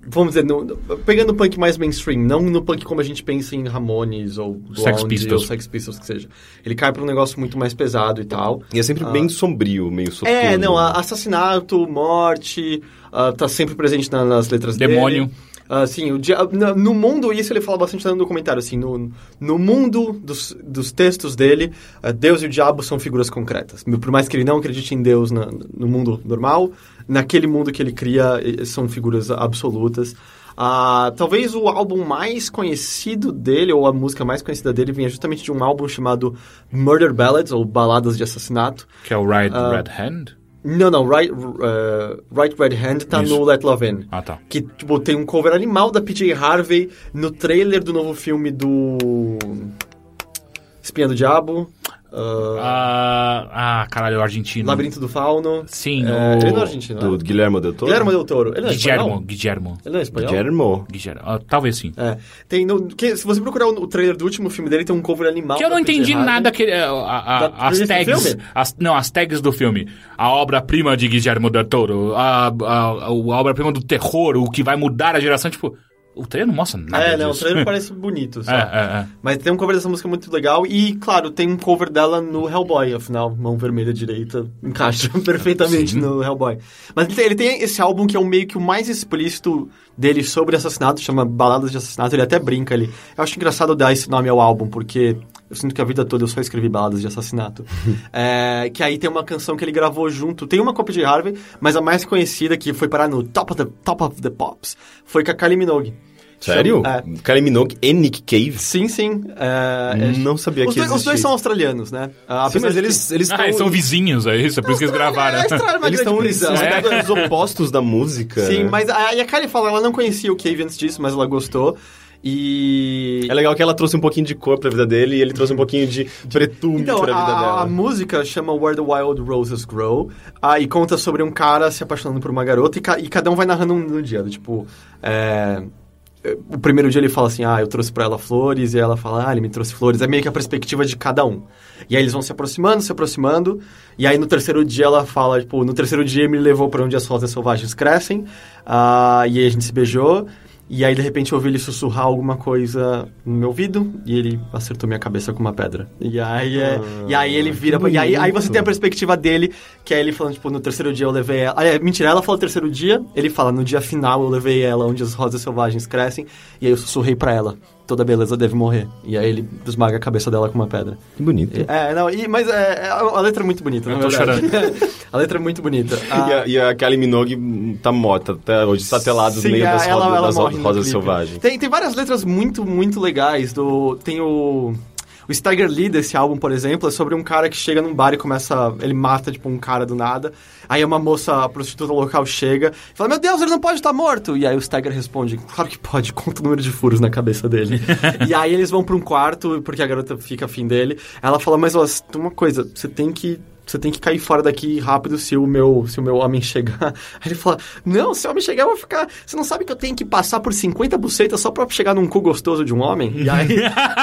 [SPEAKER 1] Vamos dizer, no- pegando o punk mais mainstream, não no punk como a gente pensa em Ramones ou Blondie
[SPEAKER 2] Sex Pistols.
[SPEAKER 1] ou Sex Pistols, que seja. Ele cai pra um negócio muito mais pesado e tal.
[SPEAKER 3] E é sempre bem sombrio, meio soturno.
[SPEAKER 1] Ah. É, não, a- assassinato, morte, ah, tá sempre presente na- nas letras
[SPEAKER 2] Demônio.
[SPEAKER 1] dele. Ah, sim, o dia- na- no mundo, isso ele fala bastante no documentário, assim, no, no mundo dos, dos textos dele, ah, Deus e o diabo são figuras concretas. Por mais que ele não acredite em Deus na- no mundo normal, naquele mundo que ele cria, eh, são figuras absolutas. Ah, talvez o álbum mais conhecido dele, ou a música mais conhecida dele, vinha justamente de um álbum chamado Murder Ballads, ou Baladas de Assassinato,
[SPEAKER 2] Que é o Ride
[SPEAKER 1] Ah.
[SPEAKER 2] Red Hand?
[SPEAKER 1] não, não, Right, eh, right Red Hand tá
[SPEAKER 2] Isso.
[SPEAKER 1] no Let Love In.
[SPEAKER 2] Ah, tá.
[SPEAKER 1] Que, tipo, tem um cover animal da PJ Harvey no trailer do novo filme do... Espinha do Diabo, ah,
[SPEAKER 2] Ah, ah, caralho, o argentino.
[SPEAKER 1] Labirinto do Fauno.
[SPEAKER 2] Sim,
[SPEAKER 1] É,
[SPEAKER 2] o-
[SPEAKER 1] Ele não é argentino,
[SPEAKER 3] Do
[SPEAKER 1] né?
[SPEAKER 3] Guilherme Del Toro?
[SPEAKER 1] Guilherme Del Toro. Ele não é
[SPEAKER 2] Guillermo,
[SPEAKER 1] espanhol?
[SPEAKER 2] Guillermo.
[SPEAKER 1] Ele não é espanhol?
[SPEAKER 3] Guillermo.
[SPEAKER 2] Guillermo. Ah, talvez sim.
[SPEAKER 1] É. Tem no- que- se você procurar o, o trailer do último filme dele, tem um cover animal
[SPEAKER 2] Que eu
[SPEAKER 1] da
[SPEAKER 2] não
[SPEAKER 1] P.J.
[SPEAKER 2] entendi
[SPEAKER 1] Harvey.
[SPEAKER 2] nada que, é, a- a-
[SPEAKER 1] Da-
[SPEAKER 2] as
[SPEAKER 1] desse
[SPEAKER 2] tags.
[SPEAKER 1] Tá filme?
[SPEAKER 2] as- não, as tags do filme. A obra-prima de Guillermo del Toro. A, a, a- a obra-prima do terror, o que vai mudar a geração. Tipo, o trailer não mostra nada.
[SPEAKER 1] É, não, o
[SPEAKER 2] disso.
[SPEAKER 1] trailer parece bonito,
[SPEAKER 2] É,
[SPEAKER 1] sabe?
[SPEAKER 2] é, é.
[SPEAKER 1] Mas tem um cover dessa música muito legal e, claro, tem um cover dela no Hellboy, afinal, mão vermelha direita encaixa perfeitamente
[SPEAKER 2] Sim.
[SPEAKER 1] no Hellboy. Mas ele tem, ele tem esse álbum que é o meio que o mais explícito dele sobre assassinato, chama Baladas de Assassinato, ele até brinca ali. Eu acho engraçado dar esse nome ao álbum, porque eu sinto que a vida toda eu só escrevi baladas de assassinato. É, que aí tem uma canção que ele gravou junto. Tem uma cópia de Harvey, mas a mais conhecida, que foi parar no Top of the, Top of the Pops, foi com a Kylie Minogue.
[SPEAKER 3] Sério?
[SPEAKER 1] É.
[SPEAKER 3] Kylie Minogue e Nick Cave?
[SPEAKER 1] Sim, sim. é,
[SPEAKER 2] Hum.
[SPEAKER 1] é-
[SPEAKER 3] Não sabia
[SPEAKER 1] os
[SPEAKER 3] que
[SPEAKER 1] dois, os dois
[SPEAKER 3] existia
[SPEAKER 1] são australianos, né? Ah,
[SPEAKER 3] Sim,
[SPEAKER 1] apesar
[SPEAKER 3] mas
[SPEAKER 1] de
[SPEAKER 3] eles eles
[SPEAKER 2] Ah, eles
[SPEAKER 3] tão-
[SPEAKER 2] são vizinhos, é isso? É por isso que eles gravaram.
[SPEAKER 1] É, a Austrália é uma
[SPEAKER 3] eles
[SPEAKER 1] grande
[SPEAKER 3] estão
[SPEAKER 1] prisão.
[SPEAKER 3] são
[SPEAKER 1] né?
[SPEAKER 3] lados opostos da música.
[SPEAKER 1] Sim,
[SPEAKER 3] né?
[SPEAKER 1] mas a, e a Kylie fala, ela não conhecia o Cave antes disso, mas ela gostou. E...
[SPEAKER 3] É legal que ela trouxe um pouquinho de cor pra vida dele e ele trouxe um pouquinho de pretume
[SPEAKER 1] Então,
[SPEAKER 3] pra vida
[SPEAKER 1] a,
[SPEAKER 3] dela.
[SPEAKER 1] a música chama Where the Wild Roses Grow ah, e conta sobre um cara se apaixonando por uma garota e, ca- e cada um vai narrando um, um dia. do Tipo, é, é, o primeiro dia ele fala assim, ah, eu trouxe pra ela flores, e ela fala, ah, ele me trouxe flores. É meio que a perspectiva de cada um. E aí eles vão se aproximando, se aproximando, e aí no terceiro dia ela fala, tipo, no terceiro dia ele me levou pra onde as rosas selvagens crescem, ah, e aí a gente se beijou. E aí, de repente, eu ouvi ele sussurrar alguma coisa no meu ouvido e ele acertou minha cabeça com uma pedra. E aí, é- e aí ele vira.
[SPEAKER 3] que
[SPEAKER 1] E aí, aí você
[SPEAKER 3] bonito.
[SPEAKER 1] tem a perspectiva dele, que é ele falando, tipo, no terceiro dia eu levei ela. Ah, é, mentira, ela fala terceiro dia, ele fala, no dia final eu levei ela onde as rosas selvagens crescem, e aí eu sussurrei pra ela. Toda beleza deve morrer. E aí ele esmaga a cabeça dela com uma pedra.
[SPEAKER 3] Que bonito.
[SPEAKER 1] É, não, e, mas é, é, a letra é muito bonita, na
[SPEAKER 2] Eu tô
[SPEAKER 1] verdade. a letra é muito bonita. Ah,
[SPEAKER 3] E, a, e a Kylie Minogue tá morta até hoje, satelado
[SPEAKER 1] Sim,
[SPEAKER 3] no meio
[SPEAKER 1] a-
[SPEAKER 3] das,
[SPEAKER 1] ela-
[SPEAKER 3] rodas,
[SPEAKER 1] ela
[SPEAKER 3] das
[SPEAKER 1] morre no
[SPEAKER 3] rosas
[SPEAKER 1] clipe.
[SPEAKER 3] selvagens.
[SPEAKER 1] Tem, tem várias letras muito, muito legais. Do, tem o. O Stagger Lee desse álbum, por exemplo, é sobre um cara que chega num bar e começa. Ele mata, tipo, um cara do nada. Aí uma moça, a prostituta local, chega e fala: Meu Deus, ele não pode estar morto! E aí o Stagger responde: Claro que pode, conta o número de furos na cabeça dele. e aí eles vão pra um quarto, porque a garota fica afim dele. Ela fala: Mas, ó, tem uma coisa, você tem que você tem que cair fora daqui rápido se o meu se o meu homem chegar. Aí ele fala: Não, se o homem chegar, eu vou ficar. Você não sabe que eu tenho que passar por 50 bucetas só pra chegar num cu gostoso de um homem? E aí,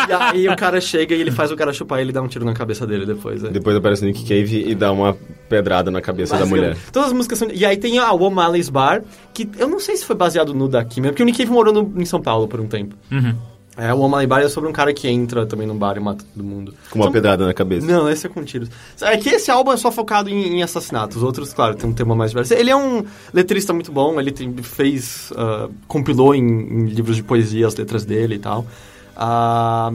[SPEAKER 1] e aí o cara chega e ele faz o cara chupar ele e dá um tiro na cabeça dele depois. né?
[SPEAKER 3] Depois aparece Nick Cave e dá uma pedrada na cabeça da mulher.
[SPEAKER 1] Basicamente. Todas as músicas são. E aí tem a O'Malley's Bar, que eu não sei se foi baseado no daqui mesmo, porque o Nick Cave morou no- em São Paulo por um tempo. É, o O'Malley Bar é sobre um cara que entra também num bar e mata todo mundo.
[SPEAKER 3] Com uma
[SPEAKER 1] São-
[SPEAKER 3] pedrada na cabeça.
[SPEAKER 1] Não, esse é com tiros. É que esse álbum é só focado em, em assassinatos. Os outros, claro, tem um tema mais diverso. Ele é um letrista muito bom, ele tem- fez. ah, compilou em, em livros de poesia as letras dele e tal. Ah,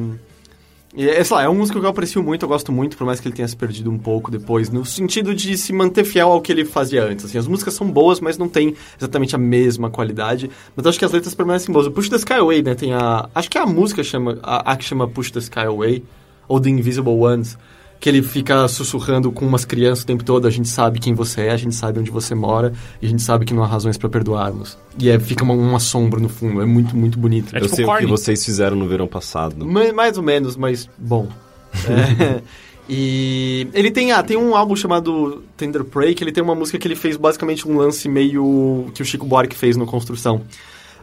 [SPEAKER 1] e é, sei lá, é um músico que eu aprecio muito, eu gosto muito, por mais que ele tenha se perdido um pouco depois, no sentido de se manter fiel ao que ele fazia antes. Assim, as músicas são boas, mas não tem exatamente a mesma qualidade. Mas eu acho que as letras permanecem boas. O Push the Skyway, né? Tem a. Acho que é a música chama, a, a que chama Push the Skyway, ou The Invisible Ones. que ele fica sussurrando com umas crianças o tempo todo, a gente sabe quem você é, a gente sabe onde você mora, e a gente sabe que não há razões pra perdoarmos. E é, fica uma- um assombro no fundo, é muito, muito bonito.
[SPEAKER 2] É
[SPEAKER 3] eu
[SPEAKER 2] tipo
[SPEAKER 3] sei
[SPEAKER 2] Korn.
[SPEAKER 3] o que vocês fizeram no verão passado.
[SPEAKER 1] Ma- Mais ou menos, mas bom. É. E ele tem, ah, tem um álbum chamado Tender Prey, que ele tem uma música que ele fez basicamente um lance meio que o Chico Buarque fez no Construção.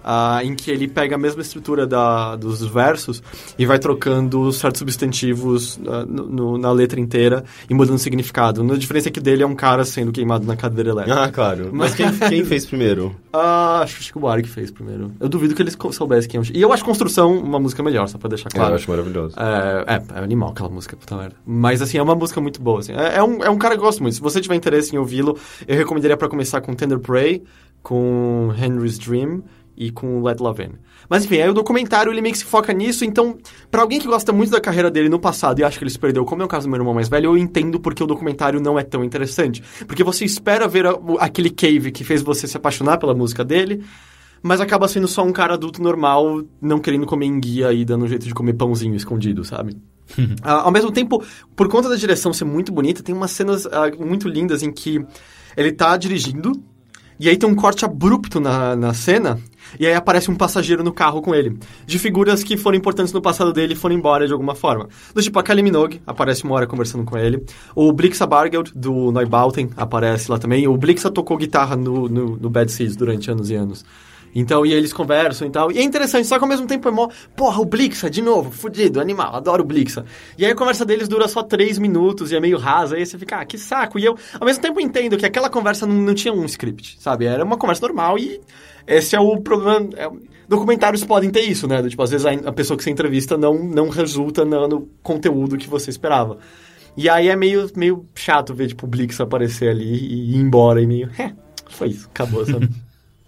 [SPEAKER 1] ah, em que ele pega a mesma estrutura da, dos versos e vai trocando certos substantivos ah, no- no- na letra inteira e mudando o significado. A diferença é que o dele é um cara sendo queimado na cadeira elétrica.
[SPEAKER 3] Ah, claro. Mas quem, quem fez primeiro?
[SPEAKER 1] Ah, acho que o Chico Buarque fez primeiro. Eu duvido que eles co- soubessem quem é o Chico. E eu acho Construção uma música melhor, só pra deixar claro.
[SPEAKER 3] eu acho maravilhoso.
[SPEAKER 1] É, é, é animal aquela música, puta merda. Mas, assim, é uma música muito boa, assim. É, é um, é um cara que eu gosto muito. Se você tiver interesse em ouvi-lo, eu recomendaria pra começar com Tender Prey, com Henry's Dream e com Let Love In. Mas, enfim, aí o documentário, ele meio que se foca nisso. Então, pra alguém que gosta muito da carreira dele no passado e acha que ele se perdeu, como é o caso do meu irmão mais velho, eu entendo porque o documentário não é tão interessante. Porque você espera ver a- o- aquele cave que fez você se apaixonar pela música dele mas acaba sendo só um cara adulto normal, não querendo comer enguia e dando um jeito de comer pãozinho escondido, sabe? Ah, ao mesmo tempo, por conta da direção ser muito bonita, tem umas cenas ah, muito lindas em que ele tá dirigindo, e aí tem um corte abrupto na, na cena, e aí aparece um passageiro no carro com ele. De figuras que foram importantes no passado dele e foram embora de alguma forma. Do tipo, a Kylie Minogue aparece uma hora conversando com ele. O Blixa Bargeld, do Neubauten, aparece lá também. O Blixa tocou guitarra no, no, no Bad Seeds durante anos e anos. Então, e eles conversam e tal. E é interessante, só que ao mesmo tempo é mó. Porra, o Blixa, de novo, fudido, animal, adoro o Blixa. E aí a conversa deles dura só três minutos e é meio rasa, aí você fica, ah, que saco. E eu, ao mesmo tempo, entendo que aquela conversa não, não tinha um script, sabe? Era uma conversa normal e esse é o problema. é o- documentários podem ter isso, né? Do tipo, às vezes a, a pessoa que você entrevista não, não resulta na- no conteúdo que você esperava. E aí é meio, meio chato ver, tipo, o Blixa aparecer ali e ir embora e meio. É, foi isso, acabou, sabe?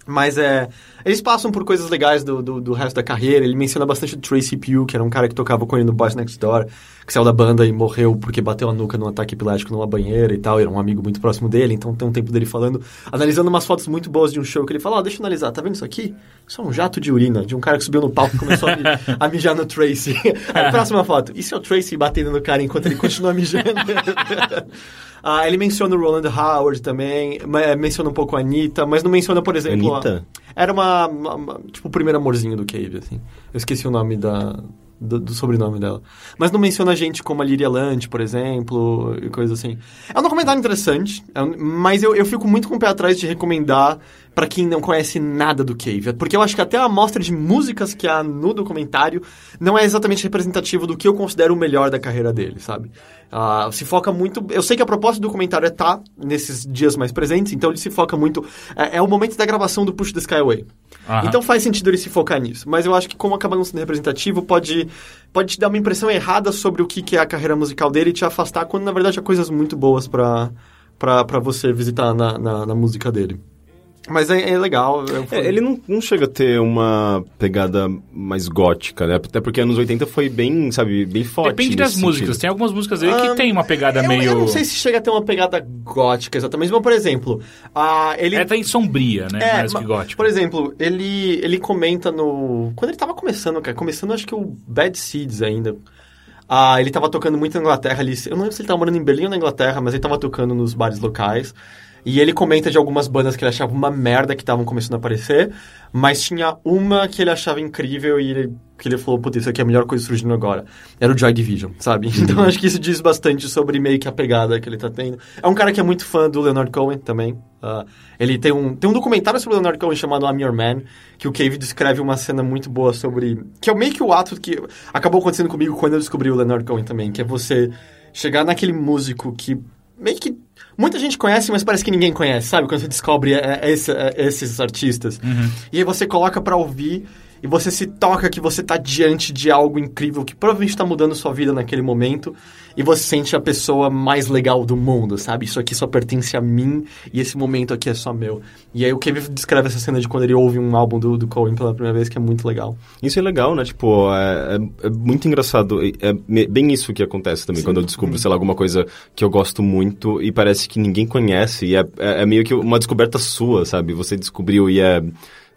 [SPEAKER 1] Mas é. Eles passam por coisas legais do, do, do resto da carreira. Ele menciona bastante o Tracy Pugh, que era um cara que tocava com ele no Boys Next Door, que saiu da banda e morreu porque bateu a nuca num ataque epilético numa banheira e tal. Era um amigo muito próximo dele, então tem um tempo dele falando, analisando umas fotos muito boas de um show que ele fala: Ó, deixa eu analisar, tá vendo isso aqui? Isso é um jato de urina de um cara que subiu no palco e começou a, mi- a mijar no Tracy. Aí, próxima foto: Isso é o Tracy batendo no cara enquanto ele continua mijando. Ah, ele menciona o Roland Howard também, ma- menciona um pouco a Anitta, mas não menciona, por exemplo. a-
[SPEAKER 3] Anitta?
[SPEAKER 1] Era uma, uma- uma- Tipo, o primeiro amorzinho do Cave, assim. Eu esqueci o nome da. Do, do sobrenome dela. Mas não menciona gente como a Liria Lante, por exemplo, e coisa assim. É um documentário interessante, é um- mas eu, eu fico muito com o pé atrás de recomendar pra quem não conhece nada do Cave. Porque eu acho que até a amostra de músicas que há no documentário não é exatamente representativa do que eu considero o melhor da carreira dele, sabe? Ah, se foca muito. Eu sei que a proposta do documentário é estar nesses dias mais presentes, então ele se foca muito. É, é o momento da gravação do Push the Skyway.
[SPEAKER 2] Aham.
[SPEAKER 1] Então faz sentido ele se focar nisso. Mas eu acho que, como acaba não sendo representativo, pode, pode te dar uma impressão errada sobre o que, que é a carreira musical dele e te afastar, quando na verdade há coisas muito boas pra, pra, pra você visitar na, na, na música dele. Mas é, é legal. eu-
[SPEAKER 3] É, ele não, não chega a ter uma pegada mais gótica, né? Até porque anos 80 foi bem, sabe, bem forte.
[SPEAKER 2] Depende das
[SPEAKER 3] nesse
[SPEAKER 2] músicas.
[SPEAKER 3] sentido.
[SPEAKER 2] Tem algumas músicas aí que
[SPEAKER 1] Ah,
[SPEAKER 2] tem uma pegada
[SPEAKER 1] eu,
[SPEAKER 2] meio.
[SPEAKER 1] eu não sei se chega a ter uma pegada gótica exatamente, mas, por exemplo, ah, ele.
[SPEAKER 2] É, tá em sombria, né?
[SPEAKER 1] É,
[SPEAKER 2] Mais
[SPEAKER 1] ma-
[SPEAKER 2] que gótico.
[SPEAKER 1] Por exemplo, ele, ele comenta no. Quando ele tava começando, cara, começando acho que o Bad Seeds ainda. Ah, ele tava tocando muito na Inglaterra ali. Eu não lembro se ele tava morando em Berlim ou na Inglaterra, mas ele tava tocando nos bares locais. E ele comenta de algumas bandas que ele achava uma merda que estavam começando a aparecer, mas tinha uma que ele achava incrível e ele, que ele falou, putz, isso aqui é a melhor coisa surgindo agora. Era o Joy Division, sabe? Então acho que isso diz bastante sobre meio que a pegada que ele tá tendo. É um cara que é muito fã do Leonard Cohen também. Ah, ele tem um, tem um documentário sobre o Leonard Cohen chamado I'm Your Man, que o Cave descreve uma cena muito boa sobre... Que é meio que o ato que acabou acontecendo comigo quando eu descobri o Leonard Cohen também, que é você chegar naquele músico que meio que muita gente conhece, mas parece que ninguém conhece, sabe? Quando você descobre é, é, esse- é, esses artistas. E aí você coloca pra ouvir e você se toca que você tá diante de algo incrível que provavelmente tá mudando sua vida naquele momento e você sente a pessoa mais legal do mundo, sabe? Isso aqui só pertence a mim e esse momento aqui é só meu. E aí o Kevin descreve essa cena de quando ele ouve um álbum do, do Cohen pela primeira vez, que é muito legal.
[SPEAKER 3] Isso é legal, né? Tipo, é, é- é muito engraçado. É, é me- bem isso que acontece também, quando eu descubro, sei lá, alguma coisa que eu gosto muito e parece que ninguém conhece. E é, é- é meio que uma descoberta sua, sabe? Você descobriu e é.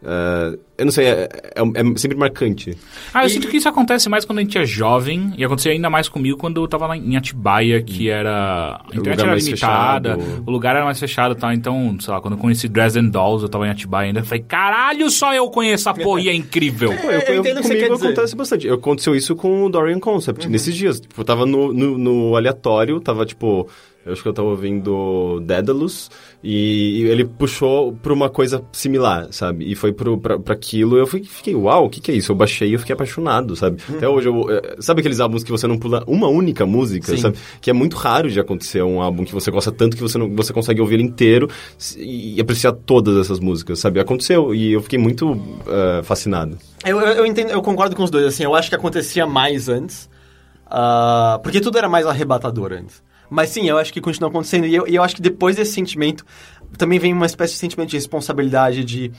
[SPEAKER 3] é, Eu não sei, é, é- é sempre marcante.
[SPEAKER 2] Ah, eu sinto que isso acontece mais quando a gente é jovem, e acontecia ainda mais comigo quando eu tava lá em Atibaia, que era. A
[SPEAKER 3] Hum. O
[SPEAKER 2] internet
[SPEAKER 3] lugar
[SPEAKER 2] era
[SPEAKER 3] mais
[SPEAKER 2] limitada,
[SPEAKER 3] fechado.
[SPEAKER 2] o lugar era mais fechado e tal. Então, sei lá, quando eu conheci Dresden Dolls, eu tava em Atibaia ainda. eu Falei, caralho, só eu conheço a porra e é incrível.
[SPEAKER 3] Pô, eu,
[SPEAKER 1] eu
[SPEAKER 3] eu-
[SPEAKER 1] entendo o que você
[SPEAKER 3] comigo
[SPEAKER 1] quer dizer. Uhum.
[SPEAKER 3] acontece bastante. Aconteceu isso com o Dorian Concept nesses dias. Tipo, eu tava no, no, no aleatório, tava tipo. Eu acho que eu tava ouvindo Daedalus e ele puxou pra uma coisa similar, sabe? E foi pro, pra, pra aquilo. Eu fui- fiquei, uau, o que que é isso? Eu baixei e eu fiquei apaixonado, sabe?
[SPEAKER 1] Uhum.
[SPEAKER 3] Até hoje, eu, eh, sabe aqueles álbuns que você não pula uma única música,
[SPEAKER 1] Sim.
[SPEAKER 3] sabe? Que é muito raro de acontecer um álbum que você gosta tanto que você, não, você consegue ouvir ele inteiro se- e apreciar todas essas músicas, sabe? Aconteceu e eu fiquei muito eh, fascinado.
[SPEAKER 1] Eu, eu, eu entendo, eu concordo com os dois, assim, eu acho que acontecia mais antes, ah, porque tudo era mais arrebatador antes. Mas sim, eu acho que continua acontecendo, e eu, e eu acho que depois desse sentimento, também vem uma espécie de sentimento de responsabilidade, de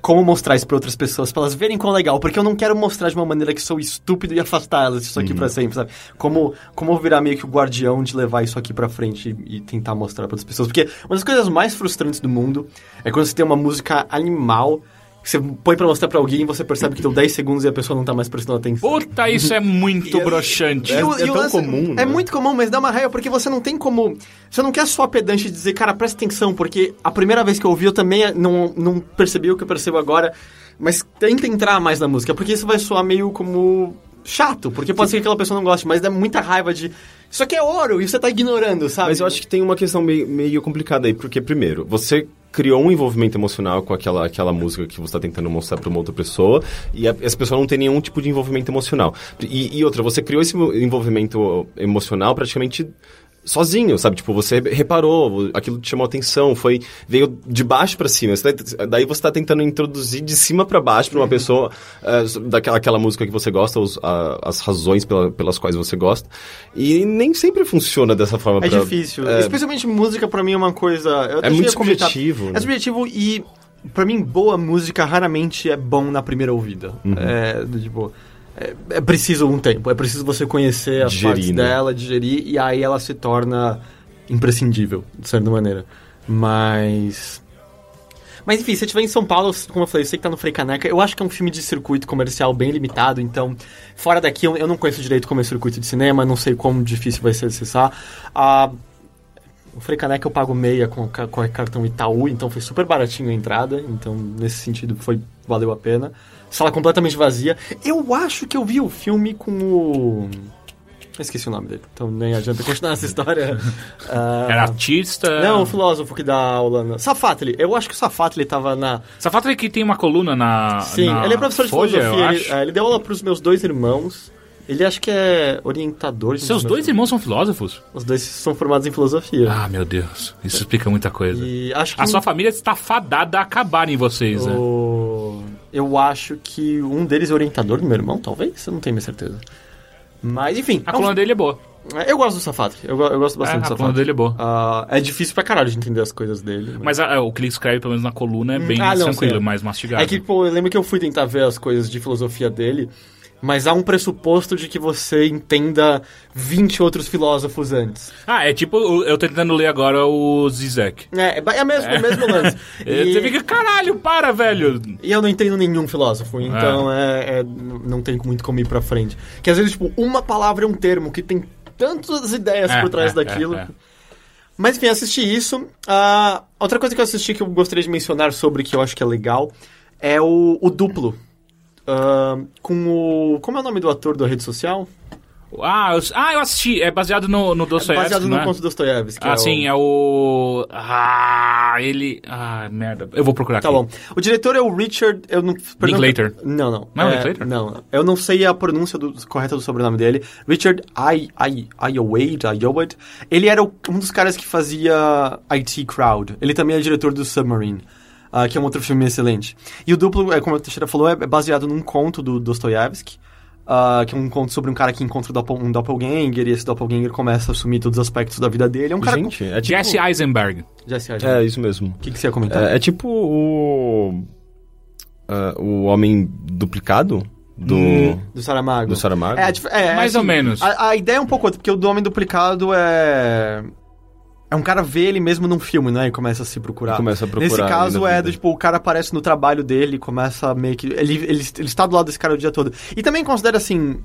[SPEAKER 1] como mostrar isso pra outras pessoas, pra elas verem quão legal, porque eu não quero mostrar de uma maneira que sou estúpido e afastar elas disso aqui pra sempre, sabe? Como, como eu virar meio que o guardião de levar isso aqui pra frente e, e tentar mostrar pra outras pessoas, porque uma das coisas mais frustrantes do mundo é quando você tem uma música animal que você põe pra mostrar pra alguém e você percebe que deu 10 segundos e a pessoa não tá mais prestando atenção.
[SPEAKER 2] Puta, isso é muito broxante.
[SPEAKER 3] É- é tão comum,
[SPEAKER 1] É
[SPEAKER 3] né?
[SPEAKER 1] muito comum, mas dá uma raiva porque você não tem como. Você não quer só pedante dizer, cara, presta atenção, porque a primeira vez que eu ouvi eu também não, não percebi o que eu percebo agora. Mas tenta entrar mais na música, porque isso vai soar meio como chato, porque pode ser que aquela pessoa não goste, mas dá muita raiva de. Isso aqui é ouro e você tá ignorando, sabe?
[SPEAKER 3] Mas eu acho que tem uma questão meio, meio complicada aí, porque, primeiro, você criou um envolvimento emocional com aquela, aquela música que você está tentando mostrar para uma outra pessoa, e a- essa pessoa não tem nenhum tipo de envolvimento emocional. E, e outra, você criou esse mo- envolvimento emocional praticamente sozinho, sabe? Tipo, você reparou, aquilo te chamou atenção, foi veio de baixo para cima. Você tá- daí você está tentando introduzir de cima para baixo para uma pessoa eh, daquela aquela música que você gosta, os- a- as razões pela- pelas quais você gosta. E nem sempre funciona dessa forma
[SPEAKER 1] É
[SPEAKER 3] pra-
[SPEAKER 1] difícil.
[SPEAKER 3] é,
[SPEAKER 1] Especialmente música, pra mim, é uma coisa. eu até
[SPEAKER 3] É muito
[SPEAKER 1] ia comentar.
[SPEAKER 3] subjetivo,
[SPEAKER 1] É
[SPEAKER 3] né?
[SPEAKER 1] subjetivo e, pra mim, boa música raramente é bom na primeira ouvida.
[SPEAKER 3] Uhum.
[SPEAKER 1] É, do tipo. É, é preciso um tempo, é preciso você conhecer as
[SPEAKER 3] Digerir,
[SPEAKER 1] partes
[SPEAKER 3] né?
[SPEAKER 1] dela, digerir, e aí ela se torna imprescindível, de certa maneira. Mas. Mas enfim, se você estiver em São Paulo, como eu falei, eu sei que tá no Frei Caneca, eu acho que é um filme de circuito comercial bem limitado, então, fora daqui, eu, eu não conheço direito como é o circuito de cinema, não sei como difícil vai ser acessar. Ah, o Frei Caneca eu pago meia com, ca- com cartão Itaú, então foi super baratinho a entrada, então nesse sentido foi valeu a pena. Sala completamente vazia. Eu acho que eu vi o filme com o. Eu esqueci o nome dele, então nem adianta continuar essa história. Ah,
[SPEAKER 2] Era artista.
[SPEAKER 1] não, o filósofo que dá aula. Na... Safatli. Eu acho que o Safatli tava na.
[SPEAKER 2] Safato é que tem uma coluna na.
[SPEAKER 1] Sim,
[SPEAKER 2] na
[SPEAKER 1] ele é professor de
[SPEAKER 2] Folha, eu
[SPEAKER 1] filosofia. Ele,
[SPEAKER 2] acho.
[SPEAKER 1] é, ele deu aula pros meus dois irmãos. Ele acho que é orientador. de um
[SPEAKER 2] Seus
[SPEAKER 1] dos
[SPEAKER 2] dois
[SPEAKER 1] meus-
[SPEAKER 2] irmãos são filósofos?
[SPEAKER 1] Os dois são formados em filosofia.
[SPEAKER 2] Ah, meu Deus. Isso explica muita coisa.
[SPEAKER 1] e acho que. um
[SPEAKER 2] A sua família está fadada a acabar em vocês, né?
[SPEAKER 1] o... Eu acho que um deles é orientador do meu irmão, talvez. Eu não tenho minha certeza. Mas, enfim.
[SPEAKER 2] A
[SPEAKER 1] é um-
[SPEAKER 2] coluna dele é boa.
[SPEAKER 1] Eu gosto do Safatli. Eu, go- eu gosto bastante
[SPEAKER 2] É,
[SPEAKER 1] do
[SPEAKER 2] a
[SPEAKER 1] Safatli.
[SPEAKER 2] coluna dele é boa.
[SPEAKER 1] Ah, é difícil pra caralho de entender as coisas dele.
[SPEAKER 2] Mas ah, o que ele escreve, pelo menos na coluna, é bem
[SPEAKER 1] Ah, não,
[SPEAKER 2] tranquilo,
[SPEAKER 1] sim.
[SPEAKER 2] mais mastigado.
[SPEAKER 1] É que, pô, eu lembro que eu fui tentar ver as coisas de filosofia dele, mas há um pressuposto de que você entenda 20 outros filósofos antes.
[SPEAKER 2] Ah, é tipo, o- eu tô tentando ler agora o Zizek.
[SPEAKER 1] É, é, ba- é mesmo, o mesmo lance.
[SPEAKER 2] É, Você
[SPEAKER 1] E,
[SPEAKER 2] fica, caralho, para, velho.
[SPEAKER 1] e eu não entendo nenhum filósofo, então é. é- não tem muito como ir pra frente. Que às vezes, tipo, uma palavra é um termo que tem tantas ideias
[SPEAKER 2] É,
[SPEAKER 1] por trás
[SPEAKER 2] é,
[SPEAKER 1] daquilo.
[SPEAKER 2] é, é.
[SPEAKER 1] Mas enfim, assisti isso. Ah, outra coisa que eu assisti que eu gostaria de mencionar sobre, que eu acho que é legal, é o, o duplo. Ah, com o. Como é o nome do ator da rede social?
[SPEAKER 2] Ah, eu, ah, eu assisti. É baseado no, no Dostoiévski,
[SPEAKER 1] Baseado
[SPEAKER 2] não
[SPEAKER 1] no
[SPEAKER 2] é?
[SPEAKER 1] conto do Dostoiévski. que
[SPEAKER 2] Ah,
[SPEAKER 1] é o-
[SPEAKER 2] sim, é o... Ah, ele... Ah, merda. Eu vou procurar
[SPEAKER 1] Tá
[SPEAKER 2] aqui.
[SPEAKER 1] bom. O diretor é o Richard. Eu não, perdão,
[SPEAKER 2] Linklater.
[SPEAKER 1] Não, não.
[SPEAKER 2] Não é o
[SPEAKER 1] é,
[SPEAKER 2] Linklater?
[SPEAKER 1] Não. Eu não sei a pronúncia do- correta do sobrenome dele. Richard I, I, Iowade, Iowade. Ele era o- um dos caras que fazia IT Crowd. Ele também é diretor do Submarine. ah, que é um outro filme excelente. E o duplo, é, como a Teixeira falou, é é baseado num conto do Dostoiévski, ah, que é um conto sobre um cara que encontra doppel- um doppelganger, e esse doppelganger começa a assumir todos os aspectos da vida dele. É um cara. com-
[SPEAKER 3] Gente, é tipo...
[SPEAKER 2] Jesse Eisenberg.
[SPEAKER 1] Jesse Eisenberg.
[SPEAKER 3] É, isso mesmo.
[SPEAKER 1] O que, que você ia comentar?
[SPEAKER 3] É, é tipo o... ah, o Homem Duplicado do...
[SPEAKER 1] Do Saramago.
[SPEAKER 3] Do Saramago.
[SPEAKER 1] É, a dif- é,
[SPEAKER 2] Mais
[SPEAKER 1] assim,
[SPEAKER 2] ou menos.
[SPEAKER 1] A, a ideia é um pouco outra, porque o do Homem Duplicado é. É um cara vê ele mesmo num filme, né? E começa a se procurar.
[SPEAKER 3] E começa a procurar
[SPEAKER 1] Nesse
[SPEAKER 3] ele
[SPEAKER 1] caso
[SPEAKER 3] na
[SPEAKER 1] é
[SPEAKER 3] vida.
[SPEAKER 1] do tipo, o cara aparece no trabalho dele, começa meio que. Ele, ele, ele está do lado desse cara o dia todo. E também considera assim.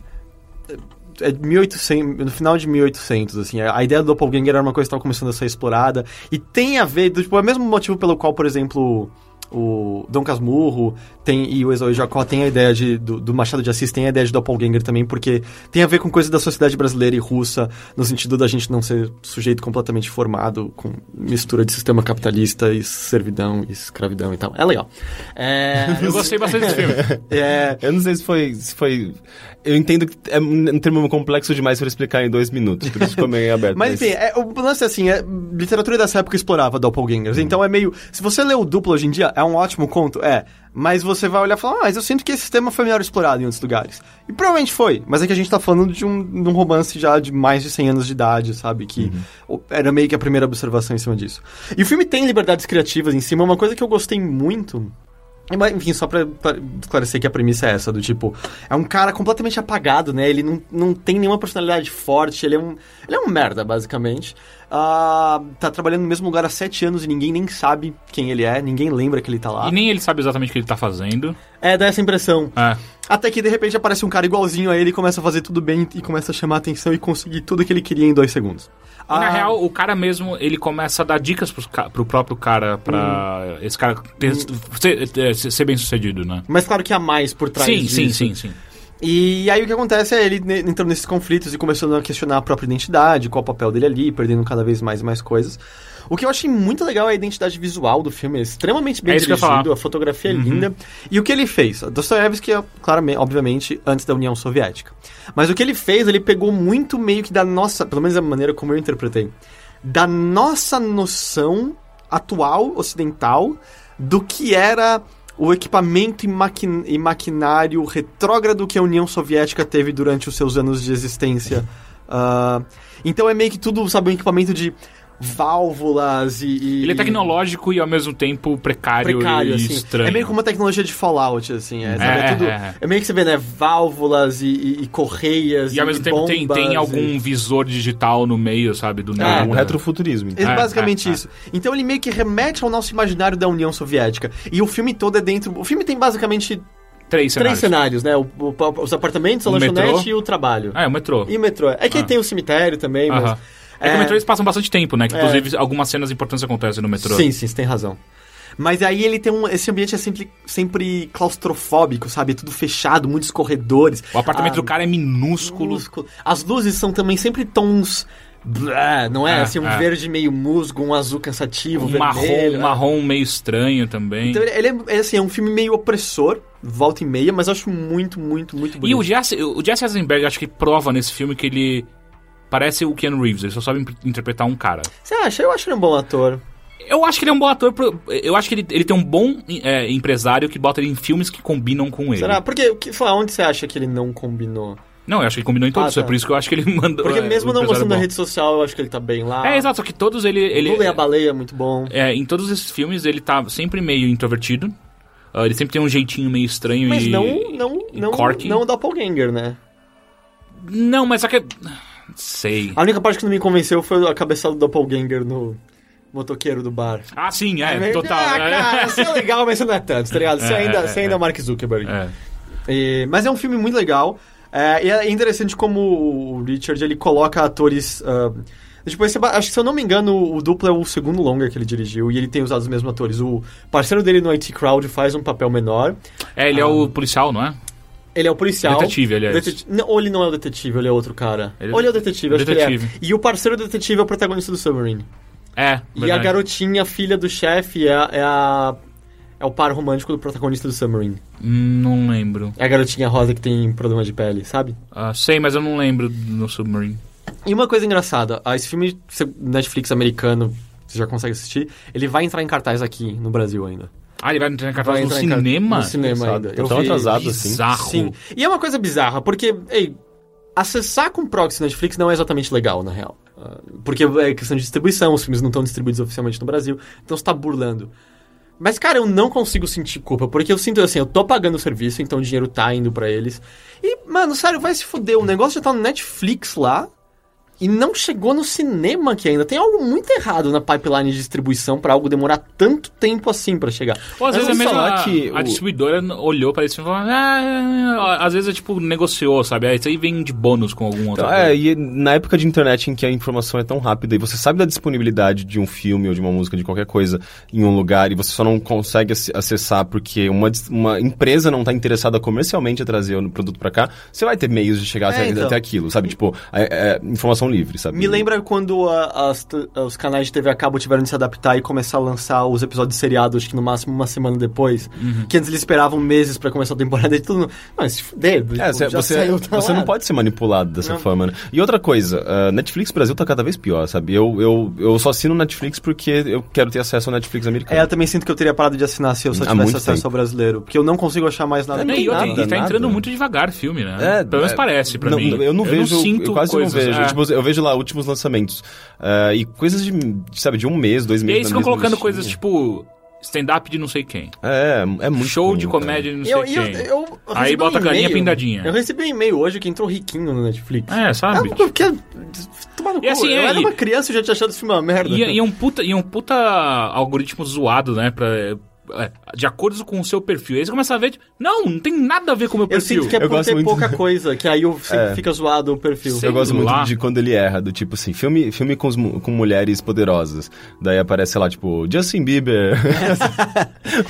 [SPEAKER 1] É 1800, no final de 1800, assim, a ideia do Doppelganger era uma coisa que estava começando a ser explorada. E tem a ver, do, tipo, é o mesmo motivo pelo qual, por exemplo, o Dom Casmurro tem, e o Exaú Jacó tem a ideia de, do, do Machado de Assis, tem a ideia de Doppelganger também, porque tem a ver com coisa da sociedade brasileira e russa, no sentido da gente não ser sujeito completamente formado com mistura de sistema capitalista e servidão e escravidão e tal. É legal. É,
[SPEAKER 2] Eu gostei bastante desse filme.
[SPEAKER 1] é,
[SPEAKER 3] Eu não sei se foi, se foi. Eu entendo que é um um termo complexo demais para explicar em dois minutos, por isso ficou meio em aberto.
[SPEAKER 1] Mas enfim, é, o lance é assim, é, literatura dessa época explorava doppelgangers, então é meio... Se você lê o duplo hoje em dia, é um ótimo conto, é. Mas você vai olhar e falar, ah, mas eu sinto que esse tema foi melhor explorado em outros lugares. E provavelmente foi, mas é que a gente tá falando de um, de um romance já de mais de 100 anos de idade, sabe? Que o- era meio que a primeira observação em cima disso. E o filme tem liberdades criativas em cima, uma coisa que eu gostei muito... Mas, Enfim, só pra, pra esclarecer que a premissa é essa, do tipo, é um cara completamente apagado, né? Ele não, não tem nenhuma personalidade forte, ele é um, ele é um merda, basicamente. Ah, tá trabalhando no mesmo lugar há sete anos e ninguém nem sabe quem ele é, ninguém lembra que ele tá lá.
[SPEAKER 2] E nem ele sabe exatamente o que ele tá fazendo.
[SPEAKER 1] É, dá essa impressão.
[SPEAKER 2] Ah,
[SPEAKER 1] Até que de repente aparece um cara igualzinho a ele, começa a fazer tudo bem e começa a chamar a atenção e conseguir tudo que ele queria em dois segundos.
[SPEAKER 2] e na
[SPEAKER 1] Ah,
[SPEAKER 2] real, o cara mesmo, ele começa a dar dicas pros ca- pro próprio cara,
[SPEAKER 1] Hum.
[SPEAKER 2] pra esse cara ter- ser, eh, ser bem sucedido, né?
[SPEAKER 1] Mas claro que há mais por trás
[SPEAKER 2] Sim,
[SPEAKER 1] disso.
[SPEAKER 2] sim, sim, sim.
[SPEAKER 1] E aí o que acontece é ele ne- entrando nesses conflitos e começando a questionar a própria identidade, qual o papel dele ali, perdendo cada vez mais e mais coisas. O que eu achei muito legal é a identidade visual do filme, é extremamente bem
[SPEAKER 2] É isso que eu ia
[SPEAKER 1] dirigido,
[SPEAKER 2] falar. Uhum.
[SPEAKER 1] a fotografia é linda. E o que ele fez? Dostoiévski, é, claramente, obviamente, antes da União Soviética. Mas o que ele fez, ele pegou muito meio que da nossa, pelo menos a maneira como eu interpretei, da nossa noção atual ocidental do que era o equipamento e, maqui- e maquinário retrógrado que a União Soviética teve durante os seus anos de existência. Ah, então é meio que tudo, sabe, um equipamento de válvulas e. e-
[SPEAKER 2] Ele é tecnológico e ao mesmo tempo precário,
[SPEAKER 1] precário,
[SPEAKER 2] e
[SPEAKER 1] assim.
[SPEAKER 2] estranho.
[SPEAKER 1] É meio como uma tecnologia de Fallout, assim. É, sabe? É
[SPEAKER 2] É,
[SPEAKER 1] tudo-
[SPEAKER 2] é.
[SPEAKER 1] é meio que você vê, né? Válvulas e, e- e correias.
[SPEAKER 2] E ao mesmo tempo tem,
[SPEAKER 1] bombas
[SPEAKER 2] tem
[SPEAKER 1] e-
[SPEAKER 2] algum visor digital no meio, sabe? Do
[SPEAKER 3] É um
[SPEAKER 2] nada.
[SPEAKER 3] retrofuturismo.
[SPEAKER 1] É
[SPEAKER 2] É,
[SPEAKER 1] basicamente
[SPEAKER 2] é, é.
[SPEAKER 1] isso. Então ele meio que remete ao nosso imaginário da União Soviética. E o filme todo é dentro. O filme tem basicamente
[SPEAKER 2] Três
[SPEAKER 1] três
[SPEAKER 2] cenários.
[SPEAKER 1] cenários, né? O- o- os apartamentos, a
[SPEAKER 2] O
[SPEAKER 1] lanchonete
[SPEAKER 2] metrô.
[SPEAKER 1] e o trabalho.
[SPEAKER 2] Ah, é o metrô.
[SPEAKER 1] E o metrô. É que
[SPEAKER 2] Ah.
[SPEAKER 1] tem o cemitério também, mas.
[SPEAKER 2] Aham. É que
[SPEAKER 1] É.
[SPEAKER 2] o metrô eles passam bastante tempo, né? Que inclusive algumas cenas importantes acontecem no metrô.
[SPEAKER 1] Sim, sim, você tem razão. Mas aí ele tem um. Esse ambiente é sempre, sempre claustrofóbico, sabe? Tudo fechado, muitos corredores.
[SPEAKER 2] O apartamento
[SPEAKER 1] Ah,
[SPEAKER 2] do cara é minúsculo.
[SPEAKER 1] minúsculo. As luzes são também sempre tons. blá, não é?
[SPEAKER 2] É,
[SPEAKER 1] assim, um
[SPEAKER 2] é.
[SPEAKER 1] verde meio musgo, um azul cansativo,
[SPEAKER 2] Um
[SPEAKER 1] vermelho.
[SPEAKER 2] marrom,
[SPEAKER 1] é.
[SPEAKER 2] um marrom meio estranho também.
[SPEAKER 1] Então ele, ele é, é assim, é um filme meio opressor, volta e meia, mas eu acho muito, muito, muito
[SPEAKER 2] e
[SPEAKER 1] bonito.
[SPEAKER 2] o Jesse, o Jesse Eisenberg acho que prova nesse filme que ele parece o Keanu Reeves, ele só sabe imp- interpretar um cara.
[SPEAKER 1] Você acha? Eu acho ele um bom ator.
[SPEAKER 2] Eu acho que ele é um bom ator, pro- eu acho que ele, ele tem um bom é, empresário que bota ele em filmes que combinam com ele.
[SPEAKER 1] Será? Porque, o que- sei lá, onde você acha que ele não combinou?
[SPEAKER 2] Não, eu acho que ele combinou em todos,
[SPEAKER 1] Ah, tá.
[SPEAKER 2] é por isso que eu acho que ele mandou.
[SPEAKER 1] Porque
[SPEAKER 2] é,
[SPEAKER 1] mesmo
[SPEAKER 2] o
[SPEAKER 1] não
[SPEAKER 2] empresário
[SPEAKER 1] gostando da
[SPEAKER 2] bom.
[SPEAKER 1] rede social, eu acho que ele tá bem lá.
[SPEAKER 2] É, exato, só que todos ele. ele
[SPEAKER 1] Lula e a Baleia é muito bom.
[SPEAKER 2] é, em todos esses filmes ele tá sempre meio introvertido. ah, ele sempre tem um jeitinho meio estranho
[SPEAKER 1] Mas
[SPEAKER 2] e.
[SPEAKER 1] não, não,
[SPEAKER 2] e
[SPEAKER 1] não,
[SPEAKER 2] corky.
[SPEAKER 1] não o Doppelganger, né?
[SPEAKER 2] Não, mas só que. Sei.
[SPEAKER 1] A única parte que não me convenceu foi a cabeçada do Doppelganger no motoqueiro do bar.
[SPEAKER 2] Ah, sim, é,
[SPEAKER 1] meio-
[SPEAKER 2] total.
[SPEAKER 1] Ah,
[SPEAKER 2] é.
[SPEAKER 1] cara, isso é legal, mas isso não é tanto, tá ligado? Isso
[SPEAKER 2] É,
[SPEAKER 1] ainda,
[SPEAKER 2] é,
[SPEAKER 1] isso
[SPEAKER 2] é,
[SPEAKER 1] ainda é
[SPEAKER 2] é.
[SPEAKER 1] o Mark Zuckerberg.
[SPEAKER 2] É.
[SPEAKER 1] E- mas é um filme muito legal. É, e é interessante como o Richard ele coloca atores. ah, tipo, esse, ba- acho que se eu não me engano, o duplo é o segundo longa que ele dirigiu e ele tem usado os mesmos atores. O parceiro dele no IT Crowd faz um papel menor.
[SPEAKER 2] É,
[SPEAKER 1] Ah.
[SPEAKER 2] ele é o policial, não é?
[SPEAKER 1] Ele é o policial.
[SPEAKER 2] Detetive, aliás.
[SPEAKER 1] Detet- Não, ou ele não é o detetive, ele é outro cara.
[SPEAKER 2] Ele-
[SPEAKER 1] Ou ele é o detetive, acho que
[SPEAKER 2] Detetive.
[SPEAKER 1] ele é. E o parceiro do detetive é o protagonista do Submarine.
[SPEAKER 2] É.
[SPEAKER 1] E a
[SPEAKER 2] verdade.
[SPEAKER 1] garotinha, filha do chefe, é, a- é a. É o par romântico do protagonista do Submarine.
[SPEAKER 2] Hum, Não lembro.
[SPEAKER 1] É a garotinha rosa que tem problema de pele, sabe?
[SPEAKER 2] Ah, sei, mas eu não lembro no Submarine.
[SPEAKER 1] E uma coisa engraçada, ah, esse filme se- Netflix americano, você já consegue assistir, ele vai entrar em cartaz aqui no Brasil ainda.
[SPEAKER 2] Ah, ele vai entrar em cartaz
[SPEAKER 1] Vai
[SPEAKER 2] no
[SPEAKER 1] entrar em car-
[SPEAKER 2] cinema?
[SPEAKER 1] No cinema ainda.
[SPEAKER 3] Tá tão atrasado assim.
[SPEAKER 2] Bizarro.
[SPEAKER 1] Sim. E é uma coisa bizarra, porque, ei, acessar com proxy Netflix não é exatamente legal, na real. Ah, Porque é questão de distribuição, os filmes não estão distribuídos oficialmente no Brasil, então você tá burlando. Mas, cara, eu não consigo sentir culpa, porque eu sinto assim, eu tô pagando o serviço, então o dinheiro tá indo pra eles. E, mano, sério, vai se fuder, o negócio já tá no Netflix lá. e não chegou no cinema aqui ainda. Tem algo muito errado na pipeline de distribuição pra algo demorar tanto tempo assim pra chegar.
[SPEAKER 2] Ou às
[SPEAKER 3] Eu
[SPEAKER 2] vezes é
[SPEAKER 3] ouvi
[SPEAKER 2] mesmo
[SPEAKER 3] falar
[SPEAKER 2] a,
[SPEAKER 3] que
[SPEAKER 2] a
[SPEAKER 3] o-
[SPEAKER 2] distribuidora n- olhou pra esse filme e falou, "Ah, é, é, é." às vezes é tipo, negociou, sabe? Ah, Isso aí vem de bônus com algum outro.
[SPEAKER 3] Então, é, e na época de internet em que a informação é tão rápida e você sabe da disponibilidade de um filme ou de uma música, de qualquer coisa, em um lugar e você só não consegue ac- acessar porque uma, dis- uma empresa não está interessada comercialmente a trazer o produto pra cá, você vai ter meios de chegar
[SPEAKER 1] É,
[SPEAKER 3] até,
[SPEAKER 1] então.
[SPEAKER 3] até aquilo, sabe? Tipo, é- é informação livre, sabe?
[SPEAKER 2] Hum.
[SPEAKER 1] Me lembra quando a- as t- os canais de TV a cabo tiveram de se adaptar e começar a lançar os episódios seriados, acho que no máximo uma semana depois.
[SPEAKER 2] Uhum.
[SPEAKER 1] Que antes eles esperavam meses pra começar a temporada e tudo. Não, se fuder.
[SPEAKER 3] É, cê-
[SPEAKER 1] já
[SPEAKER 3] você,
[SPEAKER 1] saiu, tá
[SPEAKER 3] você
[SPEAKER 1] lá.
[SPEAKER 3] não pode ser manipulado dessa
[SPEAKER 1] Não.
[SPEAKER 3] forma, né? E outra coisa, ah, Netflix Brasil tá cada vez pior, sabe? Eu, eu, eu só assino Netflix porque eu quero ter acesso ao Netflix
[SPEAKER 1] É,
[SPEAKER 3] americano.
[SPEAKER 1] eu também sinto que eu teria parado de assinar se eu só
[SPEAKER 3] Há
[SPEAKER 1] tivesse
[SPEAKER 3] muito
[SPEAKER 1] acesso
[SPEAKER 3] tempo.
[SPEAKER 1] ao brasileiro. Porque eu não consigo achar mais nada.
[SPEAKER 3] É,
[SPEAKER 2] Não, e outra,
[SPEAKER 3] nada,
[SPEAKER 2] e tá entrando
[SPEAKER 3] nada.
[SPEAKER 2] muito devagar filme, né? Pelo menos
[SPEAKER 3] é,
[SPEAKER 2] parece pra
[SPEAKER 3] não,
[SPEAKER 2] mim.
[SPEAKER 3] Eu não vejo, eu quase não vejo.
[SPEAKER 2] é.
[SPEAKER 3] Tipo, eu vejo lá últimos lançamentos. Ah, e coisas de, sabe, de um mês, dois
[SPEAKER 2] e
[SPEAKER 3] meses.
[SPEAKER 2] aí eles ficam
[SPEAKER 3] na mesma
[SPEAKER 2] colocando
[SPEAKER 3] listinha.
[SPEAKER 2] coisas tipo stand-up de não sei quem,
[SPEAKER 3] É, é muito
[SPEAKER 2] show
[SPEAKER 3] ruim,
[SPEAKER 2] de
[SPEAKER 3] cara.
[SPEAKER 2] comédia de não
[SPEAKER 1] Eu-
[SPEAKER 2] sei
[SPEAKER 1] eu-
[SPEAKER 2] quem.
[SPEAKER 1] eu
[SPEAKER 2] Aí
[SPEAKER 1] recebi um
[SPEAKER 2] bota a carinha
[SPEAKER 1] e-mail.
[SPEAKER 2] pintadinha.
[SPEAKER 1] Eu recebi um e-mail hoje que entrou riquinho no Netflix.
[SPEAKER 2] É, sabe?
[SPEAKER 1] Ah, porque... Tomar no
[SPEAKER 2] E assim,
[SPEAKER 1] cu. eu
[SPEAKER 2] é,
[SPEAKER 1] era
[SPEAKER 2] e-
[SPEAKER 1] uma criança e já tinha achado esse filme uma merda.
[SPEAKER 2] E, e é um puta, e é um puta algoritmo zoado, né? Pra, é, de acordo com o seu perfil. Aí você começa a ver, tipo, não, não tem nada a ver com o meu
[SPEAKER 1] Eu
[SPEAKER 2] perfil.
[SPEAKER 1] sinto que é
[SPEAKER 3] Eu
[SPEAKER 1] por
[SPEAKER 3] gosto
[SPEAKER 1] ter
[SPEAKER 3] muito.
[SPEAKER 1] pouca coisa, que aí eu sempre
[SPEAKER 3] É.
[SPEAKER 1] fica zoado o perfil.
[SPEAKER 2] Sei
[SPEAKER 3] Eu gosto muito
[SPEAKER 2] lá.
[SPEAKER 3] de quando ele erra, do tipo assim, filme, filme com, os mu- com mulheres poderosas. Daí aparece, sei lá, tipo, Justin Bieber.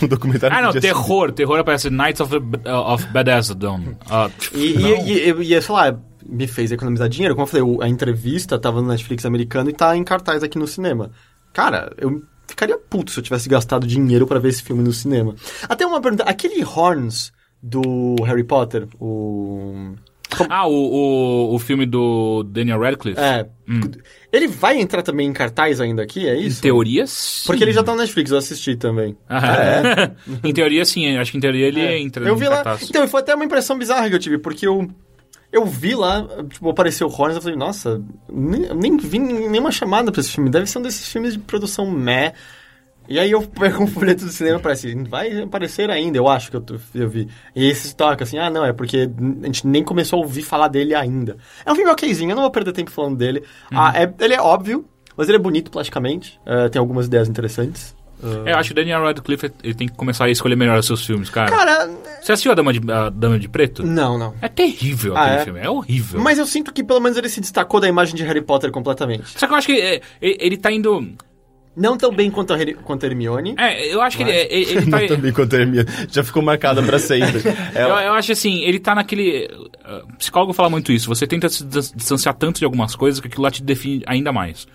[SPEAKER 3] um
[SPEAKER 1] é
[SPEAKER 3] documentário
[SPEAKER 2] Ah,
[SPEAKER 3] do
[SPEAKER 2] não,
[SPEAKER 1] assim.
[SPEAKER 3] Justin Bieber.
[SPEAKER 2] terror. Terror aparece Knights of, the- uh, of Bethesda Dawn. Ah, pff,
[SPEAKER 1] E,
[SPEAKER 2] não.
[SPEAKER 1] e, e, e, sei lá, me fez economizar dinheiro. Como eu falei, o- a entrevista tava no Netflix americano e tá em cartaz aqui no cinema. Cara, eu ficaria puto se eu tivesse gastado dinheiro pra ver esse filme no cinema. Até uma pergunta, aquele Horns do Harry Potter, o...
[SPEAKER 2] Ah, o, o, o filme do Daniel Radcliffe.
[SPEAKER 1] É, ele vai entrar também em cartaz ainda aqui, é
[SPEAKER 2] Hum. Em
[SPEAKER 1] isso?
[SPEAKER 2] teoria, sim.
[SPEAKER 1] Porque ele já tá no Netflix, eu assisti também.
[SPEAKER 2] Ah, é. em teoria, sim. Acho que em teoria ele
[SPEAKER 1] É.
[SPEAKER 2] entra
[SPEAKER 1] Eu
[SPEAKER 2] no
[SPEAKER 1] vi lá.
[SPEAKER 2] cartaz.
[SPEAKER 1] Então, foi até uma impressão bizarra que eu tive, porque eu. Eu vi lá, tipo, apareceu Horns, eu falei, nossa, nem, nem vi nenhuma chamada pra esse filme, deve ser um desses filmes de produção meh. E aí eu pego um folheto do cinema e parece, vai aparecer ainda, eu acho que eu, tô- eu vi. E esse toca assim, ah, não, é porque a gente nem começou a ouvir falar dele ainda. É um filme okzinho, eu não vou perder tempo falando dele.
[SPEAKER 2] Uhum.
[SPEAKER 1] Ah, é- ele é óbvio, mas ele é bonito plasticamente, eh, tem algumas ideias interessantes.
[SPEAKER 2] É, eu acho que o Daniel Radcliffe ele tem que começar a escolher melhor os seus filmes, cara.
[SPEAKER 1] Cara,
[SPEAKER 2] Você assistiu a Dama de, a Dama de Preto?
[SPEAKER 1] não, não.
[SPEAKER 2] É terrível
[SPEAKER 1] Ah,
[SPEAKER 2] aquele
[SPEAKER 1] é?
[SPEAKER 2] filme. É horrível.
[SPEAKER 1] Mas eu sinto que pelo menos ele se destacou da imagem de Harry Potter completamente.
[SPEAKER 2] Só que eu acho que é, ele, ele tá indo.
[SPEAKER 1] Não tão bem quanto a, Harry- quanto a Hermione.
[SPEAKER 2] É, eu acho que ele, ele, ele tá.
[SPEAKER 3] Também quando termina. Já ficou marcada pra sempre. É,
[SPEAKER 2] Eu,
[SPEAKER 3] Ela-
[SPEAKER 2] eu acho assim, ele tá naquele. ah, psicólogo fala muito isso. Você tenta se dis- distanciar tanto de algumas coisas que aquilo lá te define ainda mais.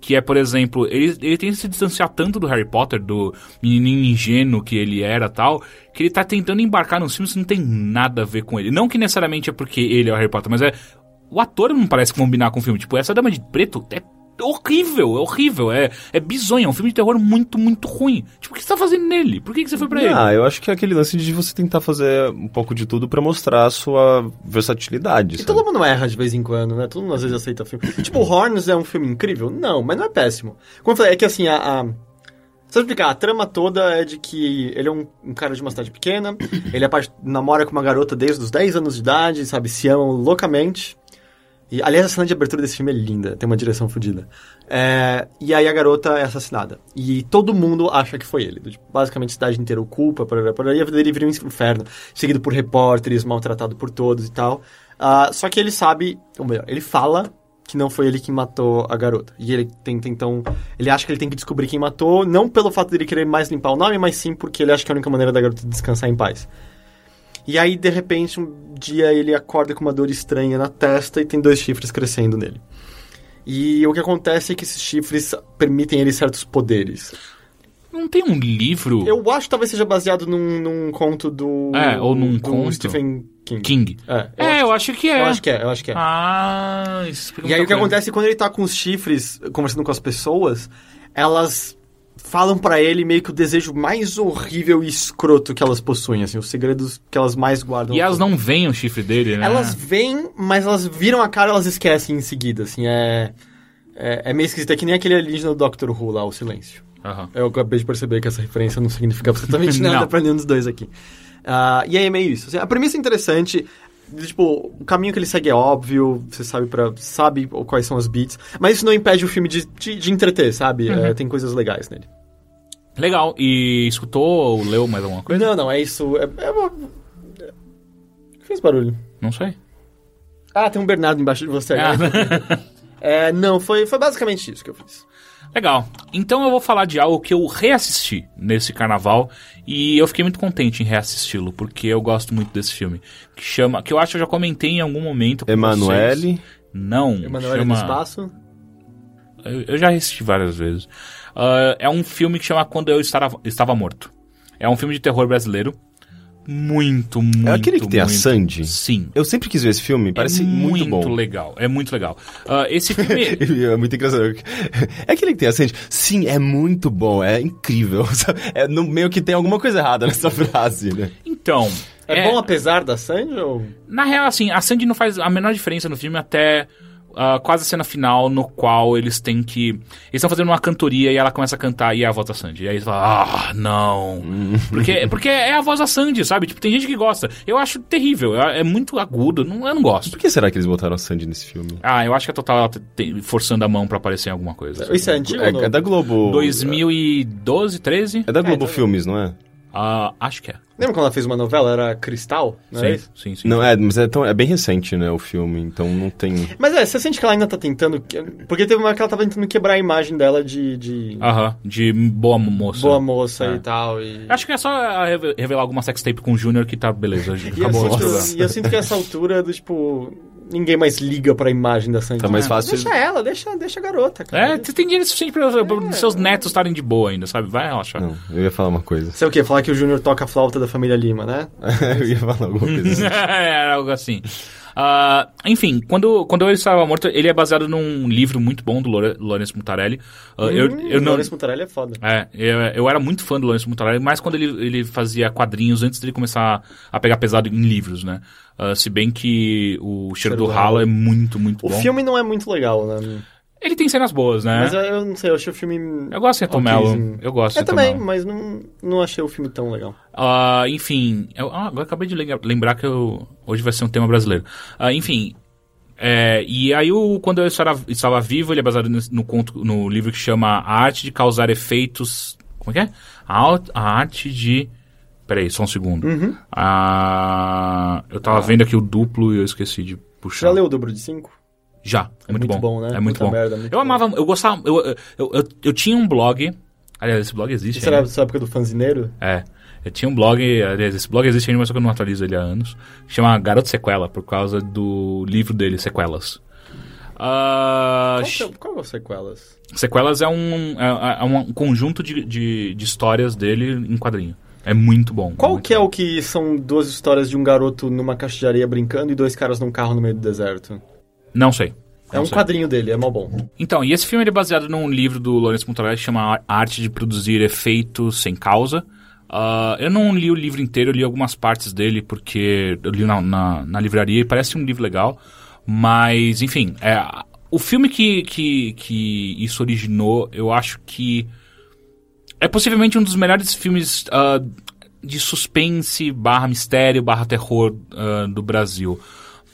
[SPEAKER 2] Que é, por exemplo, ele, ele tenta se distanciar tanto do Harry Potter, do menininho ingênuo que ele era tal, que ele tá tentando embarcar nos filmes que não tem nada a ver com ele. Não que necessariamente é porque ele é o Harry Potter, mas é. O ator não parece combinar com o filme. Tipo, essa Dama de Preto é horrível, é horrível, é, é bizonho, é um filme de terror muito, muito ruim. Tipo, o que você tá fazendo nele? Por que, que você foi pra ele?
[SPEAKER 3] Ah, eu acho que é aquele lance de você tentar fazer um pouco de tudo pra mostrar a sua versatilidade.
[SPEAKER 1] E
[SPEAKER 3] sabe?
[SPEAKER 1] todo mundo erra de vez em quando, né? Todo mundo às vezes aceita filme. tipo, Horns é um filme incrível? Não, mas não é péssimo. Como eu falei, é que assim, a. a... Só explicar, a trama toda é de que ele é um, um cara de uma cidade pequena, ele apa- namora com uma garota desde os 10 anos de idade, sabe? Se amam loucamente. E, aliás, a cena de abertura desse filme é linda, tem uma direção fodida. É, e aí a garota é assassinada. E todo mundo acha que foi ele. Do tipo, basicamente, a cidade inteira o culpa, parará, parará, e a vida dele vira um inferno. Seguido por repórteres, maltratado por todos e tal. Ah, só que ele sabe, ou melhor, ele fala que não foi ele quem matou a garota. E ele tenta, então. Ele acha que ele tem que descobrir quem matou, não pelo fato dele querer mais limpar o nome, mas sim porque ele acha que é a única maneira da garota descansar em paz. E aí, de repente, um dia ele acorda com uma dor estranha na testa e tem dois chifres crescendo nele. E o que acontece é que esses chifres permitem ele certos poderes.
[SPEAKER 2] Não tem um livro.
[SPEAKER 1] Eu acho que talvez seja baseado num, num conto do.
[SPEAKER 2] É, ou num
[SPEAKER 1] do
[SPEAKER 2] conto.
[SPEAKER 1] Stephen King.
[SPEAKER 2] King.
[SPEAKER 1] É, eu,
[SPEAKER 2] É,
[SPEAKER 1] acho,
[SPEAKER 2] eu acho que é.
[SPEAKER 1] eu acho que é, eu acho que é.
[SPEAKER 2] Ah, isso explica
[SPEAKER 1] E aí o que
[SPEAKER 2] muita coisa.
[SPEAKER 1] acontece é que quando ele tá com os chifres conversando com as pessoas, elas falam pra ele meio que o desejo mais horrível e escroto que elas possuem, assim, os segredos que elas mais guardam.
[SPEAKER 2] E elas não veem o chifre dele, né?
[SPEAKER 1] Elas vêm, mas elas viram a cara, elas esquecem em seguida, assim, é é, é meio esquisito, é que nem aquele alienígena do Dr. Who lá, o silêncio.
[SPEAKER 2] Aham.
[SPEAKER 1] Eu acabei de perceber que essa referência não significa absolutamente nada
[SPEAKER 2] Não.
[SPEAKER 1] pra nenhum dos dois aqui. Ah, e aí é meio isso. Assim, a premissa é interessante. Tipo, o caminho que ele segue é óbvio, você sabe para sabe quais são as beats, mas isso não impede o filme de, de, de entreter, sabe?
[SPEAKER 2] Uhum.
[SPEAKER 1] É, tem coisas legais nele.
[SPEAKER 2] Legal. E escutou ou leu mais alguma coisa?
[SPEAKER 1] Não, não, é isso. É, é uma... Fez barulho.
[SPEAKER 2] Não sei.
[SPEAKER 1] Ah, tem um Bernardo embaixo de você.
[SPEAKER 2] Ah.
[SPEAKER 1] né? É, não, foi, foi basicamente isso que eu fiz.
[SPEAKER 2] Legal. Então eu vou falar de algo que eu reassisti nesse carnaval e eu fiquei muito contente em reassisti-lo, porque eu gosto muito desse filme. Que chama. Que eu acho que eu já comentei em algum momento. com vocês.
[SPEAKER 3] Emanuele.
[SPEAKER 2] Não.
[SPEAKER 1] Emanuele
[SPEAKER 2] chama-
[SPEAKER 1] do Espaço.
[SPEAKER 2] Eu, eu já assisti várias vezes. Ah, é um filme que chama Quando Eu Estava, Estava Morto. É um filme de terror brasileiro. Muito, muito.
[SPEAKER 3] É aquele que tem a
[SPEAKER 2] muito-
[SPEAKER 3] Sandy?
[SPEAKER 2] Sim.
[SPEAKER 3] Eu sempre quis ver esse filme, parece
[SPEAKER 2] é
[SPEAKER 3] muito, bom.
[SPEAKER 2] legal. É muito legal. Ah, esse filme.
[SPEAKER 3] é muito engraçado. É aquele que tem a Sandy. Sim, é muito bom, é incrível. sabe? É, no meio que tem alguma coisa errada nessa frase, né?
[SPEAKER 2] então.
[SPEAKER 1] É, bom apesar da Sandy ou...
[SPEAKER 2] Na real, assim, a Sandy não faz a menor diferença no filme até ah, quase a cena final, no qual eles têm que. Eles estão fazendo uma cantoria e ela começa a cantar e é a voz da Sandy. E aí eles falam, ah, não. Porque, porque é a voz da Sandy, sabe? Tipo, tem gente que gosta. Eu acho terrível, é é muito agudo, não, eu não gosto.
[SPEAKER 3] Por que será que eles botaram a Sandy nesse filme?
[SPEAKER 2] Ah, eu acho que a Total ela tá te- forçando a mão pra aparecer em alguma coisa.
[SPEAKER 1] Isso é antigo
[SPEAKER 3] É,
[SPEAKER 1] ou não?
[SPEAKER 3] é da Globo.
[SPEAKER 2] 2012, 13?
[SPEAKER 3] É da Globo Filmes, não é?
[SPEAKER 2] Ah, acho que é.
[SPEAKER 1] Lembra quando ela fez uma novela? Era Cristal? Não era isso?
[SPEAKER 2] Sim, sim, sim.
[SPEAKER 3] Não, é, mas é, tão, é bem recente, né, o filme, então não tem...
[SPEAKER 1] Mas é, você sente que ela ainda tá tentando... que- Porque teve uma hora que ela tava tentando quebrar a imagem dela de, de
[SPEAKER 2] Aham, de boa moça.
[SPEAKER 1] boa moça
[SPEAKER 2] É.
[SPEAKER 1] e tal. E,
[SPEAKER 2] Acho que é só ah, reve- revelar alguma sextape com o Júnior que tá beleza.
[SPEAKER 1] e é eu,
[SPEAKER 2] Acabou o programa.
[SPEAKER 1] sinto, e eu sinto que essa altura do tipo... Ninguém mais liga pra imagem da Sandy. Ah,
[SPEAKER 3] Tá mais fácil...
[SPEAKER 1] Deixa ela, deixa, deixa a garota, cara.
[SPEAKER 2] É, você tem dinheiro suficiente pra,
[SPEAKER 1] É.
[SPEAKER 2] pra seus netos estarem de boa ainda, sabe? Vai relaxar.
[SPEAKER 3] Não, eu ia falar uma coisa.
[SPEAKER 1] Sei o quê? Falar que o Júnior toca a flauta da família Lima, né?
[SPEAKER 3] eu ia falar alguma coisa assim.
[SPEAKER 2] Era algo assim. Ah, enfim, quando, quando eu estava morto, ele é baseado num livro muito bom do Lore- Lawrence Mutarelli. Ah, eu, eu não.
[SPEAKER 1] Lourenço Mutarelli é foda.
[SPEAKER 2] É, eu, eu era muito fã do Lawrence Mutarelli, mas quando ele, ele fazia quadrinhos antes dele começar a pegar pesado em livros, né? Ah, se bem que o Cheiro do Ralo é muito, muito
[SPEAKER 1] O
[SPEAKER 2] bom.
[SPEAKER 1] filme não é muito legal, né?
[SPEAKER 2] Ele tem cenas boas, né?
[SPEAKER 1] Mas eu, eu não sei, É? eu achei o filme...
[SPEAKER 2] Eu gosto de Tom
[SPEAKER 1] Ok,
[SPEAKER 2] Mello.
[SPEAKER 1] sim.
[SPEAKER 2] Eu gosto
[SPEAKER 1] Eu
[SPEAKER 2] de Tom
[SPEAKER 1] também,
[SPEAKER 2] Mello.
[SPEAKER 1] mas não, não achei o filme tão legal.
[SPEAKER 2] Ah, enfim, eu, ah, agora acabei de lembra- lembrar que eu, hoje vai ser um tema brasileiro. Ah, enfim, é, e aí o, quando eu estava, estava vivo, ele é baseado no, no conto, no livro que chama A Arte de Causar Efeitos... Como é que é? A, Al- a Arte de... Peraí, só um segundo.
[SPEAKER 1] Uhum.
[SPEAKER 2] Ah, eu tava vendo aqui o duplo e eu esqueci de
[SPEAKER 1] Tá.
[SPEAKER 2] puxar.
[SPEAKER 1] Já leu o dobro de 5?
[SPEAKER 2] Já. É muito,
[SPEAKER 1] muito
[SPEAKER 2] bom.
[SPEAKER 1] bom, né?
[SPEAKER 2] É muito
[SPEAKER 1] Muita
[SPEAKER 2] bom.
[SPEAKER 1] merda, muito
[SPEAKER 2] eu
[SPEAKER 1] bom.
[SPEAKER 2] amava, eu gostava... Eu, eu, eu, eu- eu tinha um blog... Aliás, esse blog existe
[SPEAKER 1] Será
[SPEAKER 2] ainda.
[SPEAKER 1] da sua época do fanzineiro?
[SPEAKER 2] É. Eu tinha um blog, aliás, esse blog existe ainda, mas só que eu não atualizo ele há anos. Que chama Garoto Sequela, por causa do livro dele, Sequelas. Ah,
[SPEAKER 1] Qual,
[SPEAKER 2] sh-
[SPEAKER 1] que é- qual é o sequelas?
[SPEAKER 2] Sequelas é um, é, é um conjunto de, de, de histórias dele em quadrinho. É muito bom.
[SPEAKER 1] Qual
[SPEAKER 2] muito
[SPEAKER 1] que é
[SPEAKER 2] bom.
[SPEAKER 1] o que são duas histórias de um garoto numa caixa de areia brincando e dois caras num carro no meio do deserto?
[SPEAKER 2] Não sei.
[SPEAKER 1] É um
[SPEAKER 2] sei.
[SPEAKER 1] quadrinho dele, é mó bom.
[SPEAKER 2] Então, e esse filme ele é baseado num livro do Lawrence Mutarelli que chama A Arte de Produzir Efeitos Sem Causa. Ah, eu não li o livro inteiro, eu li algumas partes dele, porque eu li na, na, na livraria e parece um livro legal. Mas, enfim, é, o filme que, que, que isso originou, eu acho que é possivelmente um dos melhores filmes ah, de suspense, barra mistério, barra terror ah, do Brasil.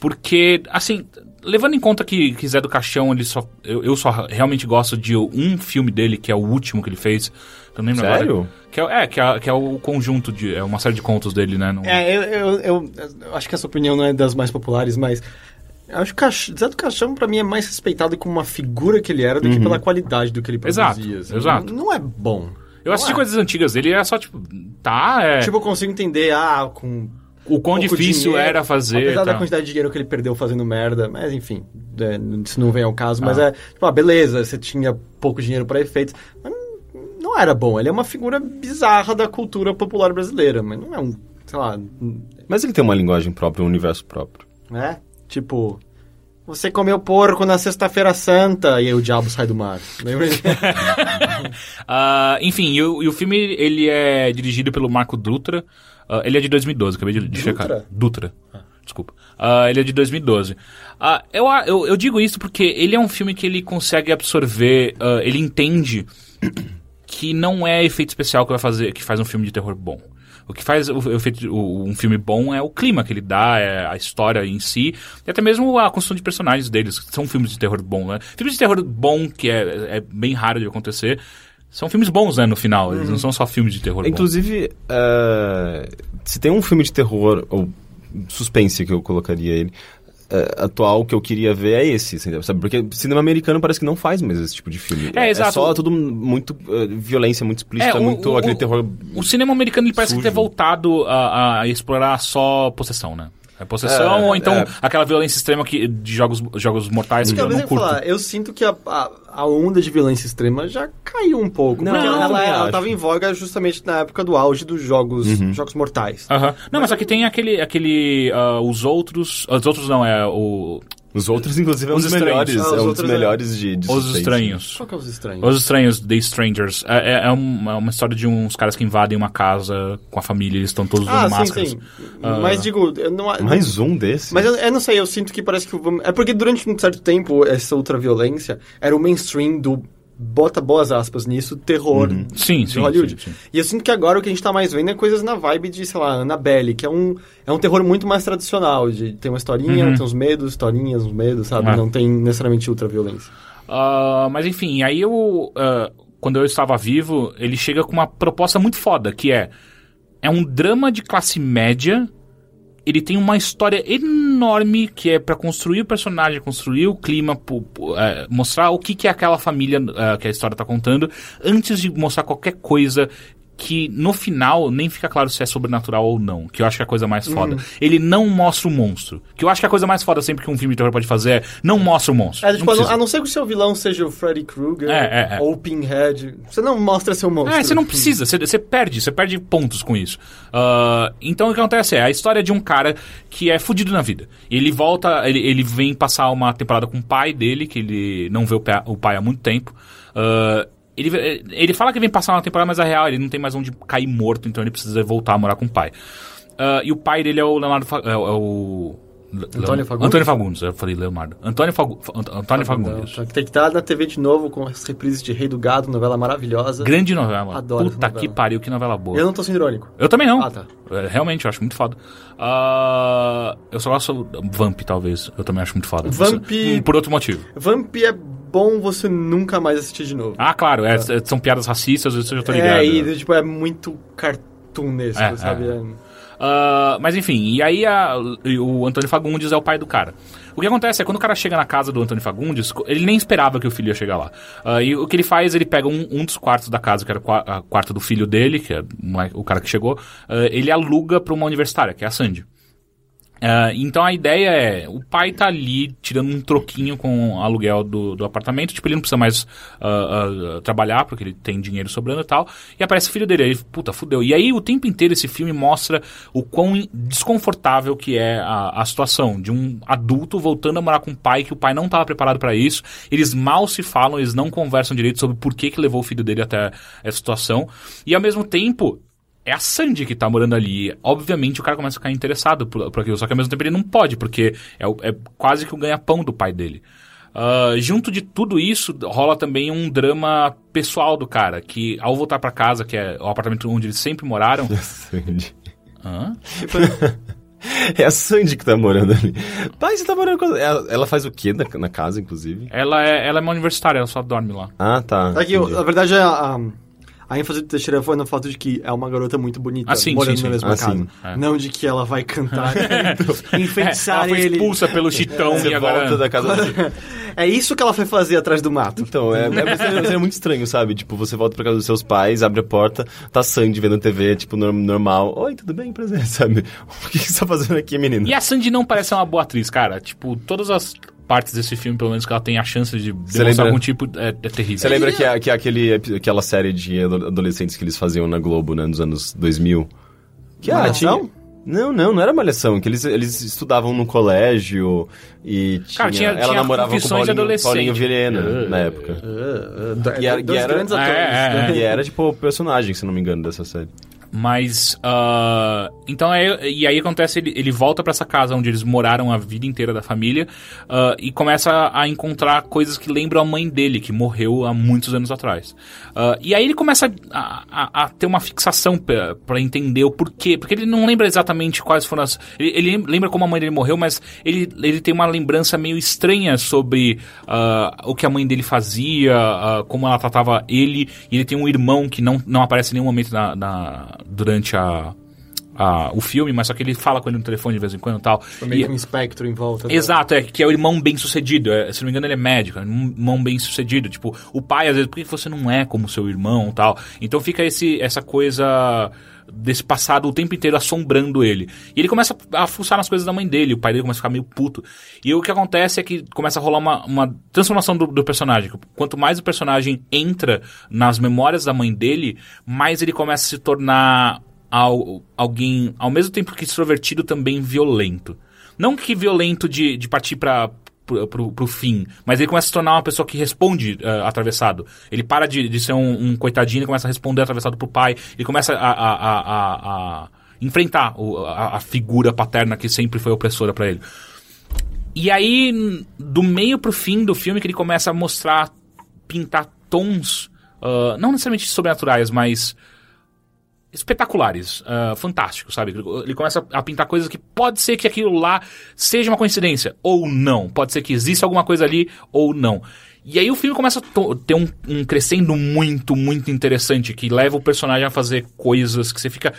[SPEAKER 2] Porque, assim, levando em conta que, que Zé do Caixão, ele só, eu, eu só realmente gosto de um filme dele, que é o último que ele fez. Eu não lembro
[SPEAKER 3] Sério?
[SPEAKER 2] Agora, que é, é, que é, que é o conjunto de. É uma série de contos dele, né? Não-
[SPEAKER 1] É, eu, eu, eu- eu acho que essa opinião não é das mais populares, mas. eu Acho que o Cach- Zé do Caixão, pra mim, é mais respeitado como uma figura que ele era do que pela qualidade do que ele produzia.
[SPEAKER 2] Exato, exato.
[SPEAKER 1] Não, não é bom.
[SPEAKER 2] Eu assisti
[SPEAKER 1] Não é.
[SPEAKER 2] coisas antigas dele e era só tipo. Tá, é.
[SPEAKER 1] Tipo, eu consigo entender, ah, com.
[SPEAKER 2] o quão
[SPEAKER 1] pouco
[SPEAKER 2] difícil
[SPEAKER 1] dinheiro,
[SPEAKER 2] era fazer.
[SPEAKER 1] Apesar da
[SPEAKER 2] tá.
[SPEAKER 1] quantidade de dinheiro que ele perdeu fazendo merda, mas enfim, é, isso não vem ao caso, mas é, tipo, ah, beleza, você tinha pouco dinheiro pra efeitos, mas não era bom. Ele é uma figura bizarra da cultura popular brasileira, mas não é um, sei lá,
[SPEAKER 3] Mas ele tem uma linguagem própria, um universo próprio.
[SPEAKER 1] né? Tipo, você comeu porco na sexta-feira santa e aí o diabo sai do mar. Lembra?
[SPEAKER 2] Ah, enfim, e o, e o filme ele é dirigido pelo Marco Dutra. Ah, ele é de 2012, acabei de, de
[SPEAKER 1] Dutra?
[SPEAKER 2] checar. Dutra. Desculpa. Ah, ele é de 2012. Ah, eu, a- eu, eu digo isso porque ele é um filme que ele consegue absorver, ah, ele entende que não é efeito especial que vai fazer que faz um filme de terror bom. O que faz o, o efeito- o- um filme bom é o clima que ele dá, é a história em si, e até mesmo a construção de personagens deles. que São filmes de terror bom, né? Filmes de terror bom, que é, é bem raro de acontecer, são filmes bons, né, no final. Eles não são só filmes de terror Tá bom.
[SPEAKER 3] Inclusive, é, se tem um filme de terror, ou suspense que eu colocaria ele, é, atual que eu queria ver é esse, entendeu? sabe? Porque cinema americano parece que não faz mais esse tipo de filme.
[SPEAKER 2] É, exato.
[SPEAKER 3] só tudo muito é, violência, muito explícita,
[SPEAKER 2] É, o-
[SPEAKER 3] tá muito
[SPEAKER 2] o-
[SPEAKER 3] aquele
[SPEAKER 2] o-
[SPEAKER 3] terror.
[SPEAKER 2] O cinema americano ele parece
[SPEAKER 3] Sujo.
[SPEAKER 2] ter voltado a, a explorar só possessão, né? É possessão,
[SPEAKER 3] É,
[SPEAKER 2] ou então
[SPEAKER 3] é.
[SPEAKER 2] aquela violência extrema que, de jogos, jogos mortais
[SPEAKER 1] Isso
[SPEAKER 2] que
[SPEAKER 1] que eu
[SPEAKER 2] eu
[SPEAKER 1] ia
[SPEAKER 2] não curto.
[SPEAKER 1] falar, eu sinto que a, a, a onda de violência extrema já caiu um pouco.
[SPEAKER 3] Não,
[SPEAKER 1] porque
[SPEAKER 3] eu
[SPEAKER 1] ela,
[SPEAKER 3] também
[SPEAKER 1] ela
[SPEAKER 3] acho.
[SPEAKER 1] tava em voga justamente na época do auge dos jogos, jogos mortais.
[SPEAKER 2] Aham. Não, mas só que tem aquele. aquele ah, os outros. Os outros não, é o.
[SPEAKER 3] Os outros, inclusive, é um
[SPEAKER 2] Os
[SPEAKER 3] dos
[SPEAKER 2] estranhos.
[SPEAKER 3] melhores.
[SPEAKER 1] Ah, os
[SPEAKER 3] é um dos
[SPEAKER 1] outros é-
[SPEAKER 3] melhores de, de
[SPEAKER 2] Os
[SPEAKER 3] suspense.
[SPEAKER 2] Estranhos.
[SPEAKER 1] Qual que é os estranhos?
[SPEAKER 2] Os Estranhos, The Strangers. É, é- é uma, é uma história de uns caras que invadem uma casa com a família, eles estão todos
[SPEAKER 1] ah,
[SPEAKER 2] usando máscaras.
[SPEAKER 1] sim, sim. Mas digo, eu não...
[SPEAKER 3] Mais um desses.
[SPEAKER 1] Mas eu, eu não sei, eu sinto que parece que... o vam- É porque durante um certo tempo, essa ultraviolência era o mainstream do... Bota boas aspas nisso, terror
[SPEAKER 2] Sim,
[SPEAKER 1] de
[SPEAKER 2] sim,
[SPEAKER 1] Hollywood.
[SPEAKER 2] sim, sim.
[SPEAKER 1] E eu sinto que agora o que a gente tá mais vendo é coisas na vibe de, sei lá, Annabelle, que é um, é um terror muito mais tradicional, de tem uma historinha,
[SPEAKER 2] Uhum.
[SPEAKER 1] tem uns medos, historinhas, uns medos, sabe?
[SPEAKER 2] É.
[SPEAKER 1] Não tem necessariamente ultraviolência.
[SPEAKER 2] Ah, mas enfim, aí eu. ah, quando eu estava vivo, ele chega com uma proposta muito foda, que é. É um drama de classe média. Ele tem uma história enorme que é pra construir o personagem, construir o clima, pu- pu- eh, mostrar o que, que é aquela família ah, que a história tá contando, antes de mostrar qualquer coisa que no final nem fica claro se é sobrenatural ou não, que eu acho que é a coisa mais
[SPEAKER 1] Uhum.
[SPEAKER 2] foda. Ele não mostra o monstro. Que eu acho que a coisa mais foda sempre que um filme de terror pode fazer é não mostra o monstro.
[SPEAKER 1] É, tipo,
[SPEAKER 2] não
[SPEAKER 1] a, não,
[SPEAKER 2] precisa.
[SPEAKER 1] a não ser que o seu vilão seja o Freddy Krueger
[SPEAKER 2] É, é, é.
[SPEAKER 1] ou o Pinhead, você não mostra seu monstro.
[SPEAKER 2] É, você não precisa, você, você perde, você perde pontos com isso. Ah, então o que acontece é a história de um cara que é fudido na vida. Ele volta, ele, ele vem passar uma temporada com o pai dele, que ele não vê o pa- o pai, há muito tempo. Ah, ele, ele fala que vem passar uma temporada, mas a real, ele não tem mais onde cair morto, então ele precisa voltar a morar com o pai. Ah, e o pai dele é o Leonardo. Fa- é, o- é o. Le-
[SPEAKER 1] Antônio Fagundes?
[SPEAKER 2] Antônio Fagundes, eu falei Leonardo. Antônio, Fagu, Fa- Ant- Antônio Fagundes.
[SPEAKER 1] Tá- Tem que estar na TV de novo com as reprises de Rei do Gado, novela maravilhosa.
[SPEAKER 2] Grande novela.
[SPEAKER 1] Adoro essa
[SPEAKER 2] Puta que
[SPEAKER 1] novela.
[SPEAKER 2] pariu, que novela boa.
[SPEAKER 1] Eu não tô sendo irônico.
[SPEAKER 2] Eu também não.
[SPEAKER 1] Ah, tá.
[SPEAKER 2] É, Realmente, eu acho muito foda. Ah, eu só gosto Vamp, talvez. Eu também acho muito foda.
[SPEAKER 1] Vamp-
[SPEAKER 2] Hum, Por outro motivo.
[SPEAKER 1] Vamp é bom você nunca mais assistir de novo.
[SPEAKER 2] Ah, claro, é, é, são piadas racistas, isso eu já tô ligado.
[SPEAKER 1] É, e tipo, é muito cartunesco,
[SPEAKER 2] É,
[SPEAKER 1] sabe?
[SPEAKER 2] é.
[SPEAKER 1] É.
[SPEAKER 2] Ah, mas enfim, e aí a- e o Antônio Fagundes é o pai do cara. O que acontece é quando o cara chega na casa do Antônio Fagundes, co- ele nem esperava que o filho ia chegar lá. Ah, e o que ele faz, ele pega um, um dos quartos da casa, que era o qua- a quarto do filho dele, que é o moleque- o cara que chegou, ah, ele aluga pra uma universitária, que é a Sandy. Ah, então a ideia é, o pai tá ali tirando um troquinho com o aluguel do, do apartamento, tipo, ele não precisa mais ah, ah, trabalhar, porque ele tem dinheiro sobrando e tal, e aparece o filho dele, aí, ele, puta, fudeu. E aí o tempo inteiro esse filme mostra o quão in- desconfortável que é a, a situação de um adulto voltando a morar com o pai, que o pai não tava preparado pra isso, eles mal se falam, eles não conversam direito sobre por que que levou o filho dele até essa situação, e ao mesmo tempo, é a Sandy que tá morando ali. Obviamente o cara começa a ficar interessado por, por aquilo, só que ao mesmo tempo ele não pode, porque é, o- é quase que o ganha-pão do pai dele. Ah, junto de tudo isso, rola também um drama pessoal do cara, que ao voltar pra casa, que é o apartamento onde eles sempre moraram.
[SPEAKER 3] Sandy.
[SPEAKER 2] Hã?
[SPEAKER 3] É a Sandy que tá morando ali. Pai, você tá morando com. Ela, ela faz o quê na, na casa, inclusive?
[SPEAKER 2] ela, é, ela é uma universitária, ela só dorme lá.
[SPEAKER 3] Ah, tá.
[SPEAKER 1] Aqui,
[SPEAKER 3] entendi.
[SPEAKER 1] É na verdade, a, a, a ênfase do Teixeira foi no fato de que é uma garota muito bonita
[SPEAKER 2] Ah, sim,
[SPEAKER 1] morando na
[SPEAKER 2] sim, sim.
[SPEAKER 1] mesma
[SPEAKER 3] Ah,
[SPEAKER 1] casa.
[SPEAKER 3] sim.
[SPEAKER 2] É.
[SPEAKER 1] Não de que ela vai cantar,
[SPEAKER 2] ela
[SPEAKER 1] enfeitiçar
[SPEAKER 2] É, foi
[SPEAKER 1] ele.
[SPEAKER 2] expulsa pelo chitão
[SPEAKER 3] Você
[SPEAKER 2] e agora.
[SPEAKER 3] volta da casa do-
[SPEAKER 1] É isso que ela foi fazer atrás do mato.
[SPEAKER 3] Então, é, é, mas é- mas é muito estranho, sabe? Tipo, você volta pra casa dos seus pais, abre a porta, tá Sandy vendo TV, tipo, norm- normal. Oi, tudo bem? Prazer, sabe? O que que você tá fazendo aqui, menina?
[SPEAKER 2] E a Sandy não parece ser uma boa atriz, cara. Tipo, todas as partes desse filme, pelo menos que ela tem a chance de demonstrar
[SPEAKER 3] lembra-
[SPEAKER 2] algum tipo, é, é terrível.
[SPEAKER 3] Você lembra que, a- que aquele, epi- aquela série de ado- adolescentes que eles faziam na Globo, né, nos anos 2000? Que, ah,
[SPEAKER 1] Malhação?
[SPEAKER 3] tinha- Não, não, não era malhação, que eles, eles estudavam no colégio e tinha,
[SPEAKER 2] Cara, tinha-
[SPEAKER 3] ela
[SPEAKER 2] tinha
[SPEAKER 3] namorava com o
[SPEAKER 2] confissões de
[SPEAKER 3] Paulinho,
[SPEAKER 2] adolescente.
[SPEAKER 3] Paulinho Vilhena
[SPEAKER 2] Ah.
[SPEAKER 3] na época.
[SPEAKER 1] Uh, uh, do-
[SPEAKER 3] E era-
[SPEAKER 1] dois
[SPEAKER 3] e era-
[SPEAKER 1] grandes
[SPEAKER 2] Ah,
[SPEAKER 1] atores.
[SPEAKER 2] é, é, é.
[SPEAKER 1] né?
[SPEAKER 3] E era tipo o personagem, se não me engano, dessa série.
[SPEAKER 2] Mas. ah, então é. E aí acontece, ele, ele volta pra essa casa onde eles moraram a vida inteira da família ah, e começa a encontrar coisas que lembram a mãe dele, que morreu há muitos anos atrás. Ah, e aí ele começa a, a- a ter uma fixação pra pra entender o porquê. Porque ele não lembra exatamente quais foram as. Ele, ele lembra como a mãe dele morreu, mas ele, ele tem uma lembrança meio estranha sobre ah, o que a mãe dele fazia, ah, como ela tratava ele. E ele tem um irmão que não, não aparece em nenhum momento na, na- durante a, a- o filme, mas só que ele fala com ele no telefone de vez em quando e tal.
[SPEAKER 1] Meio
[SPEAKER 2] E-
[SPEAKER 1] com um espectro em volta. da-
[SPEAKER 2] Exato, é que é o irmão bem sucedido. É, se não me engano, ele é médico, é um irmão bem sucedido. Tipo, o pai, às vezes, por que você não é como seu irmão tal? Então fica esse, essa coisa desse passado o tempo inteiro assombrando ele. E ele começa a fuçar nas coisas da mãe dele, o pai dele começa a ficar meio puto. E o que acontece é que começa a rolar uma, uma transformação do, do personagem. Quanto mais o personagem entra nas memórias da mãe dele, mais ele começa a se tornar al- alguém, ao mesmo tempo que extrovertido, também violento. Não que violento de, de partir pra. Pro, pro, pro fim, mas ele começa a se tornar uma pessoa que responde eh, atravessado. Ele para de, de ser um, um coitadinho e começa a responder atravessado pro pai. Ele começa a, a, a- a- a enfrentar o- a, a figura paterna que sempre foi opressora pra ele. E aí, n- do meio pro fim do filme, que ele começa a mostrar, pintar tons, ah, não necessariamente sobrenaturais, mas espetaculares, ah, fantásticos, sabe? Ele- Ele começa a pintar coisas que pode ser que aquilo lá seja uma coincidência, ou não. Pode ser que exista alguma coisa ali, ou não. E aí o filme começa a to- ter um, um crescendo muito, muito interessante, que leva o personagem a fazer coisas que você fica...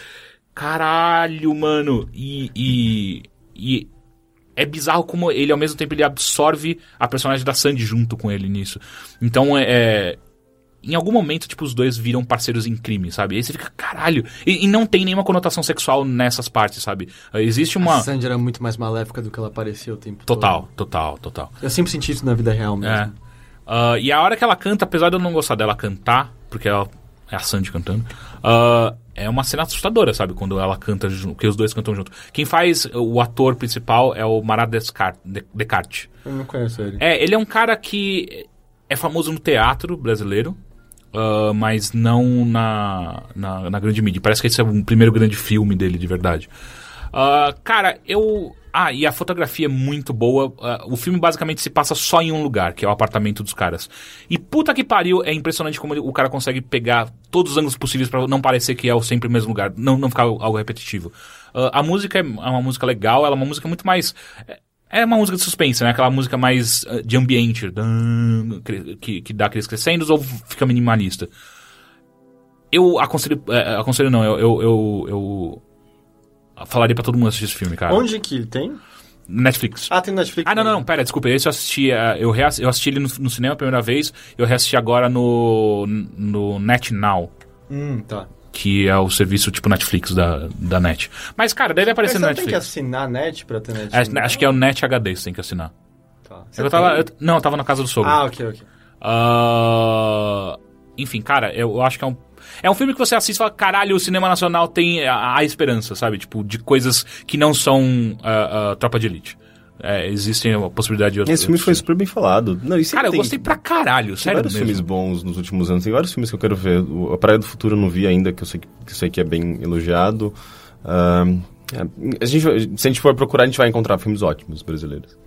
[SPEAKER 2] Caralho, mano! E- e, e é bizarro como ele, ao mesmo tempo, ele absorve a personagem da Sandy junto com ele nisso. Então, é- é... Em algum momento, tipo, os dois viram parceiros em crime, sabe? Aí você fica, caralho. E, e não tem nenhuma conotação sexual nessas partes, sabe? Existe uma.
[SPEAKER 1] A Sandy era muito mais maléfica do que ela parecia o tempo
[SPEAKER 2] Total, total, total.
[SPEAKER 1] todo. Eu sempre senti isso na vida real mesmo.
[SPEAKER 2] É. Ah, e a hora que ela canta, apesar de eu não gostar dela cantar, porque ela é a Sandy cantando, ah, é uma cena assustadora, sabe? Quando ela canta, junto, que os dois cantam junto. Quem faz o ator principal é o Marat Descar- De- Descartes.
[SPEAKER 1] Eu não conheço ele.
[SPEAKER 2] É, ele é um cara que é famoso no teatro brasileiro, ah, mas não na, na, na grande mídia. Parece que esse é o primeiro grande filme dele, de verdade. Ah, cara, eu. Ah, e a fotografia é muito boa. Ah, o filme basicamente se passa só em um lugar, que é o apartamento dos caras. E puta que pariu, é impressionante como ele- o cara consegue pegar todos os ângulos possíveis pra não parecer que é o sempre o mesmo lugar, não, não ficar algo repetitivo. Ah, a música é uma música legal, ela é uma música muito mais. É uma música de suspense, né? Aquela música mais eh, de ambiente, dan- cre- que, que dá aqueles crescendos ou fica minimalista. Eu aconselho. eh, aconselho não, eu, eu, eu, eu falaria pra todo mundo assistir esse filme, cara.
[SPEAKER 1] Onde que tem?
[SPEAKER 2] Netflix.
[SPEAKER 1] Ah, tem Netflix.
[SPEAKER 2] É. Ah, não, não, não, pera, desculpa. Esse eu assisti, eh, eu, reass- eu assisti ele no, no cinema a primeira vez, eu reassisti agora no, no NetNow,
[SPEAKER 1] Hum, tá.
[SPEAKER 2] que é o serviço tipo Netflix da, da Net. Mas, cara, deve
[SPEAKER 1] Mas
[SPEAKER 2] aparecer
[SPEAKER 1] você
[SPEAKER 2] no
[SPEAKER 1] não tem que né?
[SPEAKER 2] Netflix.
[SPEAKER 1] assinar a net pra ter net?
[SPEAKER 2] Acho- Acho que é o Net HD que você tem que assinar.
[SPEAKER 1] Tá. Você
[SPEAKER 2] Eu tava,
[SPEAKER 1] tem?
[SPEAKER 2] eu- não, eu tava na casa do sogro.
[SPEAKER 1] Ah, ok, ok.
[SPEAKER 2] Ah, enfim, cara, eu acho que é um. É um filme que você assiste e fala, caralho, o cinema nacional tem a, a esperança, sabe? Tipo, de coisas que não são ah, ah, tropa de elite. É, existem a possibilidade de outras.
[SPEAKER 3] Esse filme foi super bem falado. Não, e sempre
[SPEAKER 2] Cara, eu
[SPEAKER 3] tem-
[SPEAKER 2] gostei pra caralho,
[SPEAKER 3] Tem
[SPEAKER 2] sério
[SPEAKER 3] vários
[SPEAKER 2] mesmo.
[SPEAKER 3] filmes bons nos últimos anos. Tem vários filmes que eu quero ver. O- A Praia do Futuro eu não vi ainda, que eu sei que, que eu sei que é bem elogiado. Ah, é, a gente vai- se a gente for procurar, a gente vai encontrar filmes ótimos brasileiros.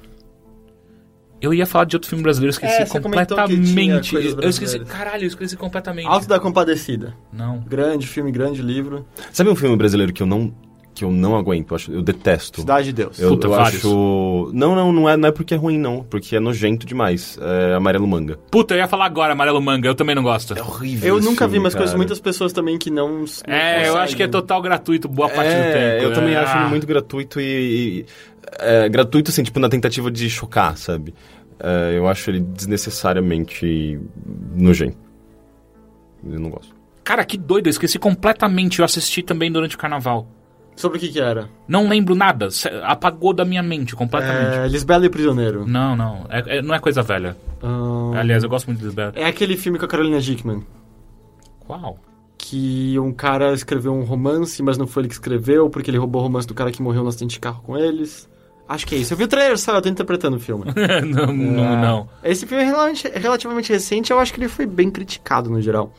[SPEAKER 2] Eu ia falar de outro filme brasileiro, eu esqueci
[SPEAKER 1] É, você comentou que tinha
[SPEAKER 2] completamente.
[SPEAKER 1] coisas
[SPEAKER 2] Eu esqueci,
[SPEAKER 1] brasileiras.
[SPEAKER 2] caralho, eu esqueci completamente.
[SPEAKER 1] Alto da Compadecida.
[SPEAKER 2] Não.
[SPEAKER 1] Grande filme, grande livro.
[SPEAKER 3] Sabe um filme brasileiro que eu não, que eu não aguento? Eu, acho- eu detesto.
[SPEAKER 5] Cidade de Deus.
[SPEAKER 3] Eu,
[SPEAKER 2] Puta,
[SPEAKER 3] eu
[SPEAKER 2] vários.
[SPEAKER 3] acho. Não, não, não é, não é porque é ruim, não. Porque é nojento demais. É amarelo manga.
[SPEAKER 2] Puta, eu ia falar agora, Amarelo Manga, eu também não gosto.
[SPEAKER 3] É Horrível.
[SPEAKER 1] Eu
[SPEAKER 3] esse
[SPEAKER 1] nunca vi,
[SPEAKER 3] filme,
[SPEAKER 1] mas
[SPEAKER 3] cara.
[SPEAKER 1] conheço muitas pessoas também que não. não
[SPEAKER 2] É, eu
[SPEAKER 1] conseguem.
[SPEAKER 2] acho que é total gratuito, boa parte do
[SPEAKER 3] É,
[SPEAKER 2] tempo.
[SPEAKER 3] eu também
[SPEAKER 2] É,
[SPEAKER 3] acho ele
[SPEAKER 2] ah.
[SPEAKER 3] muito gratuito e. e- é, gratuito, assim, tipo, na tentativa de chocar, sabe? É, eu acho ele desnecessariamente nojento. Eu não gosto.
[SPEAKER 2] Cara, que doido, eu esqueci completamente. Eu assisti também durante o carnaval.
[SPEAKER 1] Sobre o que que era?
[SPEAKER 2] Não lembro nada, se- apagou da minha mente completamente.
[SPEAKER 1] É, Lisbela e o Prisioneiro.
[SPEAKER 2] Não, não, é- é- não é coisa velha.
[SPEAKER 3] Hum.
[SPEAKER 1] Ahn,
[SPEAKER 2] Aliás, eu gosto muito de Lisbeth.
[SPEAKER 1] é aquele filme com a Carolina Dickman.
[SPEAKER 2] Qual?
[SPEAKER 1] Que um cara escreveu um romance, mas não foi ele que escreveu, porque ele roubou o romance do cara que morreu no acidente de carro com eles. Acho que é isso. Eu vi o trailer só, eu tô interpretando o filme.
[SPEAKER 2] não,
[SPEAKER 3] É.
[SPEAKER 2] não, não.
[SPEAKER 1] é Esse filme é relativamente, relativamente recente, eu acho que ele foi bem criticado no geral.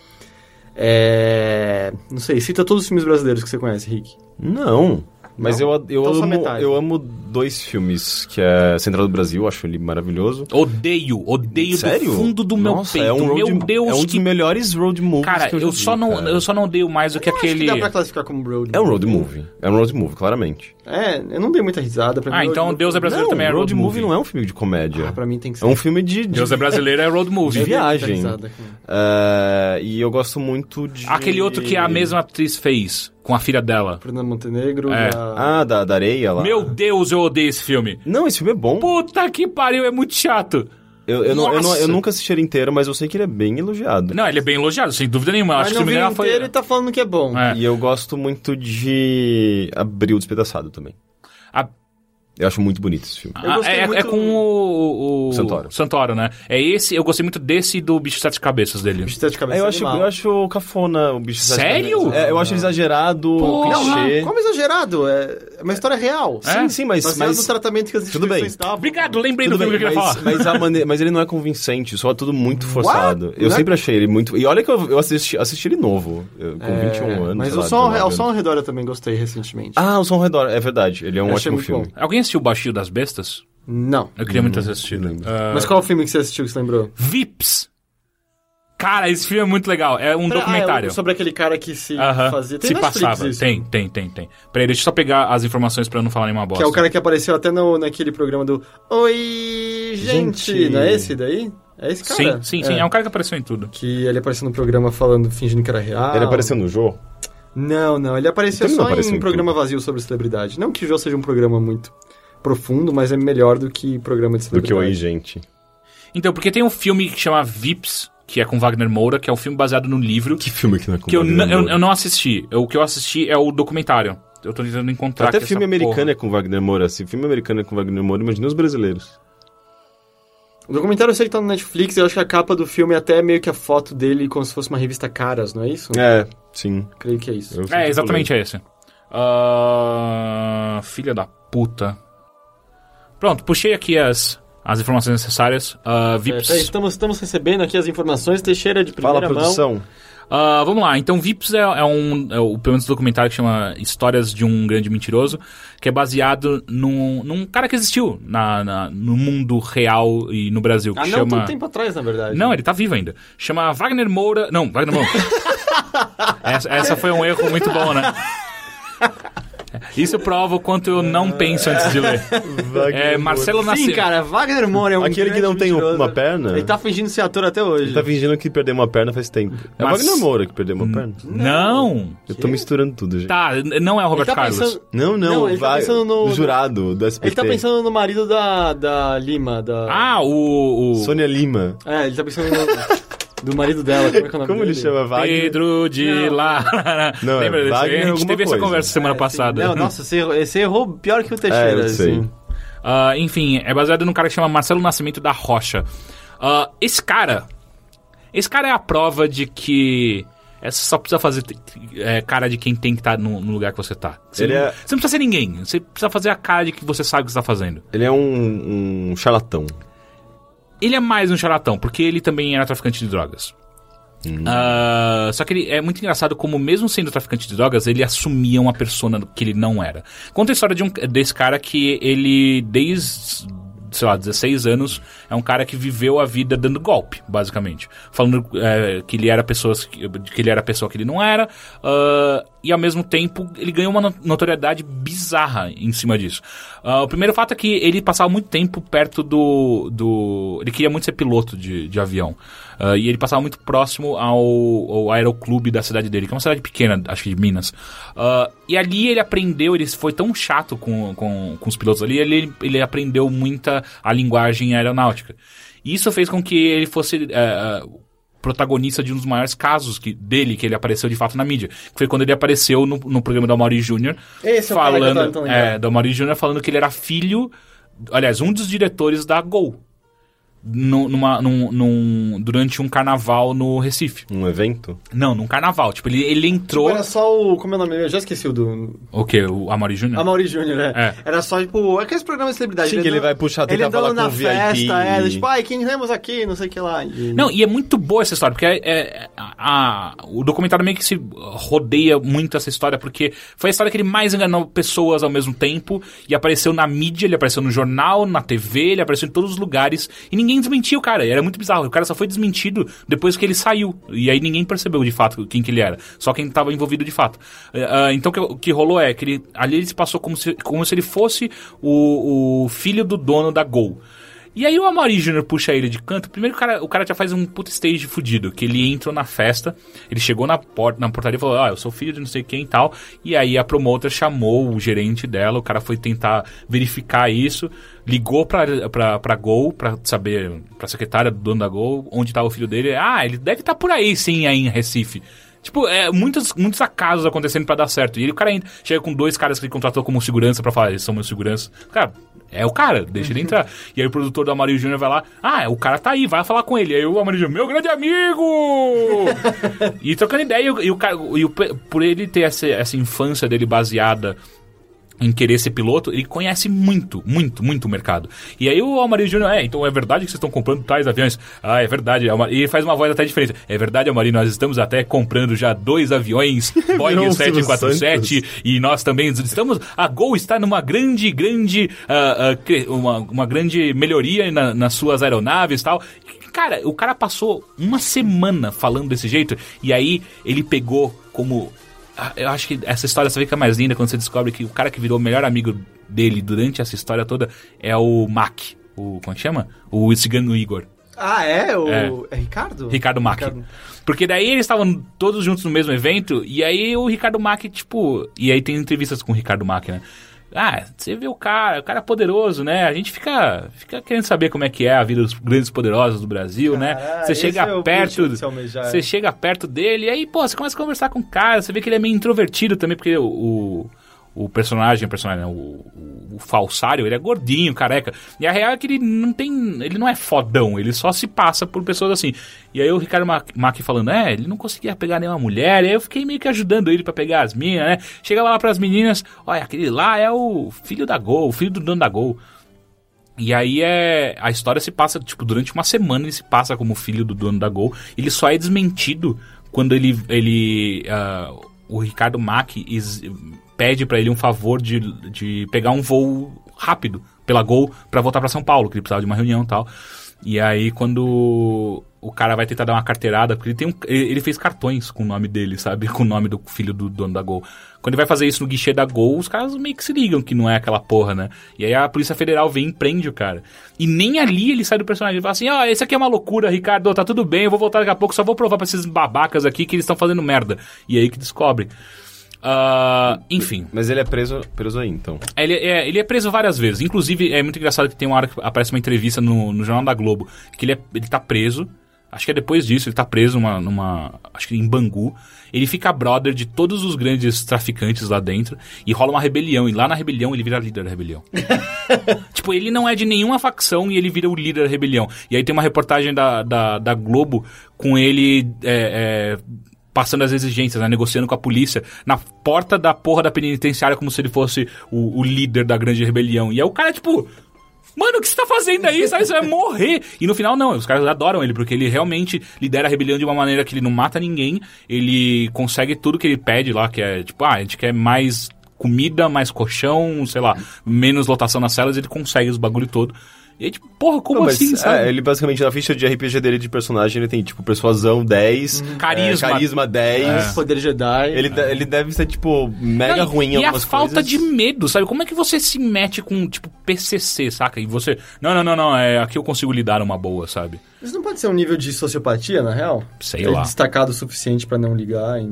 [SPEAKER 1] É, Não sei, cita todos os filmes brasileiros que você conhece, Rick.
[SPEAKER 3] Não. Mas
[SPEAKER 1] Não?
[SPEAKER 3] eu, ad- eu,
[SPEAKER 1] Então só
[SPEAKER 3] amo,
[SPEAKER 1] metade.
[SPEAKER 3] eu amo dois filmes, que é Central do Brasil, acho ele maravilhoso.
[SPEAKER 2] Odeio, odeio
[SPEAKER 3] Sério?
[SPEAKER 2] do fundo do meu
[SPEAKER 3] Nossa,
[SPEAKER 2] peito.
[SPEAKER 3] É um, road,
[SPEAKER 2] meu Deus,
[SPEAKER 3] é um dos
[SPEAKER 2] que...
[SPEAKER 3] melhores road movies
[SPEAKER 2] Cara,
[SPEAKER 3] que eu,
[SPEAKER 2] eu,
[SPEAKER 3] já vi,
[SPEAKER 2] só não,
[SPEAKER 3] cara.
[SPEAKER 2] eu só não odeio mais do que aquele...
[SPEAKER 1] Acho que dá pra classificar como road.
[SPEAKER 3] É um road movie. É um road movie, claramente.
[SPEAKER 1] É, eu não dei muita risada. Pra
[SPEAKER 2] Ah,
[SPEAKER 1] mim,
[SPEAKER 2] então
[SPEAKER 1] road-
[SPEAKER 2] Deus é brasileiro
[SPEAKER 3] não,
[SPEAKER 2] também é
[SPEAKER 3] road
[SPEAKER 2] road movie.
[SPEAKER 3] movie não é um filme de comédia.
[SPEAKER 1] Ah, pra mim tem que ser.
[SPEAKER 3] É um filme de, de,
[SPEAKER 2] Deus é brasileiro é road
[SPEAKER 3] de
[SPEAKER 2] movie.
[SPEAKER 3] viagem.
[SPEAKER 1] risada com-
[SPEAKER 3] É, e eu gosto muito de...
[SPEAKER 2] Aquele outro que é a mesma atriz fez com a filha dela.
[SPEAKER 1] Fernando Montenegro.
[SPEAKER 2] É.
[SPEAKER 1] e a-
[SPEAKER 3] Ah, da, da areia lá.
[SPEAKER 2] Meu Deus, eu odeio esse filme.
[SPEAKER 3] Não, esse filme é bom.
[SPEAKER 2] Puta que pariu, é muito chato.
[SPEAKER 3] Eu, eu, não, eu, não- eu
[SPEAKER 2] Nossa!
[SPEAKER 3] nunca assisti ele inteiro, mas eu sei que ele é bem elogiado.
[SPEAKER 2] Não, ele é bem elogiado, sem dúvida nenhuma. Eu
[SPEAKER 1] Mas
[SPEAKER 2] acho que
[SPEAKER 1] não
[SPEAKER 2] o
[SPEAKER 1] viu
[SPEAKER 2] melhor
[SPEAKER 1] inteiro
[SPEAKER 2] foi...
[SPEAKER 1] e tá falando que é bom.
[SPEAKER 2] É.
[SPEAKER 3] E eu gosto muito de Abril Despedaçado também.
[SPEAKER 2] A-
[SPEAKER 3] Eu acho muito bonito esse filme.
[SPEAKER 1] Eu
[SPEAKER 2] Ah,
[SPEAKER 1] gostei
[SPEAKER 2] é,
[SPEAKER 1] muito-
[SPEAKER 2] é com o, o-
[SPEAKER 3] Santoro.
[SPEAKER 2] né? É esse, eu gostei muito desse e do bicho de sete cabeças dele.
[SPEAKER 1] Esteticamente
[SPEAKER 3] É, eu, acho, eu acho cafona o bicho Sete
[SPEAKER 2] Sério?
[SPEAKER 3] Cabeças. É, eu acho ele exagerado,
[SPEAKER 2] Pô,
[SPEAKER 1] Não,
[SPEAKER 3] clichê.
[SPEAKER 1] não, como exagerado? É é uma história real.
[SPEAKER 2] É?
[SPEAKER 3] Sim, sim, mas.
[SPEAKER 1] Baseado no
[SPEAKER 3] mas...
[SPEAKER 1] tratamento que as
[SPEAKER 3] Tudo bem.
[SPEAKER 1] instituições davam.
[SPEAKER 2] Obrigado, lembrei
[SPEAKER 3] Tudo
[SPEAKER 2] do filme
[SPEAKER 3] bem,
[SPEAKER 2] que eu queria
[SPEAKER 3] mas,
[SPEAKER 2] falar.
[SPEAKER 3] mas a maneira, mas ele não é convincente, soa tudo muito forçado. Eu
[SPEAKER 1] Não é-
[SPEAKER 3] sempre achei ele muito. E olha que eu, eu assisti, assisti ele novo, eu- com 21 anos.
[SPEAKER 1] É, Mas
[SPEAKER 3] um sei
[SPEAKER 1] o
[SPEAKER 3] lá,
[SPEAKER 1] som,
[SPEAKER 3] 19
[SPEAKER 1] ao- o
[SPEAKER 3] anos.
[SPEAKER 1] som ao redor eu também gostei recentemente.
[SPEAKER 3] Ah, o som ao redor, é verdade. Ele é um
[SPEAKER 1] Eu achei
[SPEAKER 3] ótimo
[SPEAKER 1] muito
[SPEAKER 3] filme.
[SPEAKER 2] Alguém assistiu o Baixio das Bestas?
[SPEAKER 1] Hum, Não.
[SPEAKER 2] Eu queria muito ter assistido. Ah,
[SPEAKER 1] Mas qual o filme que você assistiu que você lembrou?
[SPEAKER 2] Vips! Cara, esse filme é muito legal. É um documentário.
[SPEAKER 1] Ah, sobre aquele cara que se
[SPEAKER 2] Aham.
[SPEAKER 1] fazia. Tem
[SPEAKER 2] Se
[SPEAKER 1] Netflix
[SPEAKER 2] passava.
[SPEAKER 1] isso.
[SPEAKER 2] Tem, tem, tem, tem. Peraí, deixa eu só pegar as informações pra eu não falar nenhuma
[SPEAKER 1] Que
[SPEAKER 2] bosta.
[SPEAKER 1] é o cara que apareceu até no, naquele programa do Oi, gente.
[SPEAKER 3] Gente.
[SPEAKER 1] Não é esse daí? É esse cara?
[SPEAKER 2] Sim, sim, sim. É. um cara que apareceu em tudo.
[SPEAKER 1] Que ele apareceu no programa falando, fingindo que era real.
[SPEAKER 3] Ele apareceu no jogo?
[SPEAKER 1] Não, não. Ele apareceu
[SPEAKER 3] Também
[SPEAKER 1] só
[SPEAKER 3] não apareceu
[SPEAKER 1] em
[SPEAKER 3] em
[SPEAKER 1] programa vazio sobre celebridade. Não que o Jô seja um programa muito profundo, mas é melhor do que programa de
[SPEAKER 3] Do que
[SPEAKER 1] celebridade.
[SPEAKER 3] o Oi, gente.
[SPEAKER 2] Então, porque tem um filme que chama Vips, que é com Wagner Moura, que é um filme baseado no livro.
[SPEAKER 3] Que filme que não é com
[SPEAKER 2] Que eu,
[SPEAKER 3] Wagner
[SPEAKER 2] n- eu,
[SPEAKER 3] Moura?
[SPEAKER 2] eu não assisti. Eu- o que eu assisti é o documentário. Eu tô tentando encontrar.
[SPEAKER 3] Até
[SPEAKER 2] aqui
[SPEAKER 3] filme
[SPEAKER 2] essa
[SPEAKER 3] americano
[SPEAKER 2] porra.
[SPEAKER 3] é com Wagner Moura. Se filme americano é com Wagner Moura, imagina os brasileiros.
[SPEAKER 1] O documentário eu sei que tá no Netflix, eu acho que a capa do filme é até meio que a foto dele como se fosse uma revista Caras, não é isso?
[SPEAKER 3] É, sim.
[SPEAKER 1] Creio que é isso.
[SPEAKER 3] eu
[SPEAKER 2] É,
[SPEAKER 3] sempre
[SPEAKER 2] exatamente é esse. Ah, filha da puta. Pronto, puxei aqui as, as informações necessárias. Ah,
[SPEAKER 1] É,
[SPEAKER 2] Vips.
[SPEAKER 1] tá, estamos, estamos recebendo aqui as informações, Teixeira de
[SPEAKER 3] Fala,
[SPEAKER 1] primeira mão.
[SPEAKER 3] produção.
[SPEAKER 2] Ah, vamos lá, então Vips é, é um, é o, pelo menos um documentário que chama Histórias de um Grande Mentiroso, que é baseado num, num cara que existiu na, na- no mundo real e no Brasil, que
[SPEAKER 1] Ah, não,
[SPEAKER 2] chama...
[SPEAKER 1] tanto tempo atrás, na verdade.
[SPEAKER 3] é
[SPEAKER 2] Não, ele tá vivo ainda. Chama Wagner Moura... Não, Wagner Moura... essa, essa foi um erro muito bom, né? Isso prova o quanto eu não penso antes de ler. É, Marcelo
[SPEAKER 1] Sim,
[SPEAKER 2] Nascimento...
[SPEAKER 1] cara, Wagner Moura é um
[SPEAKER 3] Aquele que
[SPEAKER 1] grande
[SPEAKER 3] não tem
[SPEAKER 1] mentiroso.
[SPEAKER 3] uma perna?
[SPEAKER 1] Ele tá fingindo ser ator até hoje.
[SPEAKER 3] Ele tá fingindo que perdeu uma perna faz tempo. É o
[SPEAKER 2] Mas-
[SPEAKER 3] Wagner Moura que perdeu uma perna.
[SPEAKER 2] Não!
[SPEAKER 3] Eu tô misturando tudo, gente.
[SPEAKER 2] Tá, n- não é o Roberto
[SPEAKER 1] Ele tá
[SPEAKER 2] Carlos.
[SPEAKER 1] pensando-
[SPEAKER 3] Não, não,
[SPEAKER 1] Não, ele tá
[SPEAKER 3] vai-
[SPEAKER 1] pensando no-
[SPEAKER 3] o jurado do SPT.
[SPEAKER 1] Ele tá pensando no marido da, da Lima, da...
[SPEAKER 2] Ah, o... o...
[SPEAKER 3] Sônia Lima.
[SPEAKER 1] É, ele tá pensando no... do marido dela, como é que é o nome
[SPEAKER 3] Como
[SPEAKER 1] dele?
[SPEAKER 3] ele chama? Wagner?
[SPEAKER 2] Pedro de Lara.
[SPEAKER 3] Não, é
[SPEAKER 2] Lembra desse?
[SPEAKER 3] Wagner
[SPEAKER 2] A gente
[SPEAKER 3] alguma
[SPEAKER 2] teve essa
[SPEAKER 3] coisa.
[SPEAKER 2] conversa semana
[SPEAKER 1] É,
[SPEAKER 2] passada.
[SPEAKER 1] sim. Não, nossa, você errou, você errou pior que o Teixeira,
[SPEAKER 3] É, eu sei.
[SPEAKER 1] assim.
[SPEAKER 2] Ah, enfim, é baseado num cara que chama Marcelo Nascimento da Rocha. Ah, esse cara. Esse cara é a prova de que. é, Você só precisa fazer t- t- é, cara de quem tem que estar no, no lugar que você tá. Você,
[SPEAKER 3] Ele
[SPEAKER 2] não,
[SPEAKER 3] é-
[SPEAKER 2] você não precisa ser ninguém. Você precisa fazer a cara de que você sabe o que você tá fazendo.
[SPEAKER 3] Ele é um, um charlatão.
[SPEAKER 2] Ele é mais um charlatão, porque ele também era traficante de drogas. Ah, só que ele é muito engraçado como, mesmo sendo traficante de drogas, ele assumia uma persona que ele não era. Conta a história de um, desse cara que ele, desde, sei lá, 16 anos, é um cara que viveu a vida dando golpe, basicamente. Falando eh, que ele era pessoas que, que ele era a pessoa que ele não era. ah, e ao mesmo tempo ele ganhou uma no- notoriedade bizarra em cima disso. Ah, o primeiro fato é que ele passava muito tempo perto do. do ele queria muito ser piloto de, de avião. Ah, e ele passava muito próximo ao, ao aeroclube da cidade dele, que é uma cidade pequena, acho que de Minas. Ah, e ali ele aprendeu, ele foi tão chato com, com, com os pilotos ali, ele, ele aprendeu muita a linguagem aeronáutica. E isso fez com que ele fosse. ah, ah, protagonista de um dos maiores casos que, dele, que ele apareceu de fato na mídia. Que foi quando ele apareceu no, no programa da Mauri Júnior.
[SPEAKER 1] Esse é o cara que eu
[SPEAKER 2] falando,
[SPEAKER 1] tava tão lembrado.
[SPEAKER 2] é, da Mauri Júnior falando que ele era filho. Aliás, um dos diretores da Gol. nu- numa- num- num- durante um carnaval no Recife.
[SPEAKER 3] Um evento?
[SPEAKER 2] Não, num carnaval. Tipo, ele, ele entrou.
[SPEAKER 5] Era só o. Como é o nome? Eu já esqueci o do.
[SPEAKER 2] O quê? O Amaury Júnior?
[SPEAKER 5] A Mauri Júnior, né?
[SPEAKER 2] É.
[SPEAKER 5] Era só, tipo, aqueles
[SPEAKER 1] é
[SPEAKER 5] programas de celebridade.
[SPEAKER 3] Sim, que ele vai puxar,
[SPEAKER 5] Ele
[SPEAKER 3] tentar
[SPEAKER 5] andando
[SPEAKER 3] falar
[SPEAKER 5] na
[SPEAKER 3] com o VIP.
[SPEAKER 5] festa, é, tipo, ai, quem temos aqui, não sei o que lá. E-
[SPEAKER 2] Não, e é muito boa essa história, porque é, é- a- a- o documentário meio que se rodeia muito essa história, porque foi a história que ele mais enganou pessoas ao mesmo tempo, e apareceu na mídia, ele apareceu no jornal, na TV, ele apareceu em todos os lugares, e ninguém desmentiu o cara, era muito bizarro, o cara só foi desmentido depois que ele saiu, e aí ninguém percebeu de fato quem que ele era, só quem estava envolvido de fato. Eh, ah, então o que, o que rolou é que ele, ali ele se passou como se, como se ele fosse o- o filho do dono da Gol. E aí o Amaury Jr. puxa ele de canto. Primeiro o cara, o cara já faz um puta stage fudido, que ele entrou na festa, ele chegou na, porta, na portaria e falou, ah, eu sou filho de não sei quem e tal. E aí a promotora chamou o gerente dela, o cara foi tentar verificar isso, ligou pra, pra, pra Gol, pra saber, pra secretária do dono da Gol, onde tava o filho dele. Ah, ele deve estar por aí sim, aí em Recife. Tipo, é, muitos, muitos acasos acontecendo pra dar certo. E ele, o cara ainda chega com dois caras que ele contratou como segurança pra falar, eles são meus seguranças. Cara, é o cara, deixa ele entrar. E aí o produtor do Amarillo Júnior vai lá, ah, o cara tá aí, vai falar com ele. Aí o Amarillo Júnior, meu grande amigo! e trocando ideia, e o, e o cara, e o pe- por ele ter essa, essa infância dele baseada em querer ser piloto, ele conhece muito, muito, muito o mercado. E aí o Almarinho Júnior, é, então é verdade que vocês estão comprando tais aviões? Ah, é verdade. Almar- E ele faz uma voz até diferente. É verdade, Almarinho, nós estamos até comprando já dois aviões Boeing
[SPEAKER 3] Virou um Silvio
[SPEAKER 2] 747 e nós também estamos... A Gol está numa grande, grande... ah, ah, cre- uma, uma grande melhoria na- nas suas aeronaves e tal. Cara, o cara passou uma semana falando desse jeito e aí ele pegou como ah, Eu acho que essa história só fica mais linda quando você descobre que o cara que virou o melhor amigo dele durante essa história toda é o Mac. O, como é que chama? O Cigano Igor.
[SPEAKER 5] Ah, é? O. É Ricardo?
[SPEAKER 2] Ricardo Mack. Porque daí eles estavam todos juntos no mesmo evento, e aí o Ricardo Mack, tipo. E aí tem entrevistas com o Ricardo Mack, né? Ah, você vê o cara, o cara é poderoso, né? A gente fica, fica querendo saber como é que é a vida dos grandes poderosos do Brasil, né?
[SPEAKER 5] Caralho,
[SPEAKER 2] Você
[SPEAKER 5] esse
[SPEAKER 2] chega
[SPEAKER 5] é o
[SPEAKER 2] perto,
[SPEAKER 5] objetivo de se almejar,
[SPEAKER 2] você
[SPEAKER 5] é.
[SPEAKER 2] chega perto dele, e aí, pô, você começa a conversar com o cara, você vê que ele é meio introvertido também, porque o, o, o personagem, o personagem, né? o, o, o falsário, ele é gordinho, careca. E a real é que ele não tem, ele não é fodão, ele só se passa por pessoas assim. E aí o Ricardo Ma- Mack falando, é, ele não conseguia pegar nenhuma mulher, e aí eu fiquei meio que ajudando ele pra pegar as minhas, né? Chegava lá pras meninas, olha, aquele lá é o filho da Gol, o filho do dono da Gol. E aí é. A história se passa, tipo, durante uma semana ele se passa como filho do dono da Gol. Ele só é desmentido quando ele. ele ah, o Ricardo Mack ex- pede pra ele um favor de, de pegar um voo rápido pela Gol pra voltar pra São Paulo, que ele precisava de uma reunião e tal. E aí quando o cara vai tentar dar uma carteirada, porque ele tem um, ele ele fez cartões com o nome dele, sabe? Com o nome do filho do dono da Gol. Quando ele vai fazer isso no guichê da Gol, os caras meio que se ligam que não é aquela porra, né? E aí a Polícia Federal vem e prende o cara. E nem ali ele sai do personagem. Ele fala assim: ó, esse aqui é uma loucura, Ricardo, tá tudo bem, eu vou voltar daqui a pouco, só vou provar pra esses babacas aqui que eles estão fazendo merda. E aí que descobre. Ah, enfim.
[SPEAKER 3] Mas ele é preso, preso aí, então.
[SPEAKER 2] Ele é, ele é preso várias vezes. Inclusive, é muito engraçado que tem uma hora que aparece uma entrevista no, no Jornal da Globo que ele, é, ele tá preso. Acho que é depois disso, ele tá preso numa, numa. Acho que em Bangu. Ele fica brother de todos os grandes traficantes lá dentro e rola uma rebelião. E lá na rebelião ele vira líder da rebelião. Tipo, ele não é de nenhuma facção e ele vira o líder da rebelião. E aí tem uma reportagem da, da, da Globo com ele é, é, passando as exigências, né? negociando com a polícia na porta da porra da penitenciária como se ele fosse o, o líder da grande rebelião. E aí o cara, tipo... Mano, o que você tá fazendo aí? Sabe, Você vai morrer. E no final, não. Os caras adoram ele, porque ele realmente lidera a rebelião de uma maneira que ele não mata ninguém. Ele consegue tudo que ele pede lá, que é tipo, ah, a gente quer mais comida, mais colchão, sei lá, menos lotação nas celas, ele consegue os bagulho todo. E aí, tipo, porra, como
[SPEAKER 3] Não, mas,
[SPEAKER 2] assim,
[SPEAKER 3] é,
[SPEAKER 2] sabe?
[SPEAKER 3] ele basicamente, na ficha de RPG dele de personagem, ele tem, tipo, persuasão 10,
[SPEAKER 2] Hum, Carisma. É.
[SPEAKER 3] é, carisma 10.
[SPEAKER 5] Poder Jedi.
[SPEAKER 3] Ele, de- ele deve ser, tipo, mega
[SPEAKER 2] Não, e-
[SPEAKER 3] ruim em
[SPEAKER 2] e a
[SPEAKER 3] algumas
[SPEAKER 2] falta
[SPEAKER 3] coisas.
[SPEAKER 2] de medo, sabe? Como é que você se mete com, tipo, PCC, saca? E você... Não, não, não, não, é, aqui eu consigo lidar uma boa, sabe?
[SPEAKER 5] Isso não pode ser um nível de sociopatia, na real?
[SPEAKER 2] Sei
[SPEAKER 5] Ele
[SPEAKER 1] É
[SPEAKER 2] lá.
[SPEAKER 5] destacado o suficiente pra não ligar. E...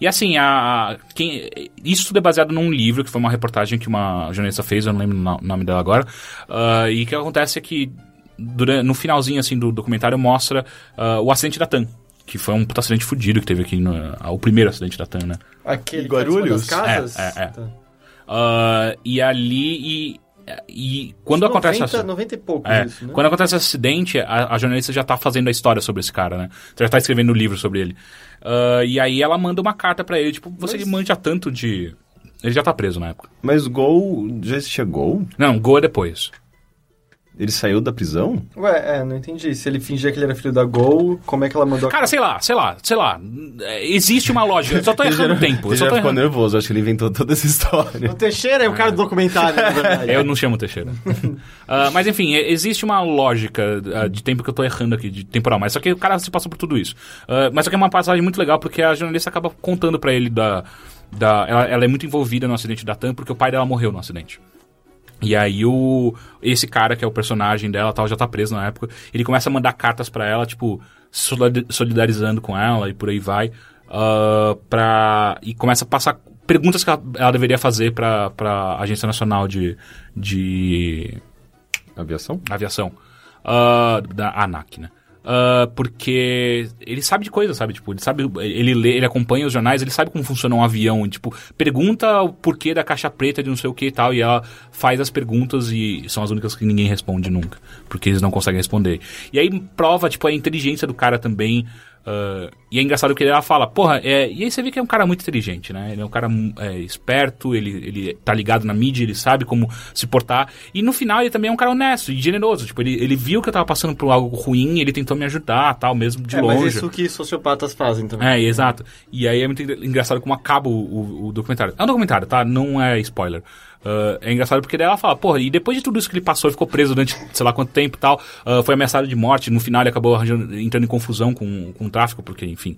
[SPEAKER 2] E assim, a, a- quem, isso tudo é baseado num livro, que foi uma reportagem que uma jornalista fez, eu não lembro o no- nome dela agora. ah, e o que acontece é que dura- no finalzinho assim, do documentário mostra ah, o acidente da TAM. Que foi um puta acidente fudido que teve aqui, no- ah, o primeiro acidente da TAM, né?
[SPEAKER 1] é tipo
[SPEAKER 5] Aquele
[SPEAKER 3] Em Guarulhos?
[SPEAKER 5] que tá em cima das casas?
[SPEAKER 2] É, é, é.
[SPEAKER 5] Tá.
[SPEAKER 2] Ah, e ali. E E quando acontece essa-
[SPEAKER 1] 90 e pouco
[SPEAKER 2] é,
[SPEAKER 1] isso, né?
[SPEAKER 2] Quando acontece esse acidente, a, a jornalista já tá fazendo a história sobre esse cara, né? Já tá escrevendo um livro sobre ele. Ah, e aí ela manda uma carta pra ele, tipo, você manja tanto de. Ele já tá preso na época.
[SPEAKER 3] Mas Gol já existia Gol?
[SPEAKER 2] Não, Go é depois.
[SPEAKER 3] Ele saiu da prisão?
[SPEAKER 1] Ué, é, não entendi. Se ele fingia que ele era filho da Gol, como é que ela mandou... a-
[SPEAKER 2] Cara, sei lá, sei lá, sei lá. É, Existe uma lógica. Eu só tô errando o tempo. Eu
[SPEAKER 3] Ele
[SPEAKER 2] só
[SPEAKER 3] já
[SPEAKER 2] tô
[SPEAKER 3] ficou
[SPEAKER 2] errando.
[SPEAKER 3] nervoso, acho que ele inventou toda essa história.
[SPEAKER 1] O Teixeira é o cara do documentário, na verdade.
[SPEAKER 2] Eu não chamo Teixeira. Ah, mas enfim, e- existe uma lógica ah, de tempo que eu tô errando aqui, de temporal, mas só que o cara se passou por tudo isso. Ah, mas só que é uma passagem muito legal, porque a jornalista acaba contando pra ele da. da ela, ela é muito envolvida no acidente da TAM, porque o pai dela morreu no acidente. E aí o esse cara que é o personagem dela, tal, já tá preso na época. Ele começa a mandar cartas pra ela, tipo, solida- solidarizando com ela e por aí vai, ah, pra e começa a passar perguntas que ela, ela deveria fazer pra pra Agência Nacional de de
[SPEAKER 3] Aviação?
[SPEAKER 2] aviação. Ah, da ANAC, né? Ah, porque ele sabe de coisa, sabe? Tipo, ele sabe, ele lê, ele acompanha os jornais, ele sabe como funciona um avião, e, tipo, pergunta o porquê da caixa preta de não sei o que e tal, e ela faz as perguntas e são as únicas que ninguém responde nunca, porque eles não conseguem responder. E aí prova, tipo, a inteligência do cara também. ah, e é engraçado que ela fala, porra, é, e aí você vê que é um cara muito inteligente, né? Ele é um cara hum, é, esperto, ele, ele tá ligado na mídia, ele sabe como se portar. E no final ele também é um cara honesto e generoso. Tipo, ele, ele viu que eu tava passando por algo ruim, ele tentou me ajudar, tal, mesmo de
[SPEAKER 1] é,
[SPEAKER 2] longe.
[SPEAKER 1] mas isso que sociopatas fazem também.
[SPEAKER 2] É, exato. E aí é muito engra- engraçado como acaba o, o- o documentário. É um documentário, tá? Não é spoiler. Ah, é engraçado porque daí ela fala, porra, e depois de tudo isso que ele passou, ficou preso durante sei lá quanto tempo e tal, ah, foi ameaçado de morte, no final ele acabou arranjando- entrando em confusão com, com o tráfico, porque, enfim,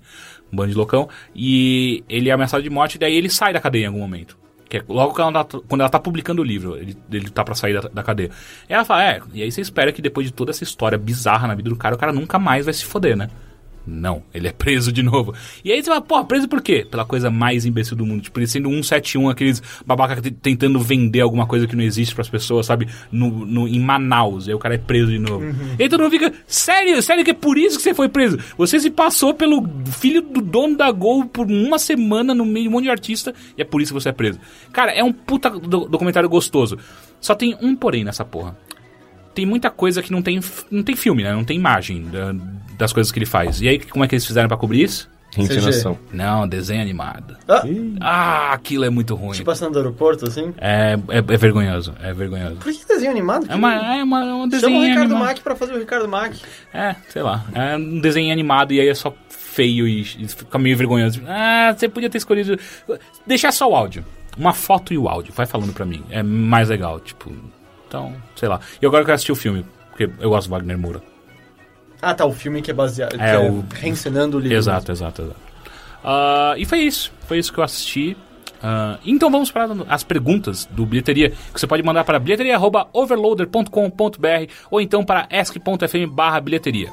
[SPEAKER 2] um bando de loucão, e ele é ameaçado de morte, e daí ele sai da cadeia em algum momento. Que é logo quando ela, tá, quando ela tá publicando o livro, ele, ele tá pra sair da, da cadeia. E ela fala, é, e aí você espera que depois de toda essa história bizarra na vida do cara, o cara nunca mais vai se foder, né? Não, ele é preso de novo. E aí você fala, porra, preso por quê? Pela coisa mais imbecil do mundo. Tipo, ele sendo 171, aqueles babaca te- tentando vender alguma coisa que não existe pras pessoas, sabe? No, no- em Manaus. E aí o cara é preso de novo. E aí todo mundo fica, sério, sério que é por isso que você foi preso? Você se passou pelo filho do dono da Gol por uma semana no meio de um monte de artista e é por isso que você é preso. Cara, é um puta do- documentário gostoso. Só tem um porém nessa porra tem muita coisa que não tem, não tem filme, né? Não tem imagem da- das coisas que ele faz. E aí, como é que eles fizeram pra cobrir isso?
[SPEAKER 3] Reencenação.
[SPEAKER 2] Não, desenho animado.
[SPEAKER 1] Ah.
[SPEAKER 2] Ah, aquilo é muito ruim.
[SPEAKER 1] Tipo, passando do aeroporto, assim.
[SPEAKER 2] É, é, é vergonhoso, é vergonhoso.
[SPEAKER 1] Por que desenho animado?
[SPEAKER 2] É, uma, é, uma, é um desenho
[SPEAKER 1] Chama o Ricardo
[SPEAKER 2] animado.
[SPEAKER 1] Mack pra fazer o Ricardo Mack.
[SPEAKER 2] É, sei lá. É um desenho animado e aí é só feio e, e fica meio vergonhoso. Ah, você podia ter escolhido... Deixar só o áudio. Uma foto e o áudio. Vai falando pra mim. É mais legal, tipo... Então, sei lá. E agora eu quero assistir o filme, porque eu gosto do Wagner Moura.
[SPEAKER 1] Ah, tá, o filme que é baseado... que
[SPEAKER 2] É, o-
[SPEAKER 1] Reencenando o livro.
[SPEAKER 2] Exato, exato, exato. Ah, e foi isso. Foi isso que eu assisti. Ah, então vamos para as perguntas do Bilheteria, que você pode mandar para bilheteria.overloader.com.br ou então para ask.fm barra bilheteria.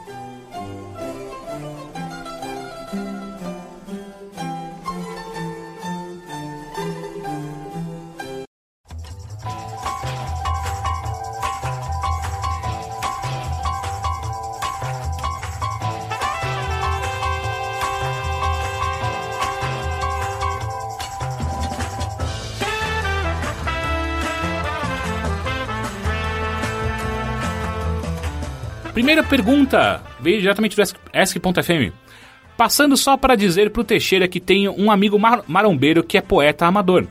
[SPEAKER 2] Primeira pergunta veio diretamente do ask- ask.fm. Passando só para dizer pro Teixeira que tenho um amigo mar- marombeiro que é poeta amador.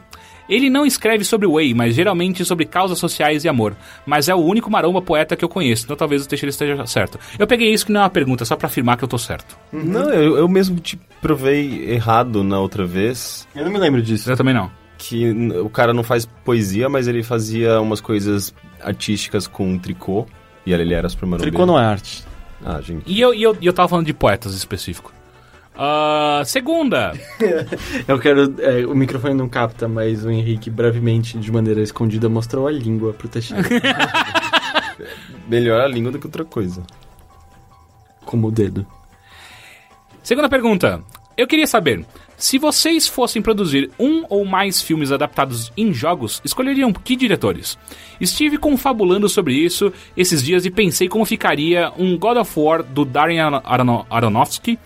[SPEAKER 2] Ele não escreve sobre Way, mas geralmente sobre causas sociais e amor. Mas é o único maromba poeta que eu conheço, então talvez o Teixeira esteja certo. Eu peguei isso que não é uma pergunta, só para afirmar que eu tô certo.
[SPEAKER 3] Não, eu, eu mesmo te provei errado na outra vez,
[SPEAKER 1] Eu não me lembro disso.
[SPEAKER 2] Eu também não.
[SPEAKER 3] que n- o cara não faz poesia, mas ele fazia umas coisas artísticas com tricô, e ele era super marombeiro.
[SPEAKER 5] Tricô não é arte.
[SPEAKER 3] Ah, gente.
[SPEAKER 2] E eu, e eu, e eu tava falando de poetas em específico. Ah, segunda.
[SPEAKER 1] Eu quero... é, o microfone não capta, mas o Henrique, brevemente, de maneira escondida, mostrou a língua pro Teixeira.
[SPEAKER 3] Melhor a língua do que outra coisa.
[SPEAKER 1] como o dedo.
[SPEAKER 2] Segunda pergunta. Eu queria saber, se vocês fossem produzir um ou mais filmes adaptados em jogos, escolheriam que diretores? Estive confabulando sobre isso esses dias e pensei como ficaria um God of War do Darren Aron- Arono- Aronofsky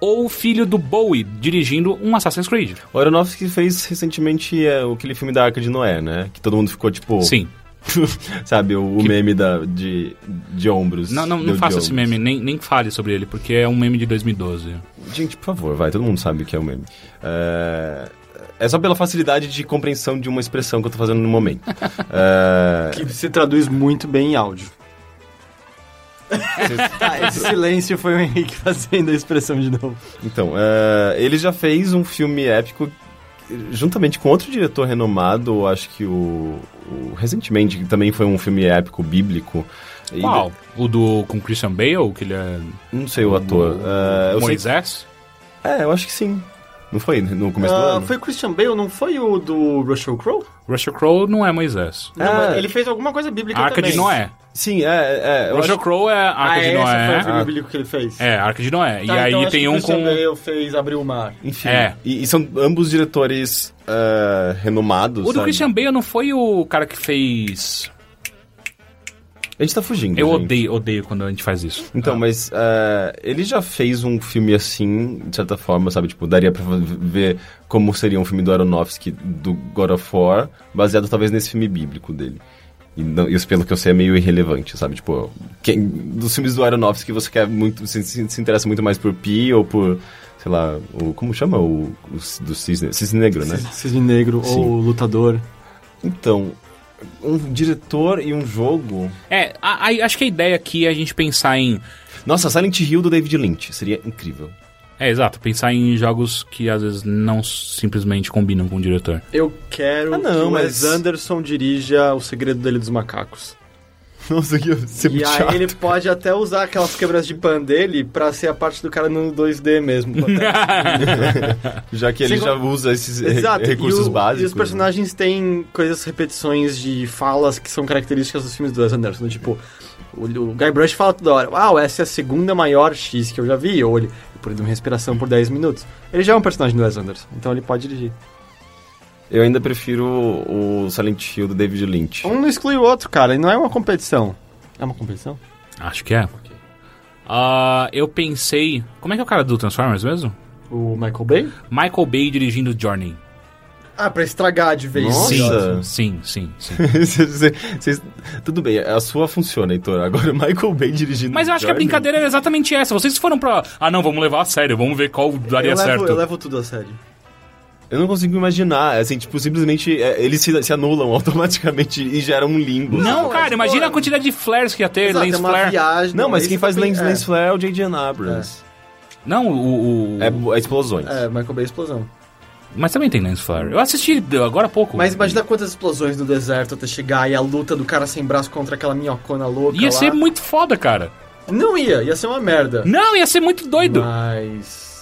[SPEAKER 2] ou o filho do Bowie dirigindo um Assassin's Creed.
[SPEAKER 3] O Aronofsky fez recentemente é, aquele filme da Arca de Noé, né? Que todo mundo ficou tipo...
[SPEAKER 2] Sim.
[SPEAKER 3] Sabe, o, o meme da, de, de ombros.
[SPEAKER 2] Não, não,
[SPEAKER 3] do
[SPEAKER 2] não
[SPEAKER 3] de
[SPEAKER 2] faça esse
[SPEAKER 3] ombros.
[SPEAKER 2] meme, nem, nem fale sobre ele, porque é um meme de 2012.
[SPEAKER 3] Gente, por favor, vai, todo mundo sabe o que é o meme. É, é só pela facilidade de compreensão de uma expressão que eu tô fazendo no momento. É,
[SPEAKER 1] Que se traduz muito bem em áudio. Ah, esse silêncio foi o Henrique fazendo a expressão de novo.
[SPEAKER 3] Então, é, ele já fez um filme épico eh, juntamente com outro diretor renomado, acho que o, o- recentemente, que também foi um filme épico bíblico. E-
[SPEAKER 2] Qual? O do com Christian Bale, que ele é
[SPEAKER 3] não sei o ator. É, eu sei-
[SPEAKER 2] Moisés?
[SPEAKER 3] é, eu acho que sim. Não foi no começo do
[SPEAKER 1] Ah,
[SPEAKER 3] ano?
[SPEAKER 1] foi o Christian Bale, não foi o do Russell Crowe?
[SPEAKER 2] Russell Crowe não é Moisés.
[SPEAKER 1] Não,
[SPEAKER 3] Ah.
[SPEAKER 1] mas ele fez alguma coisa bíblica
[SPEAKER 2] Arca
[SPEAKER 1] também.
[SPEAKER 2] de Noé.
[SPEAKER 3] Sim, é, é. Eu
[SPEAKER 2] Russell
[SPEAKER 3] acho...
[SPEAKER 2] Crowe é Arca
[SPEAKER 1] Ah,
[SPEAKER 2] de
[SPEAKER 1] esse foi o
[SPEAKER 2] Noé.
[SPEAKER 1] filme
[SPEAKER 3] Ah.
[SPEAKER 1] bíblico que ele fez.
[SPEAKER 2] É, Arca de Noé.
[SPEAKER 1] Tá,
[SPEAKER 2] e aí
[SPEAKER 1] então acho que
[SPEAKER 2] tem
[SPEAKER 1] o
[SPEAKER 2] um
[SPEAKER 1] Christian
[SPEAKER 2] com.
[SPEAKER 1] Bale fez Abrir o Mar.
[SPEAKER 3] Enfim.
[SPEAKER 2] É.
[SPEAKER 3] E, e são ambos diretores eh, renomados.
[SPEAKER 2] O do
[SPEAKER 3] sabe?
[SPEAKER 2] Christian Bale não foi o cara que fez.
[SPEAKER 3] A gente tá fugindo.
[SPEAKER 2] Eu
[SPEAKER 3] gente.
[SPEAKER 2] odeio, odeio quando a gente faz isso.
[SPEAKER 3] Então, mas eh, ele já fez um filme assim, de certa forma, sabe? Tipo, daria pra ver como seria um filme do Aronofsky do God of War, baseado talvez nesse filme bíblico dele. E não, isso, pelo que eu sei, é meio irrelevante, sabe? Tipo, quem- dos filmes do Aronofsky você quer muito, se, se, se interessa muito mais por Pi ou por, sei lá, o, como chama o, o c- do Cisne, Cisne Negro, né?
[SPEAKER 1] Cisne Negro
[SPEAKER 3] Sim.
[SPEAKER 1] ou Lutador.
[SPEAKER 3] Então, um diretor e um jogo...
[SPEAKER 2] É, a- a- acho que a ideia aqui é a gente pensar em.
[SPEAKER 3] Nossa, Silent Hill do David Lynch, seria incrível.
[SPEAKER 2] É, exato, pensar em jogos que às vezes não simplesmente combinam com o diretor.
[SPEAKER 1] Eu quero
[SPEAKER 3] Ah, não,
[SPEAKER 1] que o
[SPEAKER 3] mas-
[SPEAKER 1] Wes Anderson dirija O Segredo dele dos Macacos.
[SPEAKER 3] Nossa, que ser
[SPEAKER 1] E aí ele pode até usar aquelas quebras de pan dele pra ser a parte do cara no 2D mesmo.
[SPEAKER 3] Já que ele
[SPEAKER 1] Sim,
[SPEAKER 3] já usa esses re-
[SPEAKER 1] Exato.
[SPEAKER 3] recursos
[SPEAKER 1] e o-
[SPEAKER 3] básicos. né?
[SPEAKER 1] E os personagens têm coisas, repetições de falas que são características dos filmes do Wes Anderson. né? Tipo, o, o Guybrush fala toda hora, uau, essa é a segunda maior X que eu já vi. Ou ele, por uma respiração por 10 minutos. Ele já é um personagem do Wes Anderson, então ele pode dirigir.
[SPEAKER 3] Eu ainda prefiro o Silent Hill do David Lynch.
[SPEAKER 1] Um não exclui o outro, cara. E não é uma competição. É uma competição?
[SPEAKER 2] Acho que é. Ah, eu pensei. Como é que é o cara do Transformers mesmo?
[SPEAKER 1] O Michael Bay?
[SPEAKER 2] Michael Bay dirigindo Journey.
[SPEAKER 1] Ah, pra estragar de vez.
[SPEAKER 3] Nossa.
[SPEAKER 2] Sim, sim, sim, sim.
[SPEAKER 3] Cês- cês- cês- Tudo bem, a sua funciona, Heitor. Agora o Michael Bay dirigindo.
[SPEAKER 2] Mas eu acho que a
[SPEAKER 3] Journey?
[SPEAKER 2] brincadeira era exatamente essa. Vocês foram pra. Ah, não, vamos levar a sério, vamos ver qual daria
[SPEAKER 1] eu,
[SPEAKER 2] certo.
[SPEAKER 1] levo, eu levo tudo a sério.
[SPEAKER 3] Eu não consigo imaginar. Assim, tipo, simplesmente é, eles se, se anulam automaticamente e geram um limbo.
[SPEAKER 2] Não,
[SPEAKER 1] Não,
[SPEAKER 2] cara,
[SPEAKER 1] mas,
[SPEAKER 2] imagina
[SPEAKER 1] pô,
[SPEAKER 2] a quantidade de flares que ia ter,
[SPEAKER 1] Exato,
[SPEAKER 2] lens
[SPEAKER 1] é uma
[SPEAKER 2] flare.
[SPEAKER 1] viagem.
[SPEAKER 3] Não, mas
[SPEAKER 1] isso
[SPEAKER 3] quem
[SPEAKER 1] tá
[SPEAKER 3] faz
[SPEAKER 1] bem-
[SPEAKER 3] Lens,
[SPEAKER 1] é.
[SPEAKER 3] Lens Flare é o J.J. Abrams.
[SPEAKER 2] Não, o. o-
[SPEAKER 3] É, é explosões.
[SPEAKER 1] É, Michael Bay explosão.
[SPEAKER 2] Mas também tem lens flare. Eu assisti agora há pouco.
[SPEAKER 1] Mas imagina quantas explosões no deserto até chegar e a luta do cara sem braço contra aquela minhocona louca.
[SPEAKER 2] Ia
[SPEAKER 1] lá.
[SPEAKER 2] ser muito foda, cara.
[SPEAKER 1] Não ia, ia ser uma merda.
[SPEAKER 2] Não, ia ser muito doido.
[SPEAKER 1] Mas.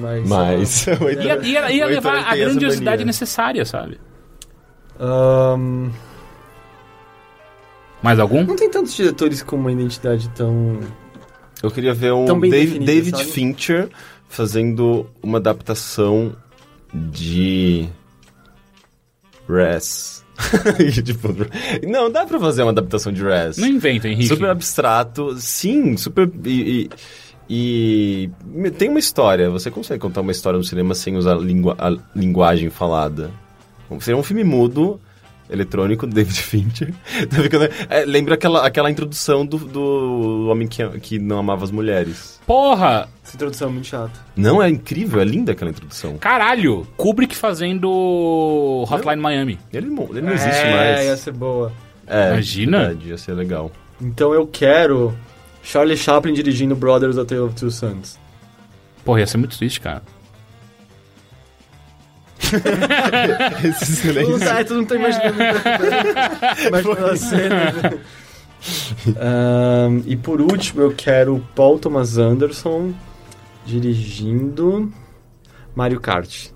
[SPEAKER 1] Mas.
[SPEAKER 3] Mas. é o Heitor-
[SPEAKER 2] Ia, ia- ia
[SPEAKER 3] o Heitor
[SPEAKER 2] levar a
[SPEAKER 3] tem essa
[SPEAKER 2] grandiosidade
[SPEAKER 3] mania.
[SPEAKER 2] necessária, sabe?
[SPEAKER 1] Ahn,
[SPEAKER 2] Mais algum?
[SPEAKER 1] não tem tantos diretores com uma identidade tão.
[SPEAKER 3] Eu queria ver um
[SPEAKER 1] Tão bem
[SPEAKER 3] Dave-
[SPEAKER 1] definido,
[SPEAKER 3] David
[SPEAKER 1] sabe?
[SPEAKER 3] Fincher fazendo uma adaptação de Res. Tipo, não, dá pra fazer uma adaptação de Res.
[SPEAKER 2] Não inventa, Henrique.
[SPEAKER 3] Super abstrato, sim, super. E, e- e tem uma história. Você consegue contar uma história no cinema sem usar lingua- a linguagem falada? Seria um filme mudo, eletrônico, do David Fincher. Tá ficando- é, lembra aquela, aquela introdução do, do homem que, que não amava as mulheres.
[SPEAKER 2] Porra!
[SPEAKER 1] Essa introdução é muito chata.
[SPEAKER 3] Não, é incrível, é linda aquela introdução.
[SPEAKER 2] Caralho! Kubrick fazendo Hotline Miami.
[SPEAKER 3] Ele, não- ele não existe
[SPEAKER 1] é,
[SPEAKER 3] mais.
[SPEAKER 1] ia ser boa.
[SPEAKER 3] É,
[SPEAKER 2] Imagina.
[SPEAKER 3] verdade, ia ser legal.
[SPEAKER 1] Então eu quero. Charlie Chaplin dirigindo Brothers A Tale of Two Sons.
[SPEAKER 2] Porra, ia ser muito triste, cara.
[SPEAKER 3] Esse
[SPEAKER 1] Não
[SPEAKER 3] silêncio.
[SPEAKER 1] dá, tu não tá imaginando. Imaginando a cena. Ahn, e por último, eu quero o Paul Thomas Anderson dirigindo Mario Kart.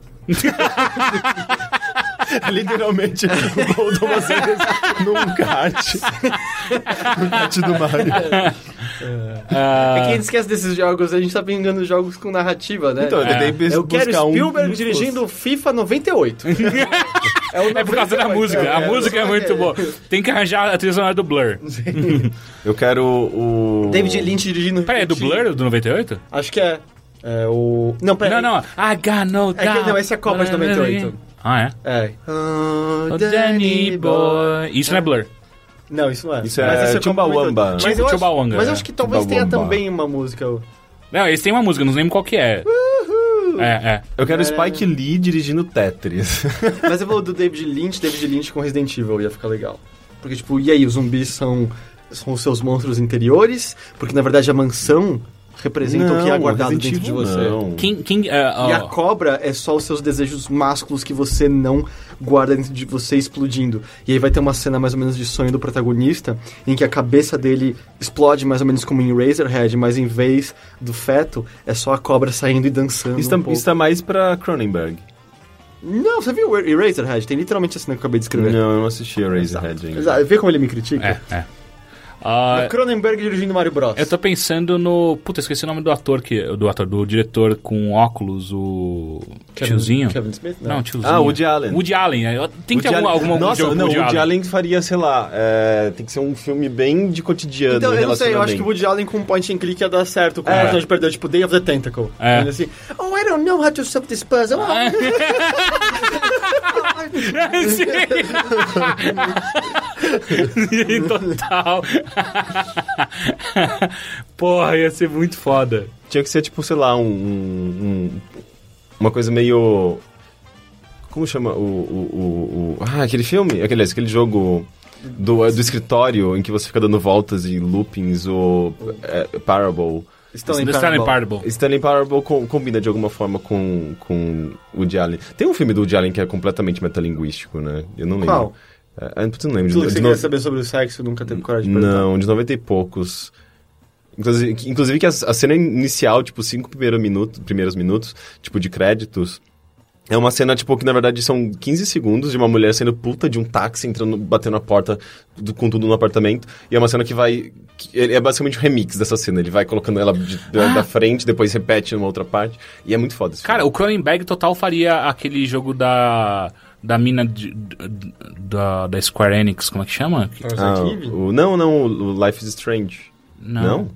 [SPEAKER 3] Literalmente, o Paul Thomas Anderson num kart. num kart do Mario.
[SPEAKER 2] Ah,
[SPEAKER 1] É que a gente esquece desses jogos, a gente tá pegando jogos com narrativa, né?
[SPEAKER 3] Então, eu
[SPEAKER 2] É.
[SPEAKER 3] tentei bus-
[SPEAKER 1] eu quero
[SPEAKER 3] buscar um
[SPEAKER 1] Spielberg
[SPEAKER 3] que
[SPEAKER 1] dirigindo FIFA 98. é, o
[SPEAKER 2] É por causa da
[SPEAKER 1] 98,
[SPEAKER 2] música.
[SPEAKER 1] é,
[SPEAKER 2] A
[SPEAKER 1] é,
[SPEAKER 2] música é muito boa. Tem que arranjar a trilha sonora do Blur.
[SPEAKER 3] fosse. Eu quero o.
[SPEAKER 1] David Lynch dirigindo.
[SPEAKER 2] Pera aí, é do Blur, do 98?
[SPEAKER 1] Acho que é. É o. Não, pera
[SPEAKER 2] Não,
[SPEAKER 1] aí.
[SPEAKER 2] não. I got no
[SPEAKER 1] É que-
[SPEAKER 2] doubt.
[SPEAKER 1] não, esse é Copa de 98.
[SPEAKER 2] Ah, é?
[SPEAKER 1] É.
[SPEAKER 2] Oh, Danny Boy. Isso não é Blur.
[SPEAKER 1] Não, isso não é. tipo
[SPEAKER 3] Isso é
[SPEAKER 1] Mas eu
[SPEAKER 3] Chumbawamba.
[SPEAKER 1] complemento. Mas
[SPEAKER 3] Mas
[SPEAKER 1] eu acho-
[SPEAKER 2] Chumbawanga,
[SPEAKER 1] Mas eu
[SPEAKER 2] é.
[SPEAKER 1] acho que talvez tenha
[SPEAKER 3] Chumbawamba.
[SPEAKER 1] também uma música.
[SPEAKER 2] Não, eles têm uma música, não lembro qual que é. É, é.
[SPEAKER 3] Eu quero Spike Lee dirigindo Tetris.
[SPEAKER 1] Mas eu vou do David Lynch, David Lynch com Resident Evil ia ficar legal. Porque, tipo, e aí, os zumbis são, são os seus monstros interiores? Porque, na verdade, a mansão representa o que é guardado dentro de você.
[SPEAKER 2] Quem, quem, é, ó,
[SPEAKER 1] E a cobra é só os seus desejos másculos que você não guarda dentro de você explodindo. E aí vai ter uma cena mais ou menos de sonho do protagonista, em que a cabeça dele explode mais ou menos como em Razorhead, mas em vez do feto, é só a cobra saindo e dançando.
[SPEAKER 3] Isso tá,
[SPEAKER 1] um pouco.
[SPEAKER 3] isso tá mais pra Cronenberg.
[SPEAKER 1] Não, você viu Eraserhead? Tem literalmente a cena que eu acabei de escrever.
[SPEAKER 3] Não, eu não assisti a Razorhead ainda.
[SPEAKER 1] Exato, Vê como ele me critica? É
[SPEAKER 2] é, é. Ah,
[SPEAKER 1] O Cronenberg dirigindo Mario Bros.
[SPEAKER 2] eu tô pensando no. Puta, esqueci o nome do ator que. Do ator, do diretor com óculos, o. tiozinho.
[SPEAKER 1] Kevin Smith? Não.
[SPEAKER 2] Não, tiozinho.
[SPEAKER 3] Ah, Woody Allen.
[SPEAKER 2] Woody Allen. é. Tem
[SPEAKER 3] O
[SPEAKER 2] que ter algum, algum
[SPEAKER 3] Nossa,
[SPEAKER 2] jogo com
[SPEAKER 3] não, o
[SPEAKER 2] Woody Allen.
[SPEAKER 3] faria, sei lá, é, tem que ser um filme bem de cotidiano.
[SPEAKER 1] Então, eu não sei, eu acho que o
[SPEAKER 3] relacionamento.
[SPEAKER 1] Woody Allen com um point and click ia dar certo com o personagem perdeu, tipo Day of the Tentacle.
[SPEAKER 2] É.
[SPEAKER 1] Ele assim, oh, I don't know how to solve this puzzle. Oh,
[SPEAKER 2] Sim. Total. Porra, ia ser muito foda.
[SPEAKER 3] Tinha que ser, tipo, sei lá, um... um- um- uma coisa meio... Como chama o, o, o, o- Ah, aquele filme? Aquele, aquele jogo... Do, do escritório em que você fica dando voltas e loopings ou é, Parable.
[SPEAKER 1] Stanley
[SPEAKER 2] The Stanley Parable.
[SPEAKER 3] Stanley Parable com- combina de alguma forma com, com o Woody Allen. Tem um filme do Woody Allen que é completamente metalinguístico, né? Eu não lembro.
[SPEAKER 1] Qual?
[SPEAKER 3] É, putz, eu não lembro.
[SPEAKER 1] Tudo que você
[SPEAKER 3] no-
[SPEAKER 1] queria saber sobre o sexo nunca teve coragem de perguntar.
[SPEAKER 3] Não, de 90 e poucos. Inclusive, que- inclusive que a, a cena inicial, tipo, cinco primeiros minutos, primeiros minutos, tipo, de créditos, é uma cena, tipo, que na verdade são 15 segundos de uma mulher sendo puta de um táxi, entrando, batendo a porta do, com tudo no apartamento. E é uma cena que vai. que- ele é basicamente um remix dessa cena. Ele vai colocando ela de- da- da frente, depois repete numa outra parte. E é muito foda esse
[SPEAKER 2] Cara,
[SPEAKER 3] filme.
[SPEAKER 2] o Cronenberg total faria aquele jogo da. Da mina de- d- da, da Square Enix, como é que chama?
[SPEAKER 3] Ah, o, não, não, o o Life is Strange. Não?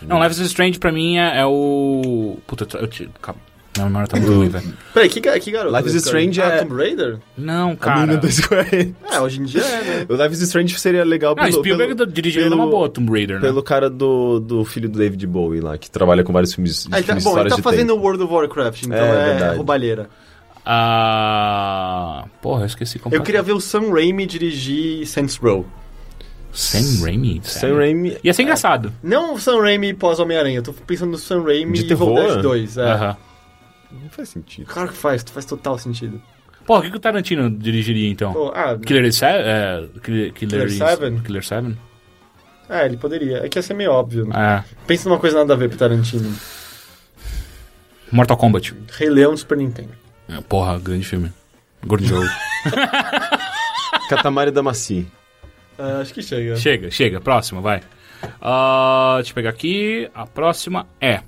[SPEAKER 2] Não, Life is Strange pra mim é, é o. Puta, eu tô- eu te. Calma. Minha memória tá muito ruim, velho.
[SPEAKER 1] Peraí, que, ga- que garoto?
[SPEAKER 3] Life is
[SPEAKER 1] Esse cara?
[SPEAKER 3] Strange
[SPEAKER 1] Ah,
[SPEAKER 3] é-
[SPEAKER 1] Tomb Raider?
[SPEAKER 2] Não,
[SPEAKER 3] A
[SPEAKER 2] cara.
[SPEAKER 3] mina da Square.
[SPEAKER 1] É, hoje em dia é, né?
[SPEAKER 3] O Life is Strange seria legal
[SPEAKER 2] Não, Spielberg dirigiu
[SPEAKER 3] pelo-
[SPEAKER 2] uma boa Tomb Raider, né?
[SPEAKER 3] Pelo cara do, do filho do David Bowie lá, que trabalha com vários filmes,
[SPEAKER 1] Ah, ele tá,
[SPEAKER 3] filmes
[SPEAKER 1] bom, ele
[SPEAKER 3] histórias
[SPEAKER 1] tá
[SPEAKER 3] de
[SPEAKER 1] fazendo
[SPEAKER 3] tempo.
[SPEAKER 1] World of Warcraft, então
[SPEAKER 3] É,
[SPEAKER 1] é,
[SPEAKER 3] verdade.
[SPEAKER 1] roubalheira.
[SPEAKER 2] Ah. Porra, eu esqueci como.
[SPEAKER 1] Eu queria ver o Sam Raimi dirigir Saints Row.
[SPEAKER 2] Sam Raimi?
[SPEAKER 3] Sam
[SPEAKER 2] sério?
[SPEAKER 3] Raimi...
[SPEAKER 2] Ia ser engraçado.
[SPEAKER 1] Não o Sam Raimi pós Homem-Aranha, eu tô pensando no Sam Raimi
[SPEAKER 3] De
[SPEAKER 1] e Evil
[SPEAKER 3] terror?
[SPEAKER 1] Dead 2. É.
[SPEAKER 2] Aham.
[SPEAKER 3] Não faz sentido.
[SPEAKER 1] Claro que faz, faz total sentido.
[SPEAKER 2] Porra, o que, que o Tarantino dirigiria então?
[SPEAKER 1] Pô, ah,
[SPEAKER 2] Killer Seven? É, Killer, Killer,
[SPEAKER 1] Killer Seven?
[SPEAKER 2] Killer Seven?
[SPEAKER 1] é, ele poderia. É que ia ser meio óbvio. Né?
[SPEAKER 2] Ah,
[SPEAKER 1] Pensa numa coisa nada a ver pro Tarantino.
[SPEAKER 2] Mortal Kombat.
[SPEAKER 1] Rei Leão do Super Nintendo.
[SPEAKER 2] É, Porra, grande filme. Gordon Joe.
[SPEAKER 3] Katamari Damacy.
[SPEAKER 1] Ah, acho que chega.
[SPEAKER 2] chega, chega. Próxima, vai. Ah, deixa eu pegar aqui. A próxima é...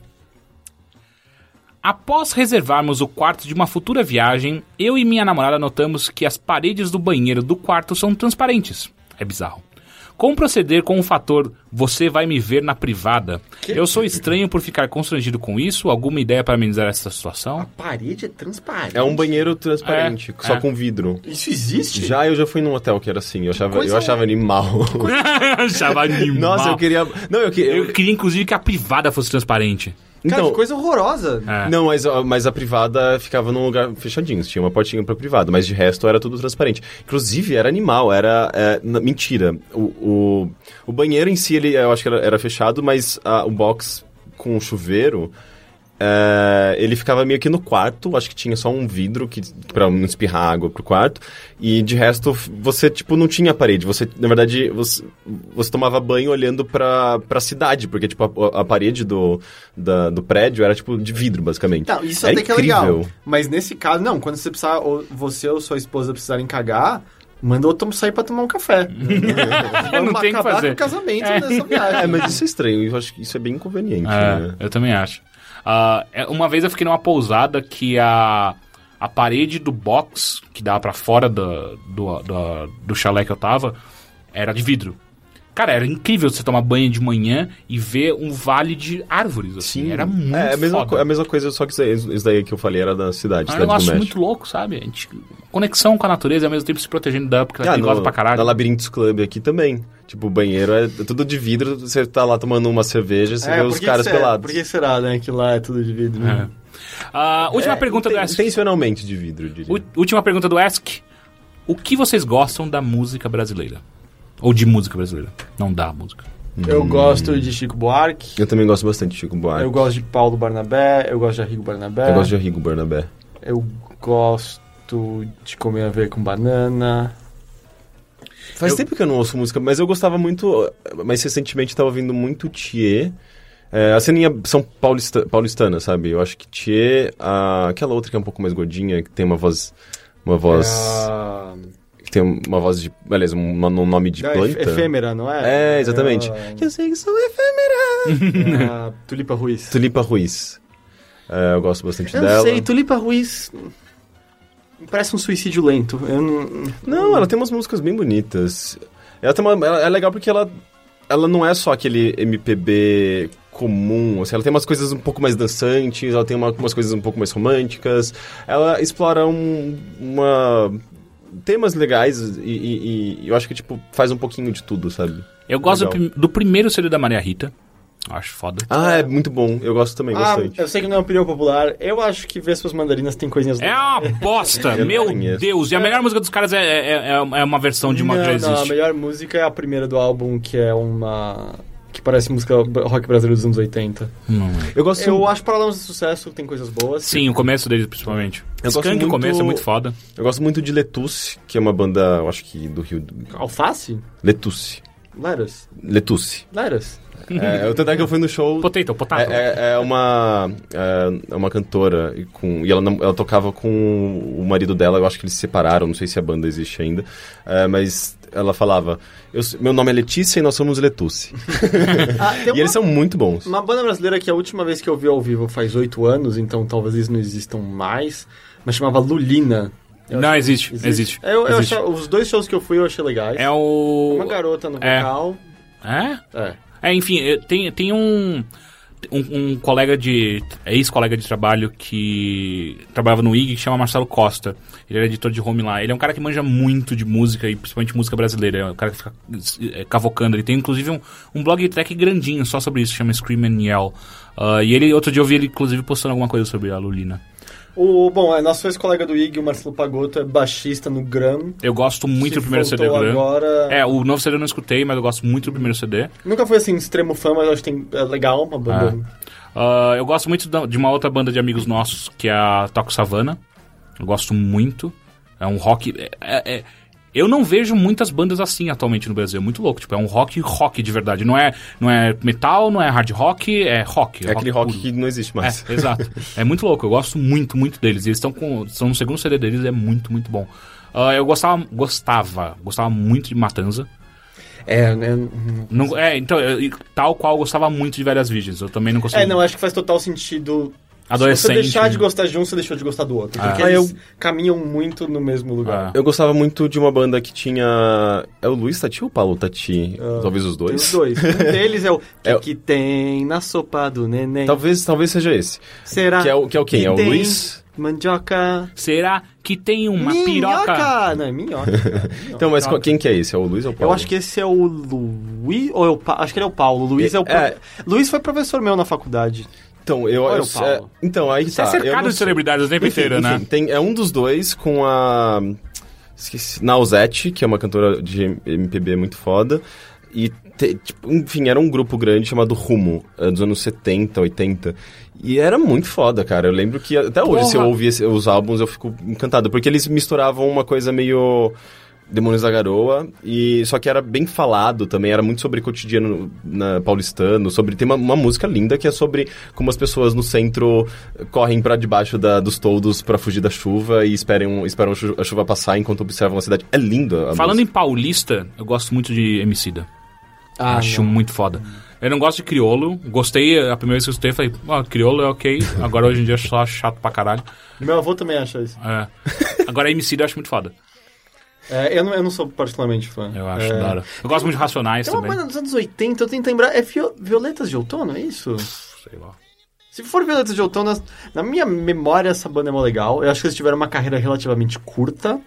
[SPEAKER 2] Após reservarmos o quarto de uma futura viagem, eu e minha namorada notamos que as paredes do banheiro do quarto são transparentes. É bizarro. Como proceder com o fator você vai me ver na privada? Eu sou estranho por ficar constrangido com isso? Alguma ideia para amenizar essa situação?
[SPEAKER 1] Parede é transparente.
[SPEAKER 3] É um banheiro transparente,
[SPEAKER 2] É,
[SPEAKER 3] só
[SPEAKER 2] é.
[SPEAKER 3] com vidro.
[SPEAKER 1] Isso existe?
[SPEAKER 3] Já eu já fui num hotel que era assim, eu achava, eu
[SPEAKER 1] coisa-
[SPEAKER 3] achava animal.
[SPEAKER 2] Achava animal.
[SPEAKER 3] Nossa, eu queria... Não, eu queria...
[SPEAKER 2] Eu queria inclusive que a privada fosse transparente.
[SPEAKER 1] Cara,
[SPEAKER 3] Então,
[SPEAKER 1] que coisa horrorosa.
[SPEAKER 2] É.
[SPEAKER 3] Não, mas, ó, mas a privada ficava num lugar fechadinho, tinha uma portinha pra privada, mas de resto era tudo transparente. Inclusive, era animal, era. é, n- mentira. O, o, o banheiro em si, ele, eu acho que era, era fechado, mas ah, o box com o chuveiro. é, ele ficava meio que no quarto, acho que tinha só um vidro que para não espirrar água pro quarto, e de resto f- você tipo não tinha parede, você na verdade você, você tomava banho olhando pra, pra cidade, porque tipo a, a parede do, da- do prédio era tipo de vidro basicamente.
[SPEAKER 1] Não, isso
[SPEAKER 3] É
[SPEAKER 1] até que é
[SPEAKER 3] incrível.
[SPEAKER 1] legal. Mas nesse caso, não, quando você precisar, ou você ou sua esposa precisarem cagar, manda outro sair pra tomar um café. Vamos
[SPEAKER 2] Não tem o que
[SPEAKER 1] acabar
[SPEAKER 2] fazer.
[SPEAKER 1] com o casamento nessa viagem.
[SPEAKER 3] É, mas isso é estranho, eu acho que isso é bem inconveniente, né?
[SPEAKER 2] É, eu também acho. Ah, é, uma vez eu fiquei numa pousada que a, a parede do box, que dava pra fora da- do, da- do chalé que eu tava, era de vidro. Cara, era incrível você tomar banho de manhã e ver um vale de árvores, assim. era muito
[SPEAKER 3] é, a mesma,
[SPEAKER 2] foda.
[SPEAKER 3] co- é a mesma coisa, só que isso aí- isso daí que eu falei era da cidade,
[SPEAKER 2] É um
[SPEAKER 3] cidade do
[SPEAKER 2] negócio
[SPEAKER 3] México.
[SPEAKER 2] muito louco, sabe? A gente- conexão com a natureza e ao mesmo tempo se protegendo dela, porque ela é
[SPEAKER 3] Ah,
[SPEAKER 2] perigosa
[SPEAKER 3] no-
[SPEAKER 2] pra caralho.
[SPEAKER 3] Na Labirintos Club aqui também. Tipo, o banheiro é tudo de vidro, você tá lá tomando uma cerveja, você
[SPEAKER 1] É,
[SPEAKER 3] vê
[SPEAKER 1] por
[SPEAKER 3] os
[SPEAKER 1] que
[SPEAKER 3] caras
[SPEAKER 1] será-
[SPEAKER 3] pelados. É.
[SPEAKER 1] Por que será, né? Que lá é tudo de vidro. né?
[SPEAKER 2] Ah, última pergunta
[SPEAKER 3] Inten-
[SPEAKER 2] do Ask.
[SPEAKER 3] Intencionalmente de vidro, eu diria.
[SPEAKER 2] U- Última pergunta do Ask. O que vocês gostam da música brasileira? Ou de música brasileira? Não da música.
[SPEAKER 1] Eu gosto de Chico Buarque.
[SPEAKER 3] Eu também gosto bastante de Chico Buarque.
[SPEAKER 1] Eu gosto de Paulo Barnabé, eu gosto de Arrigo Barnabé.
[SPEAKER 3] Ah, Eu gosto de Arrigo Bernabé.
[SPEAKER 1] Eu gosto de comer a ver com banana.
[SPEAKER 3] Faz
[SPEAKER 2] Eu-
[SPEAKER 3] tempo que eu não ouço música, mas eu gostava muito. Mas recentemente eu tava ouvindo muito Thier. É, a ceninha são paulista, paulistana, sabe? Eu acho que Thier, a- aquela outra que é um pouco mais gordinha, que tem uma voz. Uma voz.
[SPEAKER 1] Ah,
[SPEAKER 3] Que tem uma voz de. Beleza, um, um nome de
[SPEAKER 1] é
[SPEAKER 3] planta.
[SPEAKER 1] efêmera, não é?
[SPEAKER 3] É, exatamente.
[SPEAKER 1] É,
[SPEAKER 3] Eu sei que sou efêmera.
[SPEAKER 1] é a Tulipa Ruiz.
[SPEAKER 3] Tulipa Ruiz. É, eu gosto bastante
[SPEAKER 5] Eu
[SPEAKER 3] dela.
[SPEAKER 5] não sei, Tulipa Ruiz. Parece um suicídio lento. Eu não.
[SPEAKER 3] Não, ela tem umas músicas bem bonitas. Ela, tem uma- ela- é legal porque ela, ela não é só aquele MPB comum, assim, ela tem umas coisas um pouco mais dançantes, ela tem uma- umas coisas um pouco mais românticas, ela explora um, uma... temas legais e, e- e eu acho que, tipo, faz um pouquinho de tudo, sabe?
[SPEAKER 2] Eu gosto do,
[SPEAKER 3] Legal.
[SPEAKER 2] prim- do primeiro CD da Maria Rita. Eu acho foda.
[SPEAKER 3] Ah, é muito bom, eu gosto também
[SPEAKER 1] Ah,
[SPEAKER 3] bastante.
[SPEAKER 1] eu sei que não é uma opinião popular. Eu acho que Vespas Mandarinas tem coisinhas...
[SPEAKER 2] É uma bosta,
[SPEAKER 3] Eu
[SPEAKER 2] meu
[SPEAKER 3] não conheço.
[SPEAKER 2] Deus. E a melhor música dos caras é, é, é- é uma versão de uma
[SPEAKER 1] não,
[SPEAKER 2] que já
[SPEAKER 1] não, a
[SPEAKER 2] existe.
[SPEAKER 1] melhor música é a primeira do álbum, que é uma... Que parece música rock brasileira dos anos 80.
[SPEAKER 2] Não é.
[SPEAKER 3] Eu gosto um
[SPEAKER 1] Eu acho Paralamas de Sucesso, tem coisas boas.
[SPEAKER 2] Sim, o começo deles, principalmente.
[SPEAKER 3] Eu gosto
[SPEAKER 2] Skank, o
[SPEAKER 3] muito-
[SPEAKER 2] começo é muito foda.
[SPEAKER 3] Eu gosto muito de Letusse, que é uma banda, eu acho que do Rio. do-
[SPEAKER 1] Alface?
[SPEAKER 3] Letusse.
[SPEAKER 1] Leras?
[SPEAKER 3] Letusse.
[SPEAKER 1] Leras.
[SPEAKER 3] É, eu tentar que eu fui no show.
[SPEAKER 2] Potato, potato.
[SPEAKER 3] É, é- é uma, é, é uma cantora e, com, e ela, não- ela tocava com o marido dela, eu acho que eles se separaram, não sei se a banda existe ainda, é, mas ela falava: "Eu s- Meu nome é Letícia e nós somos Letusse.
[SPEAKER 1] Ah, tem
[SPEAKER 3] e eles são muito bons.
[SPEAKER 1] Uma banda brasileira que a última vez que eu vi ao vivo faz oito anos, então talvez eles não existam mais, mas chamava Lulina. Eu
[SPEAKER 2] não,
[SPEAKER 1] acho-
[SPEAKER 2] existe, existe.
[SPEAKER 1] Eu, eu
[SPEAKER 2] existe.
[SPEAKER 1] achava- os dois shows que eu fui eu achei legais.
[SPEAKER 2] É o...
[SPEAKER 1] Uma garota no
[SPEAKER 2] É.
[SPEAKER 1] vocal.
[SPEAKER 2] É?
[SPEAKER 1] É.
[SPEAKER 2] É, enfim, eh, tem, tem um, um, um colega de. ex-colega de trabalho que trabalhava no IG que chama Marcelo Costa. Ele era editor de home lá. Ele é um cara que manja muito de música e principalmente música brasileira. É um cara que fica eh, cavocando. Ele tem inclusive um, um blog track grandinho só sobre isso, chama Scream and Yell. Ah, e ele, outro dia eu vi ele inclusive postando alguma coisa sobre a Lulina.
[SPEAKER 1] O, bom, é, nosso ex-colega do IG, o Marcelo Pagotto, é baixista no Gram.
[SPEAKER 2] Eu gosto muito
[SPEAKER 1] que
[SPEAKER 2] do primeiro CD do
[SPEAKER 1] voltou
[SPEAKER 2] Gran.
[SPEAKER 1] agora.
[SPEAKER 2] É, o novo CD eu não escutei, mas eu gosto muito do primeiro CD.
[SPEAKER 1] Nunca foi assim, extremo fã, mas eu acho que tem, é legal uma banda.
[SPEAKER 2] Ah, eu gosto muito da- de uma outra banda de amigos nossos, que é a Toco Savana. Eu gosto muito. É um rock. é- é- é- eu não vejo muitas bandas assim atualmente no Brasil. É muito louco. Tipo, é um rock rock de verdade. Não é, não é metal, não é hard rock, é rock.
[SPEAKER 3] É aquele rock
[SPEAKER 2] puro.
[SPEAKER 3] que não existe mais.
[SPEAKER 2] É, exato. É muito louco. Eu gosto muito, muito deles. E Eles estão com. São no segundo CD deles, é muito, muito bom. Ah, eu gostava, gostava, gostava muito de Matanza.
[SPEAKER 1] É, né? Uhum.
[SPEAKER 2] Não- é, então, eu- e tal qual eu gostava muito de Várias Virgens. Eu também não consigo.
[SPEAKER 1] É, não, acho que faz total sentido. Se você
[SPEAKER 2] Adolescente.
[SPEAKER 1] deixar de gostar de um, você deixou de gostar do outro. Porque
[SPEAKER 3] Ah,
[SPEAKER 1] eles caminham muito no mesmo lugar.
[SPEAKER 2] Ah.
[SPEAKER 3] Eu gostava muito de uma banda que tinha. É o Luiz Tati ou o Paulo Tati? Talvez os
[SPEAKER 1] Tem
[SPEAKER 3] dois.
[SPEAKER 1] os dois. Um deles é o que,
[SPEAKER 3] É o-
[SPEAKER 1] que tem na sopa do neném.
[SPEAKER 3] Talvez, talvez seja esse.
[SPEAKER 1] Será
[SPEAKER 3] Que é o, que é o quem? É o
[SPEAKER 1] tem
[SPEAKER 3] Luiz?
[SPEAKER 1] Mandioca.
[SPEAKER 2] Será que tem uma
[SPEAKER 1] minhoca.
[SPEAKER 3] Tá,
[SPEAKER 2] piroca?
[SPEAKER 1] Não, é minhoca. É minhoca.
[SPEAKER 3] Então, mas qual- quem que é esse? É o Luiz ou o
[SPEAKER 1] Eu
[SPEAKER 3] Paulo?
[SPEAKER 1] acho que esse é o Luiz, ou é o pa... acho que ele é o Paulo. O Luiz é, o pro-
[SPEAKER 3] É.
[SPEAKER 1] Luiz foi professor meu na faculdade.
[SPEAKER 3] Então, eu.
[SPEAKER 1] Ou é
[SPEAKER 3] eu
[SPEAKER 1] o Paulo?
[SPEAKER 3] é, então, aí
[SPEAKER 2] Você
[SPEAKER 3] tá.
[SPEAKER 2] é
[SPEAKER 3] eu
[SPEAKER 2] cercado
[SPEAKER 3] não
[SPEAKER 2] de
[SPEAKER 3] sei.
[SPEAKER 2] celebridades o tempo
[SPEAKER 3] Enfim,
[SPEAKER 2] inteiro, né?
[SPEAKER 3] enfim, tem- é um dos dois com a. Esqueci. Nausete, que é uma cantora de MPB muito foda. E, te- tipo, enfim, era um grupo grande chamado Rumo, eh, dos anos 70, 80. E era muito foda, cara. Eu lembro que até hoje, se eu
[SPEAKER 2] Porra!
[SPEAKER 3] ouvir esse- os álbuns, eu fico encantado. Porque eles misturavam uma coisa meio. Demônios da Garoa, e só que era bem falado também, era muito sobre cotidiano na, paulistano, sobre tem uma, uma música linda que é sobre como as pessoas no centro correm pra debaixo da- dos toldos pra fugir da chuva e esperam, esperam a chu- a chuva passar enquanto observam a cidade. É linda a
[SPEAKER 2] Falando
[SPEAKER 3] música.
[SPEAKER 2] em paulista, eu gosto muito de Emicida.
[SPEAKER 1] Ah,
[SPEAKER 2] Acho muito foda. Eu não gosto de criolo. Gostei, a primeira vez que eu escutei, falei, ó, criolo é ok. Agora hoje em dia eu só acho chato pra caralho.
[SPEAKER 1] Meu avô também acha isso.
[SPEAKER 2] É. Agora Emicida eu acho muito foda.
[SPEAKER 1] É, eu, não, eu não sou particularmente fã.
[SPEAKER 2] Eu acho
[SPEAKER 1] é...
[SPEAKER 2] da hora. Eu gosto muito de Racionais
[SPEAKER 1] Tem uma
[SPEAKER 2] também.
[SPEAKER 1] banda dos anos 80, eu tento lembrar. É Fio- Violetas de Outono, é isso?
[SPEAKER 2] Sei lá.
[SPEAKER 1] Se for Violetas de Outono, as- na minha memória essa banda é mó legal. Eu acho que eles tiveram uma carreira relativamente curta.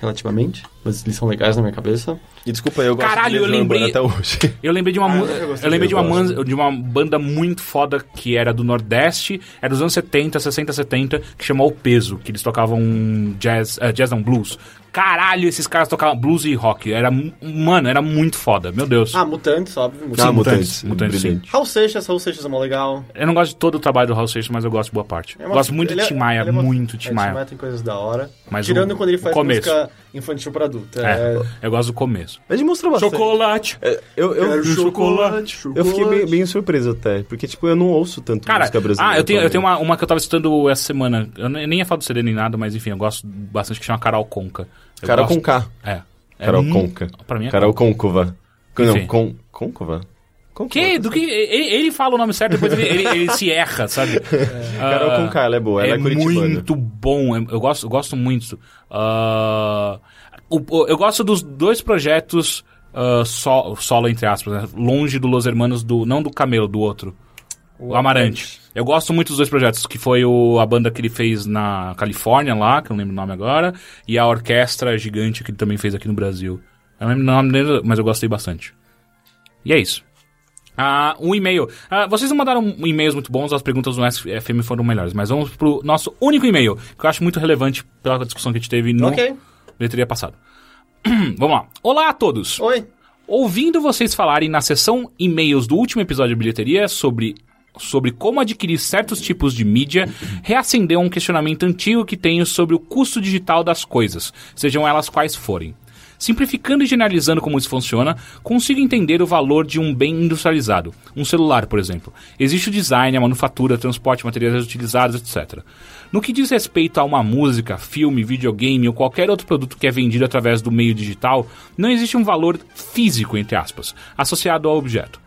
[SPEAKER 1] Relativamente. Mas eles são legais na minha cabeça.
[SPEAKER 3] E desculpa, eu gosto
[SPEAKER 2] Caralho,
[SPEAKER 3] de Legião
[SPEAKER 2] eu lembrei-
[SPEAKER 3] Urbana até hoje.
[SPEAKER 2] Eu lembrei de uma, mu-
[SPEAKER 1] Ah, eu
[SPEAKER 2] eu,
[SPEAKER 1] gostei
[SPEAKER 2] lembrei de uma,
[SPEAKER 3] dele, eu
[SPEAKER 2] man- de uma banda muito foda que era do Nordeste, era dos anos 70, 60, 70, que chamou O Peso, que eles tocavam jazz, eh, jazz não, blues. Caralho, esses caras tocavam blues e rock. Era, mu- mano, era muito foda, meu Deus.
[SPEAKER 1] Ah, Mutantes, óbvio. Mutantes.
[SPEAKER 3] Ah,
[SPEAKER 2] Mutantes, Mutantes,
[SPEAKER 3] brilhante.
[SPEAKER 1] Raul Seixas, Raul Seixas é mó legal.
[SPEAKER 2] Eu não gosto de todo o trabalho do Raul Seixas, mas eu gosto de boa parte.
[SPEAKER 1] É uma-
[SPEAKER 2] gosto muito de
[SPEAKER 1] ele é-
[SPEAKER 2] Tim Maia,
[SPEAKER 1] ele é uma-
[SPEAKER 2] muito
[SPEAKER 1] é,
[SPEAKER 2] Tim Maia.
[SPEAKER 1] tem coisas da hora.
[SPEAKER 2] Mas
[SPEAKER 1] Tirando
[SPEAKER 2] o-
[SPEAKER 1] quando ele faz
[SPEAKER 2] o começo.
[SPEAKER 1] música infantil pra adulto.
[SPEAKER 2] É,
[SPEAKER 1] É.
[SPEAKER 2] eu gosto do começo.
[SPEAKER 3] Mas demonstra bastante.
[SPEAKER 2] Chocolate!
[SPEAKER 3] É, Eu, eu,
[SPEAKER 1] Quero chocolate,
[SPEAKER 3] eu fiquei bem, bem surpreso até, porque, tipo, eu não ouço tanto
[SPEAKER 2] Cara,
[SPEAKER 3] música brasileira.
[SPEAKER 2] ah, eu tenho, eu
[SPEAKER 3] atualmente.
[SPEAKER 2] tenho uma, uma que eu tava citando essa semana. Eu nem nem ia falar do CD nem nada, mas enfim, eu gosto bastante que chama Carol Conca. Eu
[SPEAKER 3] Carol
[SPEAKER 2] gosto-
[SPEAKER 3] com K.
[SPEAKER 2] É. É
[SPEAKER 3] Carol
[SPEAKER 2] mu-
[SPEAKER 3] Conca.
[SPEAKER 2] Pra mim é
[SPEAKER 3] Carol Concova.
[SPEAKER 2] Enfim.
[SPEAKER 3] Não, con, Concova? Concova.
[SPEAKER 2] Que? Do que? Ele, ele fala o nome certo, depois ele, ele- ele se erra, sabe?
[SPEAKER 3] Carol
[SPEAKER 2] Ah,
[SPEAKER 3] com K, ela é boa, ela é, curitibana.
[SPEAKER 2] muito bom. é- Eu gosto, eu gosto muito. Ah, o- o- eu gosto dos dois projetos ah, so- solo, entre aspas, né? longe do Los Hermanos, do, não do Camelo, do outro. O Amarante. Eu gosto muito dos dois projetos, que foi o- a banda que ele fez na Califórnia lá, que eu não lembro o nome agora, e a orquestra gigante que ele também fez aqui no Brasil. Eu não lembro o nome dele, mas eu gostei bastante. E é isso. Ah, um e-mail. Ah, vocês não mandaram e-mails muito bons, as perguntas do SFM foram melhores, mas vamos pro nosso único e-mail, que eu acho muito relevante pela discussão que a gente teve no
[SPEAKER 1] Ok.
[SPEAKER 2] letria passado. vamos lá. Olá a todos!
[SPEAKER 1] Oi.
[SPEAKER 2] Ouvindo vocês falarem na sessão e-mails do último episódio de bilheteria sobre, sobre como adquirir certos tipos de mídia, reacendeu um questionamento antigo que tenho sobre o custo digital das coisas, sejam elas quais forem. Simplificando e generalizando como isso funciona, consigo entender o valor de um bem industrializado, um celular, por exemplo. Existe o design, a manufatura, transporte, materiais utilizados, etc. No que diz respeito a uma música, filme, videogame ou qualquer outro produto que é vendido através do meio digital, não existe um valor físico, entre aspas, associado ao objeto.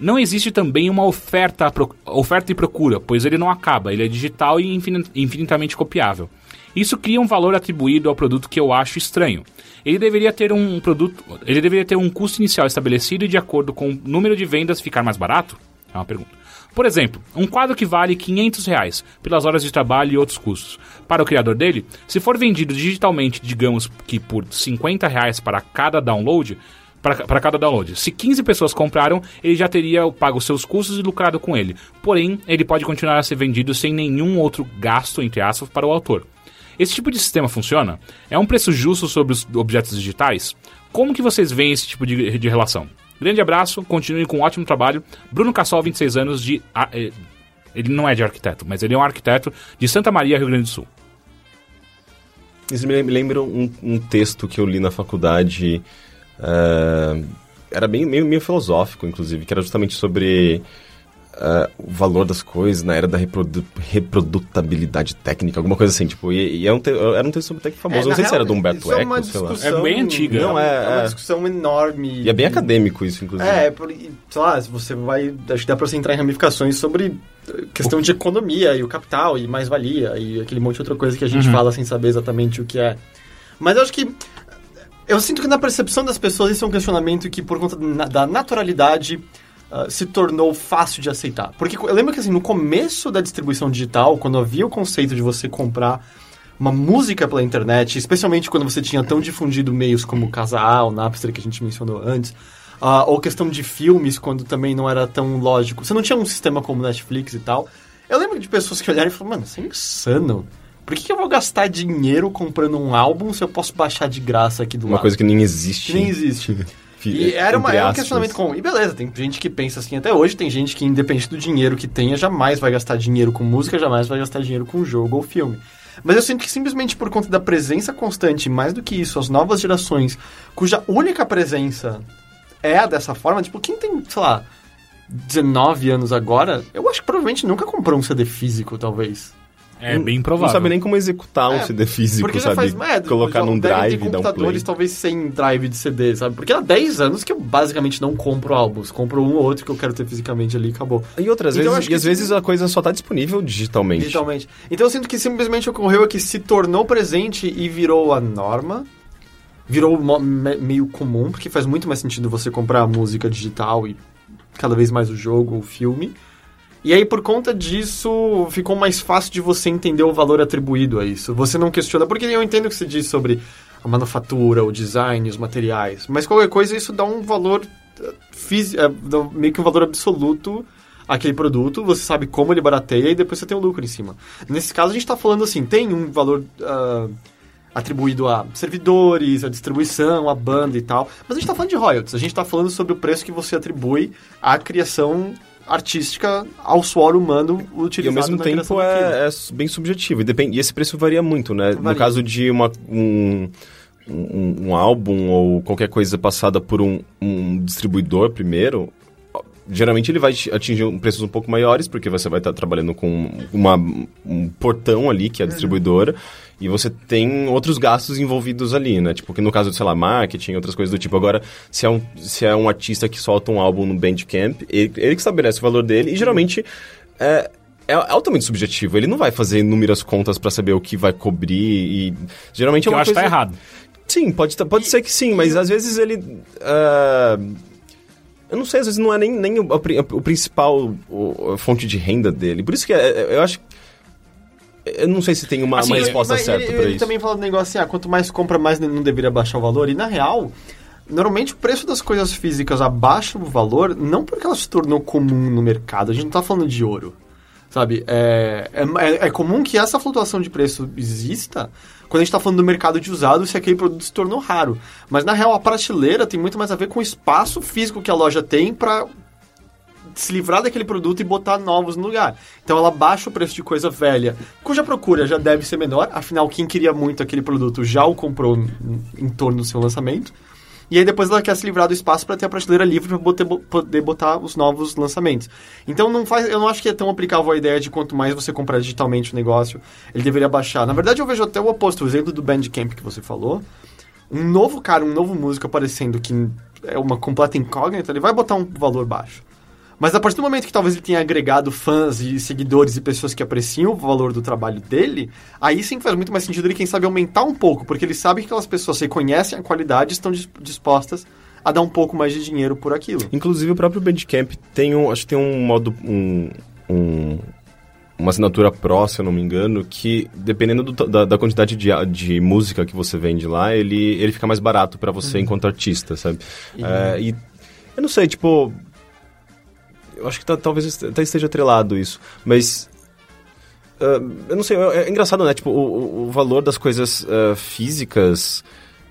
[SPEAKER 2] Não existe também uma oferta, à pro- oferta e procura, pois ele não acaba, ele é digital e infini- infinitamente copiável. Isso cria um valor atribuído ao produto que eu acho estranho. Ele deveria ter um produto, ele deveria ter um custo inicial estabelecido e de acordo com o número de vendas ficar mais barato? É uma pergunta. Por exemplo, um quadro que vale 500 reais pelas horas de trabalho e outros custos. Para o criador dele, se for vendido digitalmente, digamos que por 50 reais para cada download, para para cada download. Se 15 pessoas compraram, ele já teria pago seus custos e lucrado com ele. Porém, ele pode continuar a ser vendido sem nenhum outro gasto, entre aspas, para o autor. Esse tipo de sistema funciona? É um preço justo sobre os objetos digitais? Como que vocês veem esse tipo de, de relação? Grande abraço, continue com um ótimo trabalho. Bruno Cassol, 26 anos, de. ah, eh, Ele não é de arquiteto, mas ele é um arquiteto de Santa Maria, Rio Grande do Sul.
[SPEAKER 3] Isso me lembra um, um texto que eu li na faculdade. eh, era bem, meio, meio filosófico, inclusive, que era justamente sobre eh, o valor das coisas na era da reprodu- reprodutabilidade técnica, alguma coisa assim. Tipo, e, e é um te- era um texto sobre até que famoso.
[SPEAKER 1] É,
[SPEAKER 3] eu não
[SPEAKER 1] na
[SPEAKER 3] sei se
[SPEAKER 1] real,
[SPEAKER 3] era do Humberto
[SPEAKER 1] isso é uma
[SPEAKER 3] Eco, sei lá.
[SPEAKER 1] discussão-
[SPEAKER 2] É bem antiga.
[SPEAKER 3] Não, é-
[SPEAKER 1] é uma
[SPEAKER 3] é.
[SPEAKER 1] discussão enorme.
[SPEAKER 3] E é bem acadêmico isso, inclusive.
[SPEAKER 1] É, por, e, sei lá, se você vai. Acho que dá pra você entrar em ramificações sobre eh, questão de economia e o capital e mais-valia e aquele monte de outra coisa que a gente fala sem saber exatamente o que é. Mas eu acho que. Eu sinto que na percepção das pessoas isso é um questionamento que, por conta na- da naturalidade, ah, se tornou fácil de aceitar. Porque eu lembro que, assim, no começo da distribuição digital, quando havia o conceito de você comprar uma música pela internet, especialmente quando você tinha tão difundido meios como Casal, Napster, que a gente mencionou antes, ah, ou questão de filmes, quando também não era tão lógico. Você não tinha um sistema como Netflix e tal. Eu lembro de pessoas que olharam e falaram, mano, isso é insano. Por que que eu vou gastar dinheiro comprando um álbum se eu posso baixar de graça aqui do
[SPEAKER 3] Uma
[SPEAKER 1] lado?
[SPEAKER 3] coisa que nem existe.
[SPEAKER 1] que nem existe.
[SPEAKER 3] Fi-
[SPEAKER 1] E era, uma,
[SPEAKER 3] entre
[SPEAKER 1] era um
[SPEAKER 3] aspas.
[SPEAKER 1] questionamento comum. E beleza, tem gente que pensa assim até hoje, tem gente que, independente do dinheiro que tenha, jamais vai gastar dinheiro com música, jamais vai gastar dinheiro com jogo ou filme. Mas eu sinto que simplesmente por conta da presença constante, mais do que isso, as novas gerações, cuja única presença é a dessa forma, tipo, quem tem, sei lá, 19 anos agora, eu acho que provavelmente nunca comprou um CD físico, talvez.
[SPEAKER 2] É bem
[SPEAKER 3] Não
[SPEAKER 2] provável.
[SPEAKER 3] sabe nem como executar um
[SPEAKER 1] É,
[SPEAKER 3] CD físico,
[SPEAKER 1] Porque já
[SPEAKER 3] sabe?
[SPEAKER 1] faz. É,
[SPEAKER 3] Colocar
[SPEAKER 1] já
[SPEAKER 3] num
[SPEAKER 1] devem ter
[SPEAKER 3] drive, dar um play.
[SPEAKER 1] computadores talvez sem drive de CD, sabe? Porque há 10 anos que eu basicamente não compro álbuns. Compro um ou outro que eu quero ter fisicamente ali e acabou.
[SPEAKER 3] E outras
[SPEAKER 1] Então, acho
[SPEAKER 3] vezes,
[SPEAKER 1] que
[SPEAKER 3] e às
[SPEAKER 1] isso-
[SPEAKER 3] vezes a coisa só tá disponível digitalmente.
[SPEAKER 1] Digitalmente. Então eu sinto que simplesmente ocorreu é que se tornou presente e virou a norma. Virou mo- me- meio comum, porque faz muito mais sentido você comprar a música digital e cada vez mais o jogo, o filme. E aí, por conta disso, ficou mais fácil de você entender o valor atribuído a isso. Você não questiona, porque eu entendo o que você diz sobre a manufatura, o design, os materiais. Mas qualquer coisa, isso dá um valor eh, fisi- eh, dá meio que um valor absoluto àquele produto, você sabe como ele barateia e depois você tem o lucro em cima. Nesse caso, a gente está falando assim, tem um valor ah, atribuído a servidores, a distribuição, a banda e tal, mas a gente está falando de royalties, a gente está falando sobre o preço que você atribui à criação artística ao suor humano utilizado
[SPEAKER 3] E ao mesmo
[SPEAKER 1] na
[SPEAKER 3] tempo
[SPEAKER 1] criação daquilo.
[SPEAKER 3] é, é su- bem subjetivo. E, depende, e esse preço varia muito, né? No
[SPEAKER 1] Varia.
[SPEAKER 3] caso de uma, um, um, um álbum ou qualquer coisa passada por um, um distribuidor primeiro, ó, geralmente ele vai te- atingir um- preços um pouco maiores, porque você vai estar trabalhando com uma, um portão ali,
[SPEAKER 1] Uhum.
[SPEAKER 3] que é a distribuidora, e você tem outros gastos envolvidos ali, né? Tipo, que no caso de, sei lá, marketing, outras coisas do tipo. Agora, se é um, se é um artista que solta um álbum no Bandcamp, ele, ele que estabelece o valor dele, e geralmente... É, é altamente subjetivo. Ele não vai fazer inúmeras contas pra saber o que vai cobrir e geralmente
[SPEAKER 2] Que
[SPEAKER 3] é
[SPEAKER 2] eu
[SPEAKER 3] uma
[SPEAKER 2] acho que
[SPEAKER 3] coisa...
[SPEAKER 2] tá errado.
[SPEAKER 3] Sim, pode, tá- pode ser que sim, mas às vezes ele. ah, eu não sei, às vezes não é nem, nem o, a pri- o principal o- a fonte de renda dele. Por isso que é- é- eu acho. Eu não sei se tem uma,
[SPEAKER 2] Assim,
[SPEAKER 3] uma
[SPEAKER 2] mas-
[SPEAKER 3] resposta
[SPEAKER 1] Mas
[SPEAKER 3] certa
[SPEAKER 1] ele,
[SPEAKER 3] pra
[SPEAKER 1] ele
[SPEAKER 3] isso.
[SPEAKER 1] também fala do negócio assim, ah, quanto mais compra, mais não deveria baixar o valor. E na real, normalmente o preço das coisas físicas abaixa o valor, não porque elas se tornou comum no mercado, a gente não tá falando de ouro. Sabe, é, é, é comum que essa flutuação de preço exista quando a gente tá falando do mercado de usado, se aquele produto se tornou raro. Mas na real, a prateleira tem muito mais a ver com o espaço físico que a loja tem para se livrar daquele produto e botar novos no lugar. Então ela baixa o preço de coisa velha, cuja procura já deve ser menor, afinal, quem queria muito aquele produto já o comprou em, em torno do seu lançamento. E aí depois ela quer se livrar do espaço para ter a prateleira livre para poder botar os novos lançamentos. Então não faz, eu não acho que é tão aplicável a ideia de quanto mais você comprar digitalmente o negócio, ele deveria baixar. Na verdade eu vejo até o oposto, o exemplo do Bandcamp que você falou. Um novo cara, um novo músico aparecendo que é uma completa incógnita, ele vai botar um valor baixo. Mas a partir do momento que talvez ele tenha agregado fãs e seguidores e pessoas que apreciam o valor do trabalho dele, aí sim faz muito mais sentido ele, quem sabe, aumentar um pouco, porque ele sabe que aquelas pessoas reconhecem a qualidade e estão dis- dispostas a dar um pouco mais de dinheiro por aquilo.
[SPEAKER 3] Inclusive o próprio Bandcamp tem um, acho que tem um modo, um, um- uma assinatura pró, se eu não me engano, que dependendo do ta- da, da quantidade de, a- de música que você vende lá, ele, ele fica mais barato pra você enquanto artista, sabe? É, e eu não sei, tipo, eu acho que tá- talvez est- até esteja atrelado isso, mas ah, eu não sei, é, é engraçado, né? Tipo, o, o- o valor das coisas ah, físicas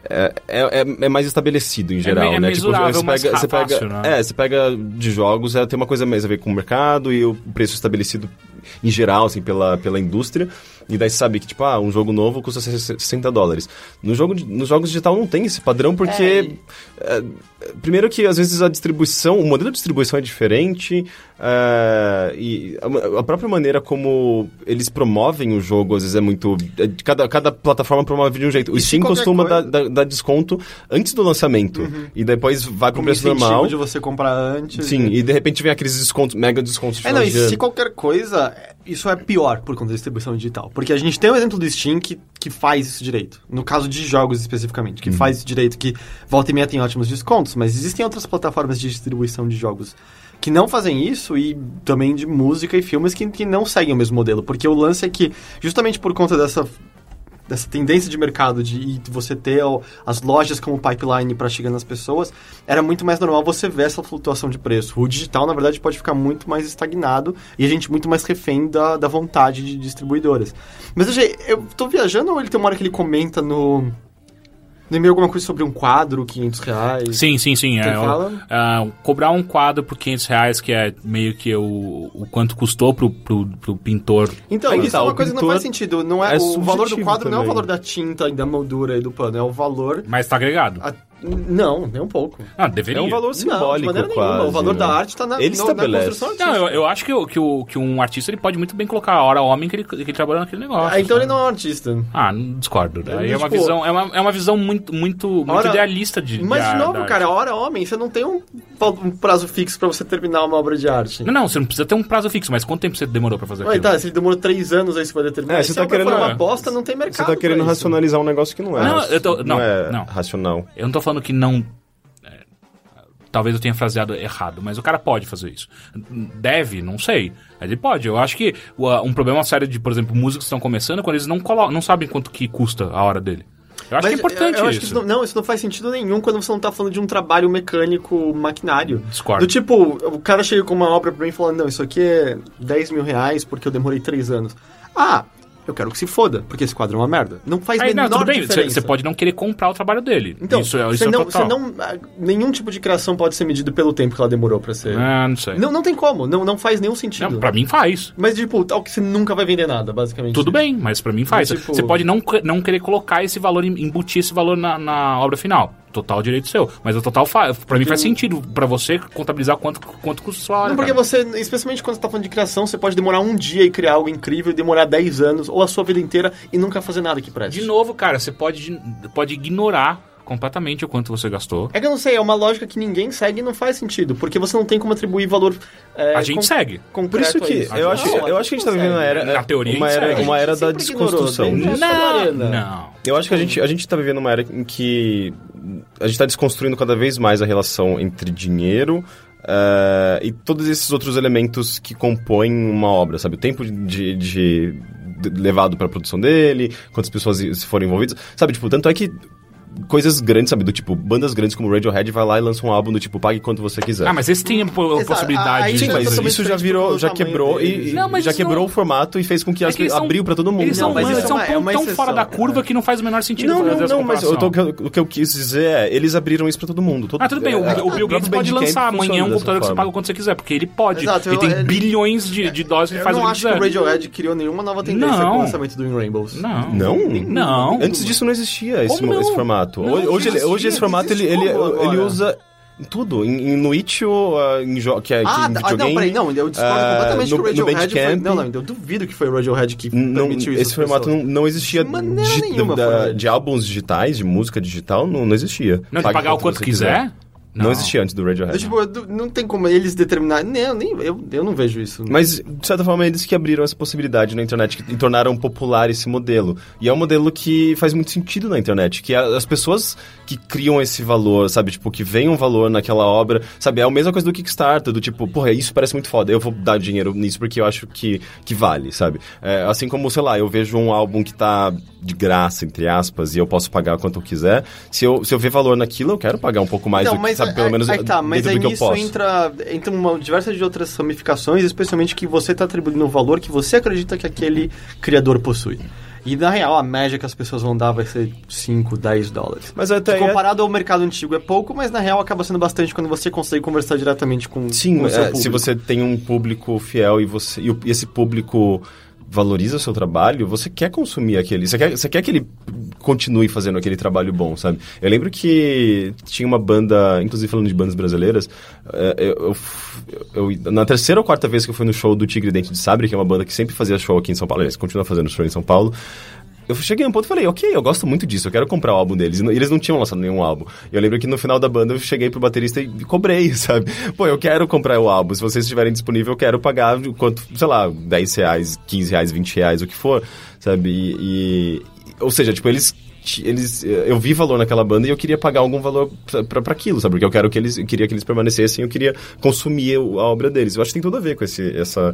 [SPEAKER 3] é, é- é- é mais estabelecido em geral,
[SPEAKER 2] me- é
[SPEAKER 3] né? Tipo,
[SPEAKER 2] mesurável,
[SPEAKER 3] você
[SPEAKER 2] mais
[SPEAKER 3] pega, você
[SPEAKER 2] fácil,
[SPEAKER 3] pega-
[SPEAKER 2] né?
[SPEAKER 3] é, você pega de jogos, é, tem uma coisa mais a ver com o mercado e o preço estabelecido em geral, assim, pela, pela indústria. E daí você sabe que, tipo, ah, um jogo novo custa 60 dólares. No jogo, de- nos jogos digital não tem esse padrão, porque... é, primeiro que, às vezes, a distribuição... O modelo de distribuição é diferente. é, e a, a própria maneira como eles promovem o jogo, às vezes, é muito... é, de cada, cada plataforma promove de um jeito. O
[SPEAKER 1] E se
[SPEAKER 3] Steam
[SPEAKER 1] qualquer
[SPEAKER 3] costuma dar,
[SPEAKER 1] coisa- Uhum.
[SPEAKER 3] dar- dar desconto antes do lançamento. E depois vai pro
[SPEAKER 1] Como
[SPEAKER 3] preço
[SPEAKER 1] incentivo
[SPEAKER 3] normal.
[SPEAKER 1] de você comprar antes.
[SPEAKER 3] Sim, e de repente vem aqueles descontos, mega descontos de
[SPEAKER 1] É, não,
[SPEAKER 3] final
[SPEAKER 1] e
[SPEAKER 3] de ano.
[SPEAKER 1] se qualquer coisa, isso é pior por conta da distribuição digital. Porque a gente tem o exemplo do Steam que, que faz isso direito. No caso de jogos especificamente, que faz isso direito, que volta e meia tem ótimos descontos, mas existem outras plataformas de distribuição de jogos que não fazem isso e também de música e filmes que, que não seguem o mesmo modelo. Porque o lance é que, justamente por conta dessa dessa tendência de mercado de e você ter ó, as lojas como pipeline para chegar nas pessoas, era muito mais normal você ver essa flutuação de preço. O digital, na verdade, pode ficar muito mais estagnado e a gente muito mais refém da, da vontade de distribuidoras. Mas, gente, eu tô viajando ou ele tem uma hora que ele comenta no... No e-mail alguma coisa sobre um quadro, 500 reais?
[SPEAKER 2] Sim, sim, sim.
[SPEAKER 1] Quem
[SPEAKER 2] é, o-
[SPEAKER 1] fala?
[SPEAKER 2] ah, cobrar um quadro por 500 reais, que é meio que o, o quanto custou pro, pro, pro pintor.
[SPEAKER 1] Então,
[SPEAKER 3] Aí que
[SPEAKER 1] isso
[SPEAKER 3] tá,
[SPEAKER 1] é uma
[SPEAKER 3] o
[SPEAKER 1] coisa que não
[SPEAKER 3] pintor
[SPEAKER 1] faz sentido. Não é,
[SPEAKER 3] é
[SPEAKER 1] o valor do
[SPEAKER 3] subjetivo
[SPEAKER 1] quadro não é o
[SPEAKER 3] também.
[SPEAKER 1] valor da tinta e da moldura e do pano, é o valor...
[SPEAKER 2] Mas tá agregado.
[SPEAKER 1] a- Não, nem um pouco.
[SPEAKER 2] Ah, deveria.
[SPEAKER 3] É um valor
[SPEAKER 1] não, de
[SPEAKER 3] simbólico,
[SPEAKER 1] maneira
[SPEAKER 3] quase.
[SPEAKER 1] nenhuma. O valor
[SPEAKER 3] né?
[SPEAKER 1] da arte está na,
[SPEAKER 3] Ele
[SPEAKER 1] no- na
[SPEAKER 3] estabelece.
[SPEAKER 1] construção artística.
[SPEAKER 2] Não, eu, eu acho que, o- que, o, que um artista ele pode muito bem colocar a hora homem que ele, que ele trabalha naquele negócio.
[SPEAKER 1] Ah, então
[SPEAKER 2] sabe?
[SPEAKER 1] ele não é um artista.
[SPEAKER 2] Ah, não discordo. Daí é, uma
[SPEAKER 1] Tipo,
[SPEAKER 2] visão, é, uma, é uma visão muito, muito, muito
[SPEAKER 1] hora-
[SPEAKER 2] idealista de.
[SPEAKER 1] Mas,
[SPEAKER 2] da-
[SPEAKER 1] de novo,
[SPEAKER 2] da-
[SPEAKER 1] cara, a hora homem, você não tem um, val- um prazo fixo pra você terminar uma obra de arte.
[SPEAKER 2] Não, não, você não precisa ter um prazo fixo, mas quanto tempo você demorou pra fazer
[SPEAKER 1] Ué,
[SPEAKER 2] aquilo?
[SPEAKER 1] tá, se ele demorou três anos, aí você vai determinar.
[SPEAKER 3] É,
[SPEAKER 1] se
[SPEAKER 3] você
[SPEAKER 1] a
[SPEAKER 3] tá
[SPEAKER 1] obra
[SPEAKER 3] querendo-
[SPEAKER 1] for uma
[SPEAKER 2] é.
[SPEAKER 1] bosta, não tem mercado
[SPEAKER 3] Você tá querendo
[SPEAKER 1] pra isso.
[SPEAKER 3] racionalizar um negócio que não é,
[SPEAKER 2] Não,
[SPEAKER 3] raci-
[SPEAKER 2] eu tô- não,
[SPEAKER 3] é
[SPEAKER 2] não.
[SPEAKER 3] racional.
[SPEAKER 2] Eu não tô falando que não. é, Talvez eu tenha fraseado errado, mas o cara pode fazer isso. Deve, não sei. Ele pode. Eu acho que é o, ah, um problema sério de, por exemplo, músicos que estão começando, quando eles não, colo- não sabem quanto que custa a hora dele. Eu acho que é importante
[SPEAKER 1] eu, eu acho que
[SPEAKER 2] isso.
[SPEAKER 1] não, não, isso não faz sentido nenhum quando você não tá falando de um trabalho mecânico maquinário.
[SPEAKER 2] Discordo.
[SPEAKER 1] Do tipo, o cara chega com uma obra pra mim falando, não, isso aqui é 10 mil reais porque eu demorei 3 anos. Ah, eu quero que se foda, porque esse quadro é uma merda. Não faz
[SPEAKER 2] Aí,
[SPEAKER 1] menor
[SPEAKER 2] não, tudo bem,
[SPEAKER 1] diferença.
[SPEAKER 2] você pode não querer comprar o trabalho dele.
[SPEAKER 1] Então,
[SPEAKER 2] isso é, isso
[SPEAKER 1] você
[SPEAKER 2] é
[SPEAKER 1] não, você
[SPEAKER 2] total.
[SPEAKER 1] não, ah, nenhum tipo de criação pode ser medido pelo tempo que ela demorou pra ser.
[SPEAKER 2] Ah, não sei.
[SPEAKER 1] Não, não tem como, não, não faz nenhum sentido.
[SPEAKER 2] Não, pra mim faz.
[SPEAKER 1] Mas, tipo, tal que você nunca vai vender nada, basicamente.
[SPEAKER 2] Tudo bem, mas pra mim faz.
[SPEAKER 1] Mas, tipo-
[SPEAKER 2] Você pode não, que- não querer colocar esse valor, em- embutir esse valor na, na obra final. Total direito seu. Mas o total fa... pra mim faz sentido. Pra você contabilizar quanto, quanto custa o salário.
[SPEAKER 1] Não, porque
[SPEAKER 2] cara.
[SPEAKER 1] você, especialmente quando você tá falando de criação, você pode demorar um dia e criar algo incrível, e demorar 10 anos, ou a sua vida inteira, e nunca fazer nada que preste.
[SPEAKER 2] De novo, cara, você pode, pode ignorar completamente o quanto você gastou.
[SPEAKER 1] É que eu não sei, é uma lógica que ninguém segue e não faz sentido, porque você não tem como atribuir valor. é,
[SPEAKER 2] a gente
[SPEAKER 1] con-
[SPEAKER 2] segue.
[SPEAKER 3] Por
[SPEAKER 1] concreto
[SPEAKER 3] isso
[SPEAKER 1] a
[SPEAKER 3] que eu
[SPEAKER 2] Não,
[SPEAKER 3] acho, eu acho que a gente tá vivendo uma era,
[SPEAKER 2] Na teoria,
[SPEAKER 3] uma
[SPEAKER 2] isso é.
[SPEAKER 3] era, uma era da
[SPEAKER 1] é, Sempre ignorou,
[SPEAKER 3] desconstrução
[SPEAKER 1] tem-
[SPEAKER 3] disso.
[SPEAKER 1] Não,
[SPEAKER 2] Não.
[SPEAKER 3] Eu acho que a gente, a gente tá vivendo uma era em que a gente tá desconstruindo cada vez mais a relação entre dinheiro eh, e todos esses outros elementos que compõem uma obra, sabe? O tempo de, de- de- levado pra produção dele, quantas pessoas se foram envolvidas, sabe? Tipo, tanto é que coisas grandes, sabe? Do tipo, bandas grandes como Radiohead vai lá e lança um álbum do tipo, pague quanto você quiser.
[SPEAKER 2] Ah, mas esse tem a po-
[SPEAKER 1] Exato.
[SPEAKER 2] possibilidade.
[SPEAKER 1] Aí
[SPEAKER 2] de
[SPEAKER 3] Sim,
[SPEAKER 1] já
[SPEAKER 2] fazer
[SPEAKER 1] tá
[SPEAKER 3] mas
[SPEAKER 1] totalmente
[SPEAKER 3] isso já
[SPEAKER 1] diferente
[SPEAKER 3] virou,
[SPEAKER 1] do
[SPEAKER 3] já
[SPEAKER 1] tamanho
[SPEAKER 3] quebrou
[SPEAKER 1] deles.
[SPEAKER 3] e, e
[SPEAKER 2] Não, mas
[SPEAKER 3] já
[SPEAKER 2] isso não-
[SPEAKER 3] quebrou o formato e fez com que
[SPEAKER 2] É
[SPEAKER 3] as
[SPEAKER 2] que eles
[SPEAKER 3] pessoas
[SPEAKER 2] são-
[SPEAKER 3] abriu pra todo mundo.
[SPEAKER 2] Eles são
[SPEAKER 1] Não, mas
[SPEAKER 2] humanos, eles
[SPEAKER 1] isso é
[SPEAKER 2] são
[SPEAKER 1] uma-
[SPEAKER 2] tão,
[SPEAKER 1] é uma
[SPEAKER 2] tão
[SPEAKER 1] exceção,
[SPEAKER 2] fora da
[SPEAKER 1] é.
[SPEAKER 2] curva que não faz o menor sentido
[SPEAKER 3] Não,
[SPEAKER 2] fazer
[SPEAKER 3] não,
[SPEAKER 2] essa
[SPEAKER 3] não, mas eu
[SPEAKER 2] comparação.
[SPEAKER 3] tô- o que eu quis dizer é, eles abriram isso pra todo mundo. todo-
[SPEAKER 2] Ah, tudo bem, o,
[SPEAKER 3] é,
[SPEAKER 2] o Bill
[SPEAKER 3] próprio
[SPEAKER 2] Gates pode
[SPEAKER 3] Bandcamp
[SPEAKER 2] lançar amanhã
[SPEAKER 3] funciona
[SPEAKER 2] um
[SPEAKER 3] dessa
[SPEAKER 2] computador que você
[SPEAKER 3] forma.
[SPEAKER 2] paga o quanto você quiser, porque ele pode.
[SPEAKER 1] Exato,
[SPEAKER 2] ele
[SPEAKER 1] eu-
[SPEAKER 2] tem
[SPEAKER 1] é-
[SPEAKER 2] bilhões de, de doses que ele
[SPEAKER 1] Eu
[SPEAKER 2] faz o
[SPEAKER 1] não
[SPEAKER 3] um
[SPEAKER 2] que
[SPEAKER 1] acho que o
[SPEAKER 2] quiser.
[SPEAKER 1] Radiohead criou nenhuma nova tendência
[SPEAKER 2] Não.
[SPEAKER 1] com o lançamento do In Rainbows.
[SPEAKER 2] Não.
[SPEAKER 3] Não?
[SPEAKER 2] Não.
[SPEAKER 3] Antes disso não existia esse,
[SPEAKER 2] Como não?
[SPEAKER 3] esse formato.
[SPEAKER 2] Não,
[SPEAKER 3] hoje,
[SPEAKER 2] não
[SPEAKER 3] hoje ele-
[SPEAKER 2] existia.
[SPEAKER 3] hoje esse formato ele, ele,
[SPEAKER 1] Existe como
[SPEAKER 3] ele
[SPEAKER 1] agora?
[SPEAKER 3] usa em tudo. Em, em no itch.io, ah, em jo- que é que
[SPEAKER 1] Ah,
[SPEAKER 3] em
[SPEAKER 1] d- ah,
[SPEAKER 3] videogame.
[SPEAKER 1] não, peraí, não, eu discordo
[SPEAKER 3] ah,
[SPEAKER 1] completamente
[SPEAKER 3] no,
[SPEAKER 1] que o
[SPEAKER 3] no
[SPEAKER 1] Radiohead foi...
[SPEAKER 3] Bandcamp.
[SPEAKER 1] Não, não, eu duvido que foi o Radiohead que
[SPEAKER 3] Não,
[SPEAKER 1] permitiu isso.
[SPEAKER 3] esse
[SPEAKER 1] às
[SPEAKER 3] formato
[SPEAKER 1] pessoas.
[SPEAKER 3] não, não existia
[SPEAKER 1] De maneira
[SPEAKER 3] de,
[SPEAKER 1] nenhuma
[SPEAKER 3] da-
[SPEAKER 1] foi verdade.
[SPEAKER 3] de álbuns digitais, de música digital, não, não existia.
[SPEAKER 2] Não, de
[SPEAKER 3] Pague
[SPEAKER 2] pagar o quanto
[SPEAKER 3] você
[SPEAKER 2] quiser?
[SPEAKER 3] Não. existia antes do Radiohead.
[SPEAKER 1] Eu, tipo, eu du- não tem como eles determinarem... Não, nem, eu, eu não vejo isso.
[SPEAKER 3] Mas, de certa forma, eles que abriram essa possibilidade na internet que- e tornaram popular esse modelo. E é um modelo que faz muito sentido na internet, que a- as pessoas que criam esse valor, sabe? Tipo, que veem um valor naquela obra, sabe? É a mesma coisa do Kickstarter, do tipo, porra, isso parece muito foda, eu vou dar dinheiro nisso porque eu acho que, que vale, sabe? É, assim como, sei lá, eu vejo um álbum que tá de graça, entre aspas, e eu posso pagar quanto eu quiser. Se eu, se eu ver valor naquilo, eu quero pagar um pouco mais, do que, sabe? Pelo
[SPEAKER 1] aí-
[SPEAKER 3] menos
[SPEAKER 1] Então, aí tá, mas
[SPEAKER 3] dentro
[SPEAKER 1] aí
[SPEAKER 3] do que eu
[SPEAKER 1] nisso
[SPEAKER 3] posso.
[SPEAKER 1] entra, entra uma diversas de outras ramificações, especialmente que você está atribuindo o valor que você acredita que aquele criador possui. E na real, a média que as pessoas vão dar vai ser 5, 10 dólares.
[SPEAKER 3] Mas até aí é-
[SPEAKER 1] Comparado ao mercado antigo é pouco, mas na real acaba sendo bastante quando você consegue conversar diretamente com,
[SPEAKER 3] Sim,
[SPEAKER 1] com o seu
[SPEAKER 3] é,
[SPEAKER 1] público.
[SPEAKER 3] se você tem um público fiel e, você, e o- e esse público valoriza o seu trabalho, você quer consumir aquele. Você quer, você quer que ele continue fazendo aquele trabalho bom, sabe? Eu lembro que tinha uma banda, inclusive falando de bandas brasileiras, eh, eu, eu f- eu- na terceira ou quarta vez que eu fui no show do Tigre Dente de Sabre, que é uma banda que sempre fazia show aqui em São Paulo, eles continuam fazendo show em São Paulo, eu cheguei num ponto e falei, ok, eu gosto muito disso, eu quero comprar o álbum deles. E não- eles não tinham lançado nenhum álbum. Eu lembro que no final da banda eu cheguei pro baterista e cobrei, sabe? Pô, eu quero comprar o álbum. Se vocês estiverem disponíveis, eu quero pagar o quanto, sei lá, 10 reais, 15 reais, 20 reais, o que for, sabe? E. e- ou seja, tipo, eles. Eles, eh, eu vi valor naquela banda e eu queria pagar algum valor pra- pra pra aquilo, sabe? Porque eu quero que eles, eu queria que eles permanecessem, eu queria consumir o- a obra deles. Eu acho que tem tudo a ver com esse, essa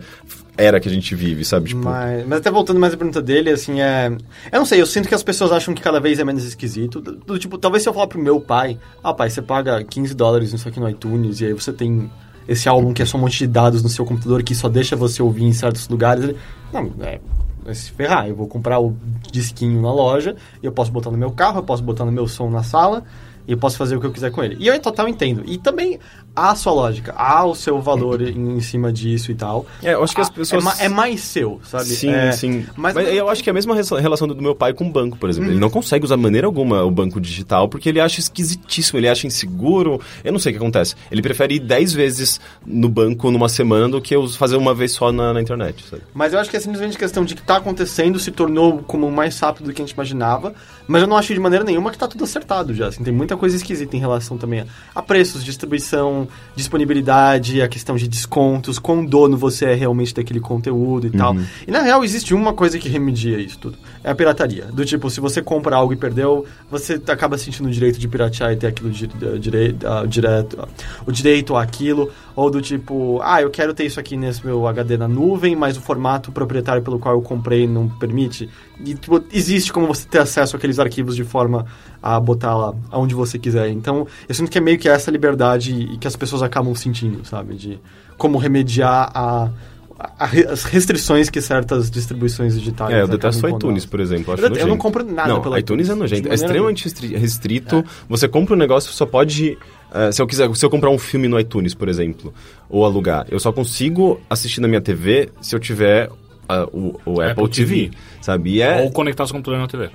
[SPEAKER 3] era que a gente vive, sabe? Tipo,
[SPEAKER 1] Mas, mas até voltando mais à pergunta dele, assim, é... Eu não sei, eu sinto que as pessoas acham que cada vez é menos esquisito. Do, do tipo, talvez se eu falar pro meu pai, ah, pai, você paga 15 dólares nisso aqui no iTunes, e aí você tem esse álbum que é só um monte de dados no seu computador que só deixa você ouvir em certos lugares. Ele, não, é... vai Se ferrar, eu vou comprar o disquinho na loja, e eu posso botar no meu carro, eu posso botar no meu som na sala, e eu posso fazer o que eu quiser com ele. E eu em total entendo. E também há a sua lógica, há o seu valor em, em cima disso e tal.
[SPEAKER 3] É, eu acho que as
[SPEAKER 1] Ah,
[SPEAKER 3] pessoas-
[SPEAKER 1] É, ma- é mais seu, sabe?
[SPEAKER 3] Sim,
[SPEAKER 1] É,
[SPEAKER 3] sim.
[SPEAKER 1] Mas, Uhum.
[SPEAKER 3] Mas, eu acho que é a mesma rela- relação do do meu pai com o banco, por exemplo. Ele não consegue usar de maneira alguma o banco digital porque ele acha esquisitíssimo, ele acha inseguro. Eu não sei o que acontece. Ele prefere ir 10 vezes no banco numa semana do que us- fazer uma vez só na, na internet, sabe?
[SPEAKER 1] mas eu acho que é simplesmente questão de que tá acontecendo, se tornou como mais rápido do que a gente imaginava. Mas eu não acho de maneira nenhuma que tá tudo acertado já. Assim, tem muita coisa esquisita em relação também a, a preços, distribuição, questão de disponibilidade, a questão de descontos, quão dono você é realmente daquele conteúdo
[SPEAKER 3] Uhum.
[SPEAKER 1] e tal. E na real existe uma coisa que remedia isso tudo. É a pirataria. Do tipo, se você compra algo e perdeu, você acaba sentindo o direito de piratear e ter aquilo di- eh, direi- ah, direto, ah, o direito àquilo. Ou do tipo, ah, eu quero ter isso aqui nesse meu HD na nuvem, mas o formato proprietário pelo qual eu comprei não permite. E tipo, existe como você ter acesso àqueles arquivos de forma a botar lá aonde você quiser. Então, eu sinto que é meio que essa liberdade e que as pessoas acabam sentindo, sabe? De como remediar a, a- a- as restrições que certas distribuições digitais.
[SPEAKER 3] É, eu
[SPEAKER 1] acabam
[SPEAKER 3] detesto o
[SPEAKER 1] impondo.
[SPEAKER 3] iTunes, por exemplo. acho
[SPEAKER 1] um Eu não
[SPEAKER 3] nojento.
[SPEAKER 1] compro nada
[SPEAKER 3] não,
[SPEAKER 1] pelo
[SPEAKER 3] iTunes.
[SPEAKER 1] iTunes,
[SPEAKER 3] é
[SPEAKER 1] de
[SPEAKER 3] nojento. É
[SPEAKER 1] maneira É.
[SPEAKER 3] extremamente restri- restrito. Você compra um negócio, só pode. eh, se eu quiser, se eu comprar um filme no iTunes, por exemplo, ou alugar, eu só consigo assistir na minha TV se eu tiver ah, o, o Apple,
[SPEAKER 2] Apple
[SPEAKER 3] TV,
[SPEAKER 2] TV.
[SPEAKER 3] sabe? E é,
[SPEAKER 2] Ou conectar os computadores na TV.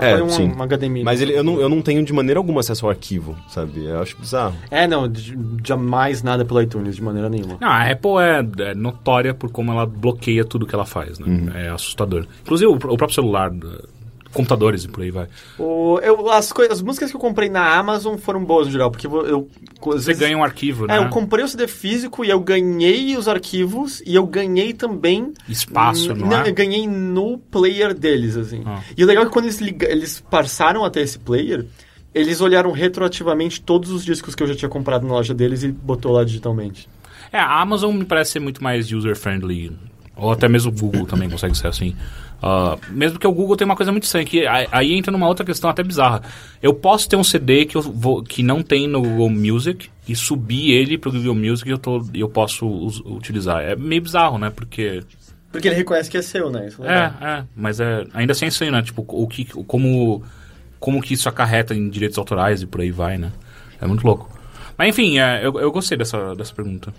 [SPEAKER 1] É,
[SPEAKER 3] É,
[SPEAKER 1] põe um,
[SPEAKER 3] sim.
[SPEAKER 1] um HDMI.
[SPEAKER 3] mas ele- eu, não, eu não tenho de maneira alguma acesso ao arquivo, sabe? Eu acho bizarro.
[SPEAKER 1] É, não, de- jamais nada pelo iTunes, de maneira nenhuma.
[SPEAKER 2] Não, a Apple é, é notória por como ela bloqueia tudo que ela faz, né?
[SPEAKER 3] Uhum.
[SPEAKER 2] É assustador. Inclusive o, pr- o próprio celular, eh, computadores e por aí vai.
[SPEAKER 1] O- eu, as, coi- as músicas que eu comprei na Amazon foram boas no geral, porque eu. eu às
[SPEAKER 2] Você
[SPEAKER 1] vezes-
[SPEAKER 2] ganha um arquivo, né?
[SPEAKER 1] É, eu comprei o CD físico e eu ganhei os arquivos e eu ganhei também.
[SPEAKER 2] Espaço, não é?
[SPEAKER 1] Eu ganhei no player deles, assim.
[SPEAKER 2] Ah.
[SPEAKER 1] E o legal é que quando eles, liga- eles passaram até esse player, eles olharam retroativamente todos os discos que eu já tinha comprado na loja deles e botou lá digitalmente.
[SPEAKER 2] É, a Amazon me parece ser muito mais user-friendly. Ou até mesmo o Google também consegue ser assim. Ah, mesmo que o Google tem uma coisa muito estranha, que aí, aí entra numa outra questão até bizarra. Eu posso ter um CD que, eu vou, que não tem no Google Music e subir ele pro Google Music e eu, tô, e eu posso us- utilizar. É meio bizarro, né? Porque.
[SPEAKER 1] Porque ele reconhece que é seu, né? Isso é legal.
[SPEAKER 2] É, é, mas é, ainda assim é estranho, né? Tipo, o que, o- como, como que isso acarreta em direitos autorais e por aí vai, né? É muito louco. Mas enfim, é, eu, eu gostei dessa, dessa pergunta.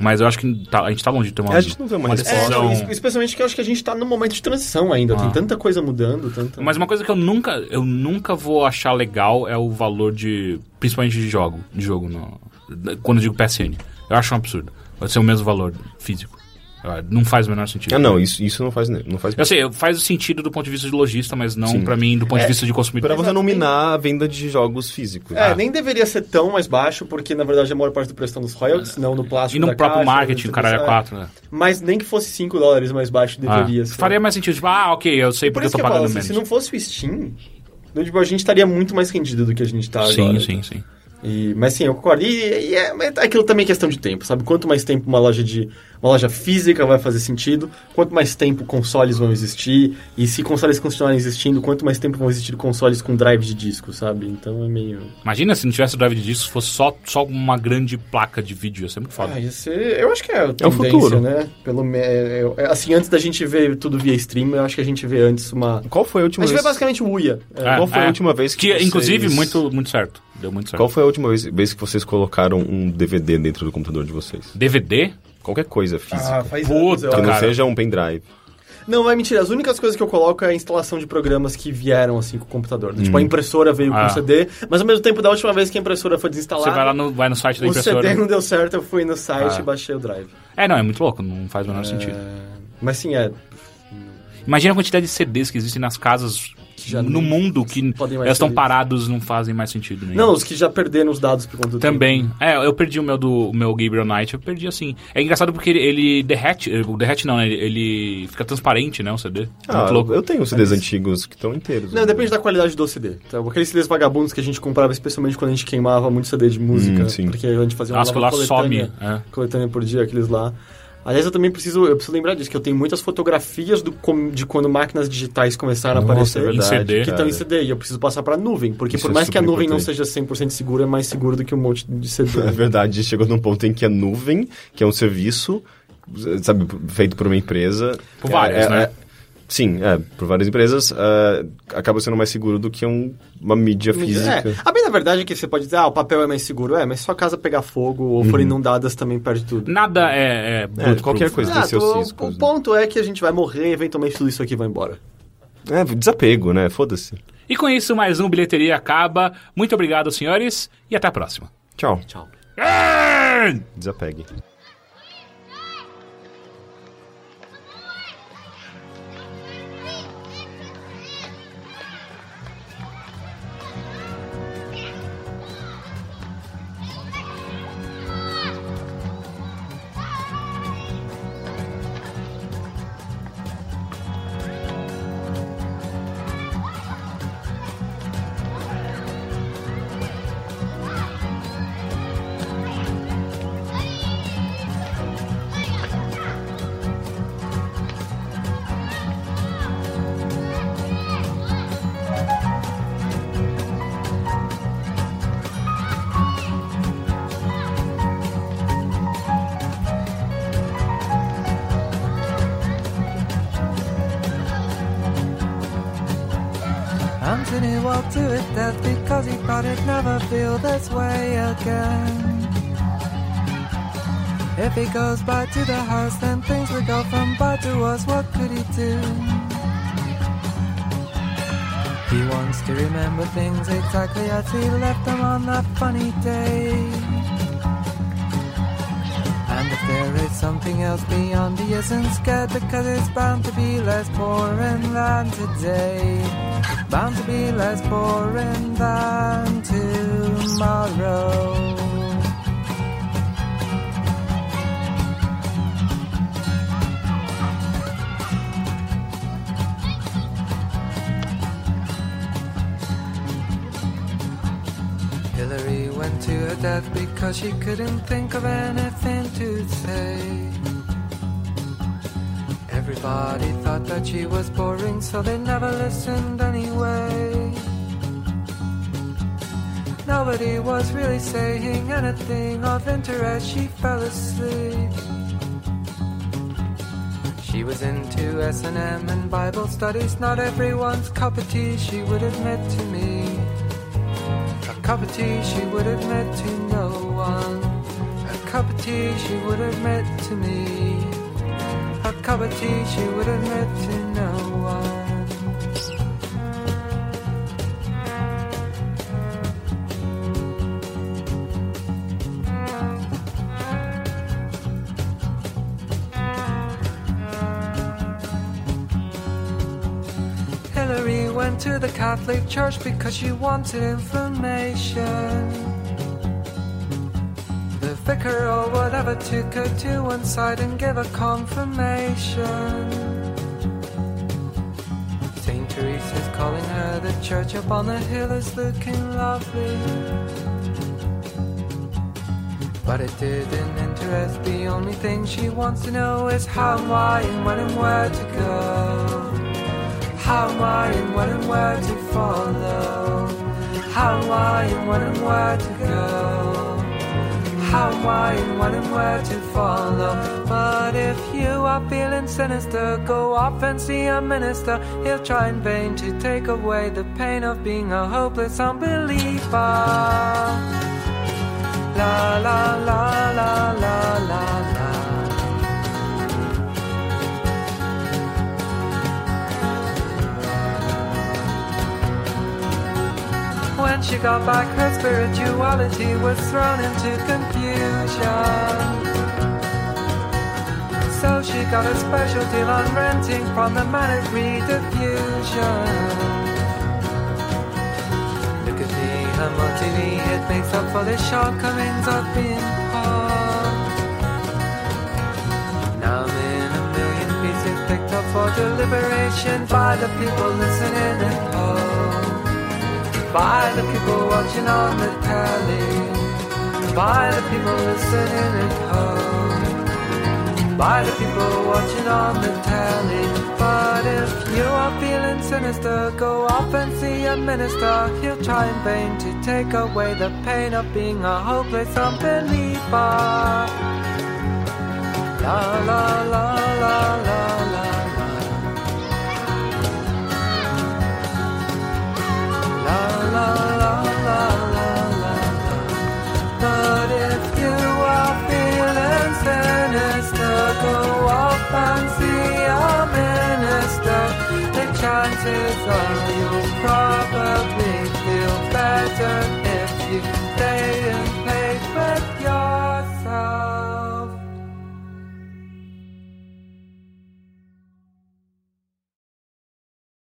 [SPEAKER 2] Mas eu acho que tá- a gente tá longe de ter uma,
[SPEAKER 3] É, a gente não vê uma resposta.
[SPEAKER 1] É,
[SPEAKER 2] decisão.
[SPEAKER 1] es- especialmente que eu acho que a gente tá num momento de transição ainda.
[SPEAKER 2] Ah.
[SPEAKER 1] Tem tanta coisa mudando, tanta.
[SPEAKER 2] Mas uma coisa que eu nunca, eu nunca vou achar legal é o valor de. Principalmente de jogo. De jogo no, da- quando eu digo PSN. Eu acho um absurdo. Vai ser o mesmo valor físico. Ah, Não faz o menor sentido.
[SPEAKER 3] Ah, não, isso, isso não faz ne- não faz
[SPEAKER 2] Eu sei, faz sentido do ponto de vista de lojista, mas não pra mim do ponto de vista de consumidor.
[SPEAKER 3] Pra você não minar a venda de jogos físicos.
[SPEAKER 2] Ah.
[SPEAKER 3] Ah,
[SPEAKER 1] É, nem deveria ser tão mais baixo, porque na verdade a maior parte do preço tá nos royalties, não no plástico.
[SPEAKER 2] Ah. E no
[SPEAKER 1] da
[SPEAKER 2] próprio
[SPEAKER 1] caixa,
[SPEAKER 2] marketing,
[SPEAKER 1] no-
[SPEAKER 2] o caralho é
[SPEAKER 1] é.
[SPEAKER 2] 4, né?
[SPEAKER 1] Mas nem que fosse 5 dólares mais baixo
[SPEAKER 2] Ah,
[SPEAKER 1] deveria ser.
[SPEAKER 2] Faria mais sentido, tipo, ah, ok, eu sei
[SPEAKER 1] Por
[SPEAKER 2] porque eu
[SPEAKER 1] isso
[SPEAKER 2] tô
[SPEAKER 1] que eu falo,
[SPEAKER 2] pagando
[SPEAKER 1] assim,
[SPEAKER 2] menos.
[SPEAKER 1] se não fosse o Steam, eu, tipo, a gente estaria muito mais rendido do que a gente tá
[SPEAKER 2] sim,
[SPEAKER 1] agora.
[SPEAKER 2] sim, sim.
[SPEAKER 1] E- mas sim, eu concordo. E, e é, mas aquilo também é questão de tempo, sabe? Quanto mais tempo uma loja de uma loja física vai fazer sentido, quanto mais tempo consoles vão existir, e se consoles continuarem existindo, quanto mais tempo vão existir consoles com drive de disco, sabe? Então é meio.
[SPEAKER 2] Imagina se não tivesse drive de disco, se fosse só, só uma grande placa de vídeo, ia ser muito foda.
[SPEAKER 1] Ah, ia ser- eu acho que é, a tendência,
[SPEAKER 3] futuro.
[SPEAKER 1] né? Pelo me- é- é- assim, antes da gente ver tudo via stream, eu acho que a gente vê antes uma.
[SPEAKER 3] Qual foi a
[SPEAKER 1] A
[SPEAKER 3] última
[SPEAKER 1] gente vê
[SPEAKER 3] vez?
[SPEAKER 1] basicamente o Uia. É.
[SPEAKER 2] É,
[SPEAKER 3] Qual foi a
[SPEAKER 2] é.
[SPEAKER 3] última vez
[SPEAKER 2] Que,
[SPEAKER 3] que vocês-
[SPEAKER 2] inclusive, muito, muito certo. Deu muito certo.
[SPEAKER 3] Qual foi a última vez, vez que vocês colocaram um DVD dentro do computador de vocês?
[SPEAKER 2] DVD?
[SPEAKER 3] Qualquer coisa física.
[SPEAKER 1] Ah, faz
[SPEAKER 2] Puta, né?
[SPEAKER 1] anos, eu
[SPEAKER 3] que não
[SPEAKER 2] Ah, cara.
[SPEAKER 3] seja um pendrive.
[SPEAKER 1] Não, vai mentira. As únicas coisas que eu coloco é a instalação de programas que vieram assim com o computador. Tipo, a impressora veio com
[SPEAKER 2] Ah.
[SPEAKER 1] o CD, mas ao mesmo tempo, da última vez que a impressora foi desinstalada,
[SPEAKER 2] Você vai lá no, vai no site da
[SPEAKER 1] o CD
[SPEAKER 2] impressora.
[SPEAKER 1] não deu certo, eu fui no site
[SPEAKER 2] Ah.
[SPEAKER 1] e baixei o drive.
[SPEAKER 2] É, não, é muito louco, não faz o menor sentido.
[SPEAKER 1] É, Mas sim, é.
[SPEAKER 2] Imagina a quantidade de CDs que existem nas casas
[SPEAKER 1] Já
[SPEAKER 2] no
[SPEAKER 1] não
[SPEAKER 2] mundo que
[SPEAKER 1] podem mais
[SPEAKER 2] elas estão
[SPEAKER 1] ser lidas.
[SPEAKER 2] parados não fazem mais sentido nenhum.
[SPEAKER 1] Não, os que já perderam os dados por conta do
[SPEAKER 2] Também. É, eu perdi o meu do o meu Gabriel Knight, eu perdi assim. É engraçado porque ele, ele derrete, eh, derrete não, ele, ele fica transparente, né, o CD. É
[SPEAKER 3] Ah,
[SPEAKER 2] muito louco.
[SPEAKER 3] eu tenho CDs antigos que estão inteiros.
[SPEAKER 1] Não, depende da qualidade do CD. Então, aqueles CDs vagabundos que a gente comprava, especialmente quando a gente queimava muito CD de música,
[SPEAKER 3] Hum, sim.
[SPEAKER 1] porque a gente fazia uma
[SPEAKER 2] Nossa,
[SPEAKER 1] nova
[SPEAKER 2] aquilo lá some,
[SPEAKER 1] coletânea,
[SPEAKER 2] é.
[SPEAKER 1] coletânea por dia, aqueles lá. Aliás, eu também preciso, eu preciso lembrar disso, que eu tenho muitas fotografias do com- de quando máquinas digitais começaram
[SPEAKER 3] Nossa,
[SPEAKER 1] a aparecer.
[SPEAKER 3] é verdade,
[SPEAKER 2] em CD.
[SPEAKER 1] Que
[SPEAKER 3] cara.
[SPEAKER 1] estão em CD, e eu preciso passar pra nuvem, porque
[SPEAKER 3] Isso
[SPEAKER 1] por
[SPEAKER 3] é
[SPEAKER 1] mais que a
[SPEAKER 3] super
[SPEAKER 1] nuvem não
[SPEAKER 3] importante.
[SPEAKER 1] seja 100% segura, é mais seguro do que um monte de CD.
[SPEAKER 3] Na né? É verdade, chegou num ponto em que a nuvem, que é um serviço, sabe, feito por uma empresa... é,
[SPEAKER 2] Por várias, né?
[SPEAKER 3] sim, é, por várias empresas, é, acaba sendo mais seguro do que um- uma mídia física.
[SPEAKER 1] É, a bem na verdade é que você pode dizer, ah, o papel é mais seguro, é, mas se sua casa pegar fogo ou for
[SPEAKER 3] Uhum.
[SPEAKER 1] inundadas também perde tudo.
[SPEAKER 2] Nada é, é bulletproof,
[SPEAKER 3] qualquer
[SPEAKER 2] né?
[SPEAKER 3] coisa.
[SPEAKER 1] Exato,
[SPEAKER 3] tem seus
[SPEAKER 1] Ah, o-
[SPEAKER 3] riscos,
[SPEAKER 1] o,
[SPEAKER 3] né?
[SPEAKER 1] ponto é que a gente vai morrer, eventualmente tudo isso aqui vai embora.
[SPEAKER 3] É, desapego, né? Foda-se.
[SPEAKER 2] E com isso, mais um Bilheteria acaba. Muito obrigado, senhores, e até a próxima.
[SPEAKER 3] Tchau.
[SPEAKER 1] Tchau.
[SPEAKER 3] Desapegue.
[SPEAKER 6] Thank
[SPEAKER 7] and he walked to his death because he thought he'd never feel this way again. If he goes back to the house, then things would go from bad to worse. What could he do? He wants to remember things exactly as he left them on that funny day. And if there is something else beyond, he isn't scared because it's bound to be less boring than today. Bound to be less boring than tomorrow. Hillary went to her death because she couldn't think of anything to say. Everybody thought that she was boring, so they never listened anyway. Nobody was really saying anything of interest, she fell asleep. She was into S&M and Bible studies, not everyone's cup of tea, she would admit to me. A cup of tea she would admit to no one. A cup of tea she would admit to me. A cup of tea she would admit to no one. Hillary went to the Catholic Church because she wanted information. The vicar or whatever took her to one side and gave her confirmation. St. Teresa's calling her, the church up on the hill is looking lovely. But it didn't interest, the only thing she wants to know is how and why and when and where to go. How am I and when and where to follow? How am I and when and where to go? How am I and when and where to follow? But if you are feeling sinister, go off and see a minister. He'll try in vain to take away the pain of being a hopeless unbeliever. La la la la la la la. When she got back, her spirituality was thrown into confusion. So she got a special deal on renting from the man at Rediffusion. Look at me, her martini, it makes up for the shortcomings of being poor. Now I'm in a million pieces picked up for deliberation by the people listening at home by the people watching on the telly, by the people listening at home, by the people watching on the telly. But if you are feeling sinister, go off and see a minister. He'll try in vain to take away the pain of being a hopeless unbeliever. La la la la la la. La la la la la la. But if you are feeling sinister, go off and see a minister. The chances are you'll probably feel better if you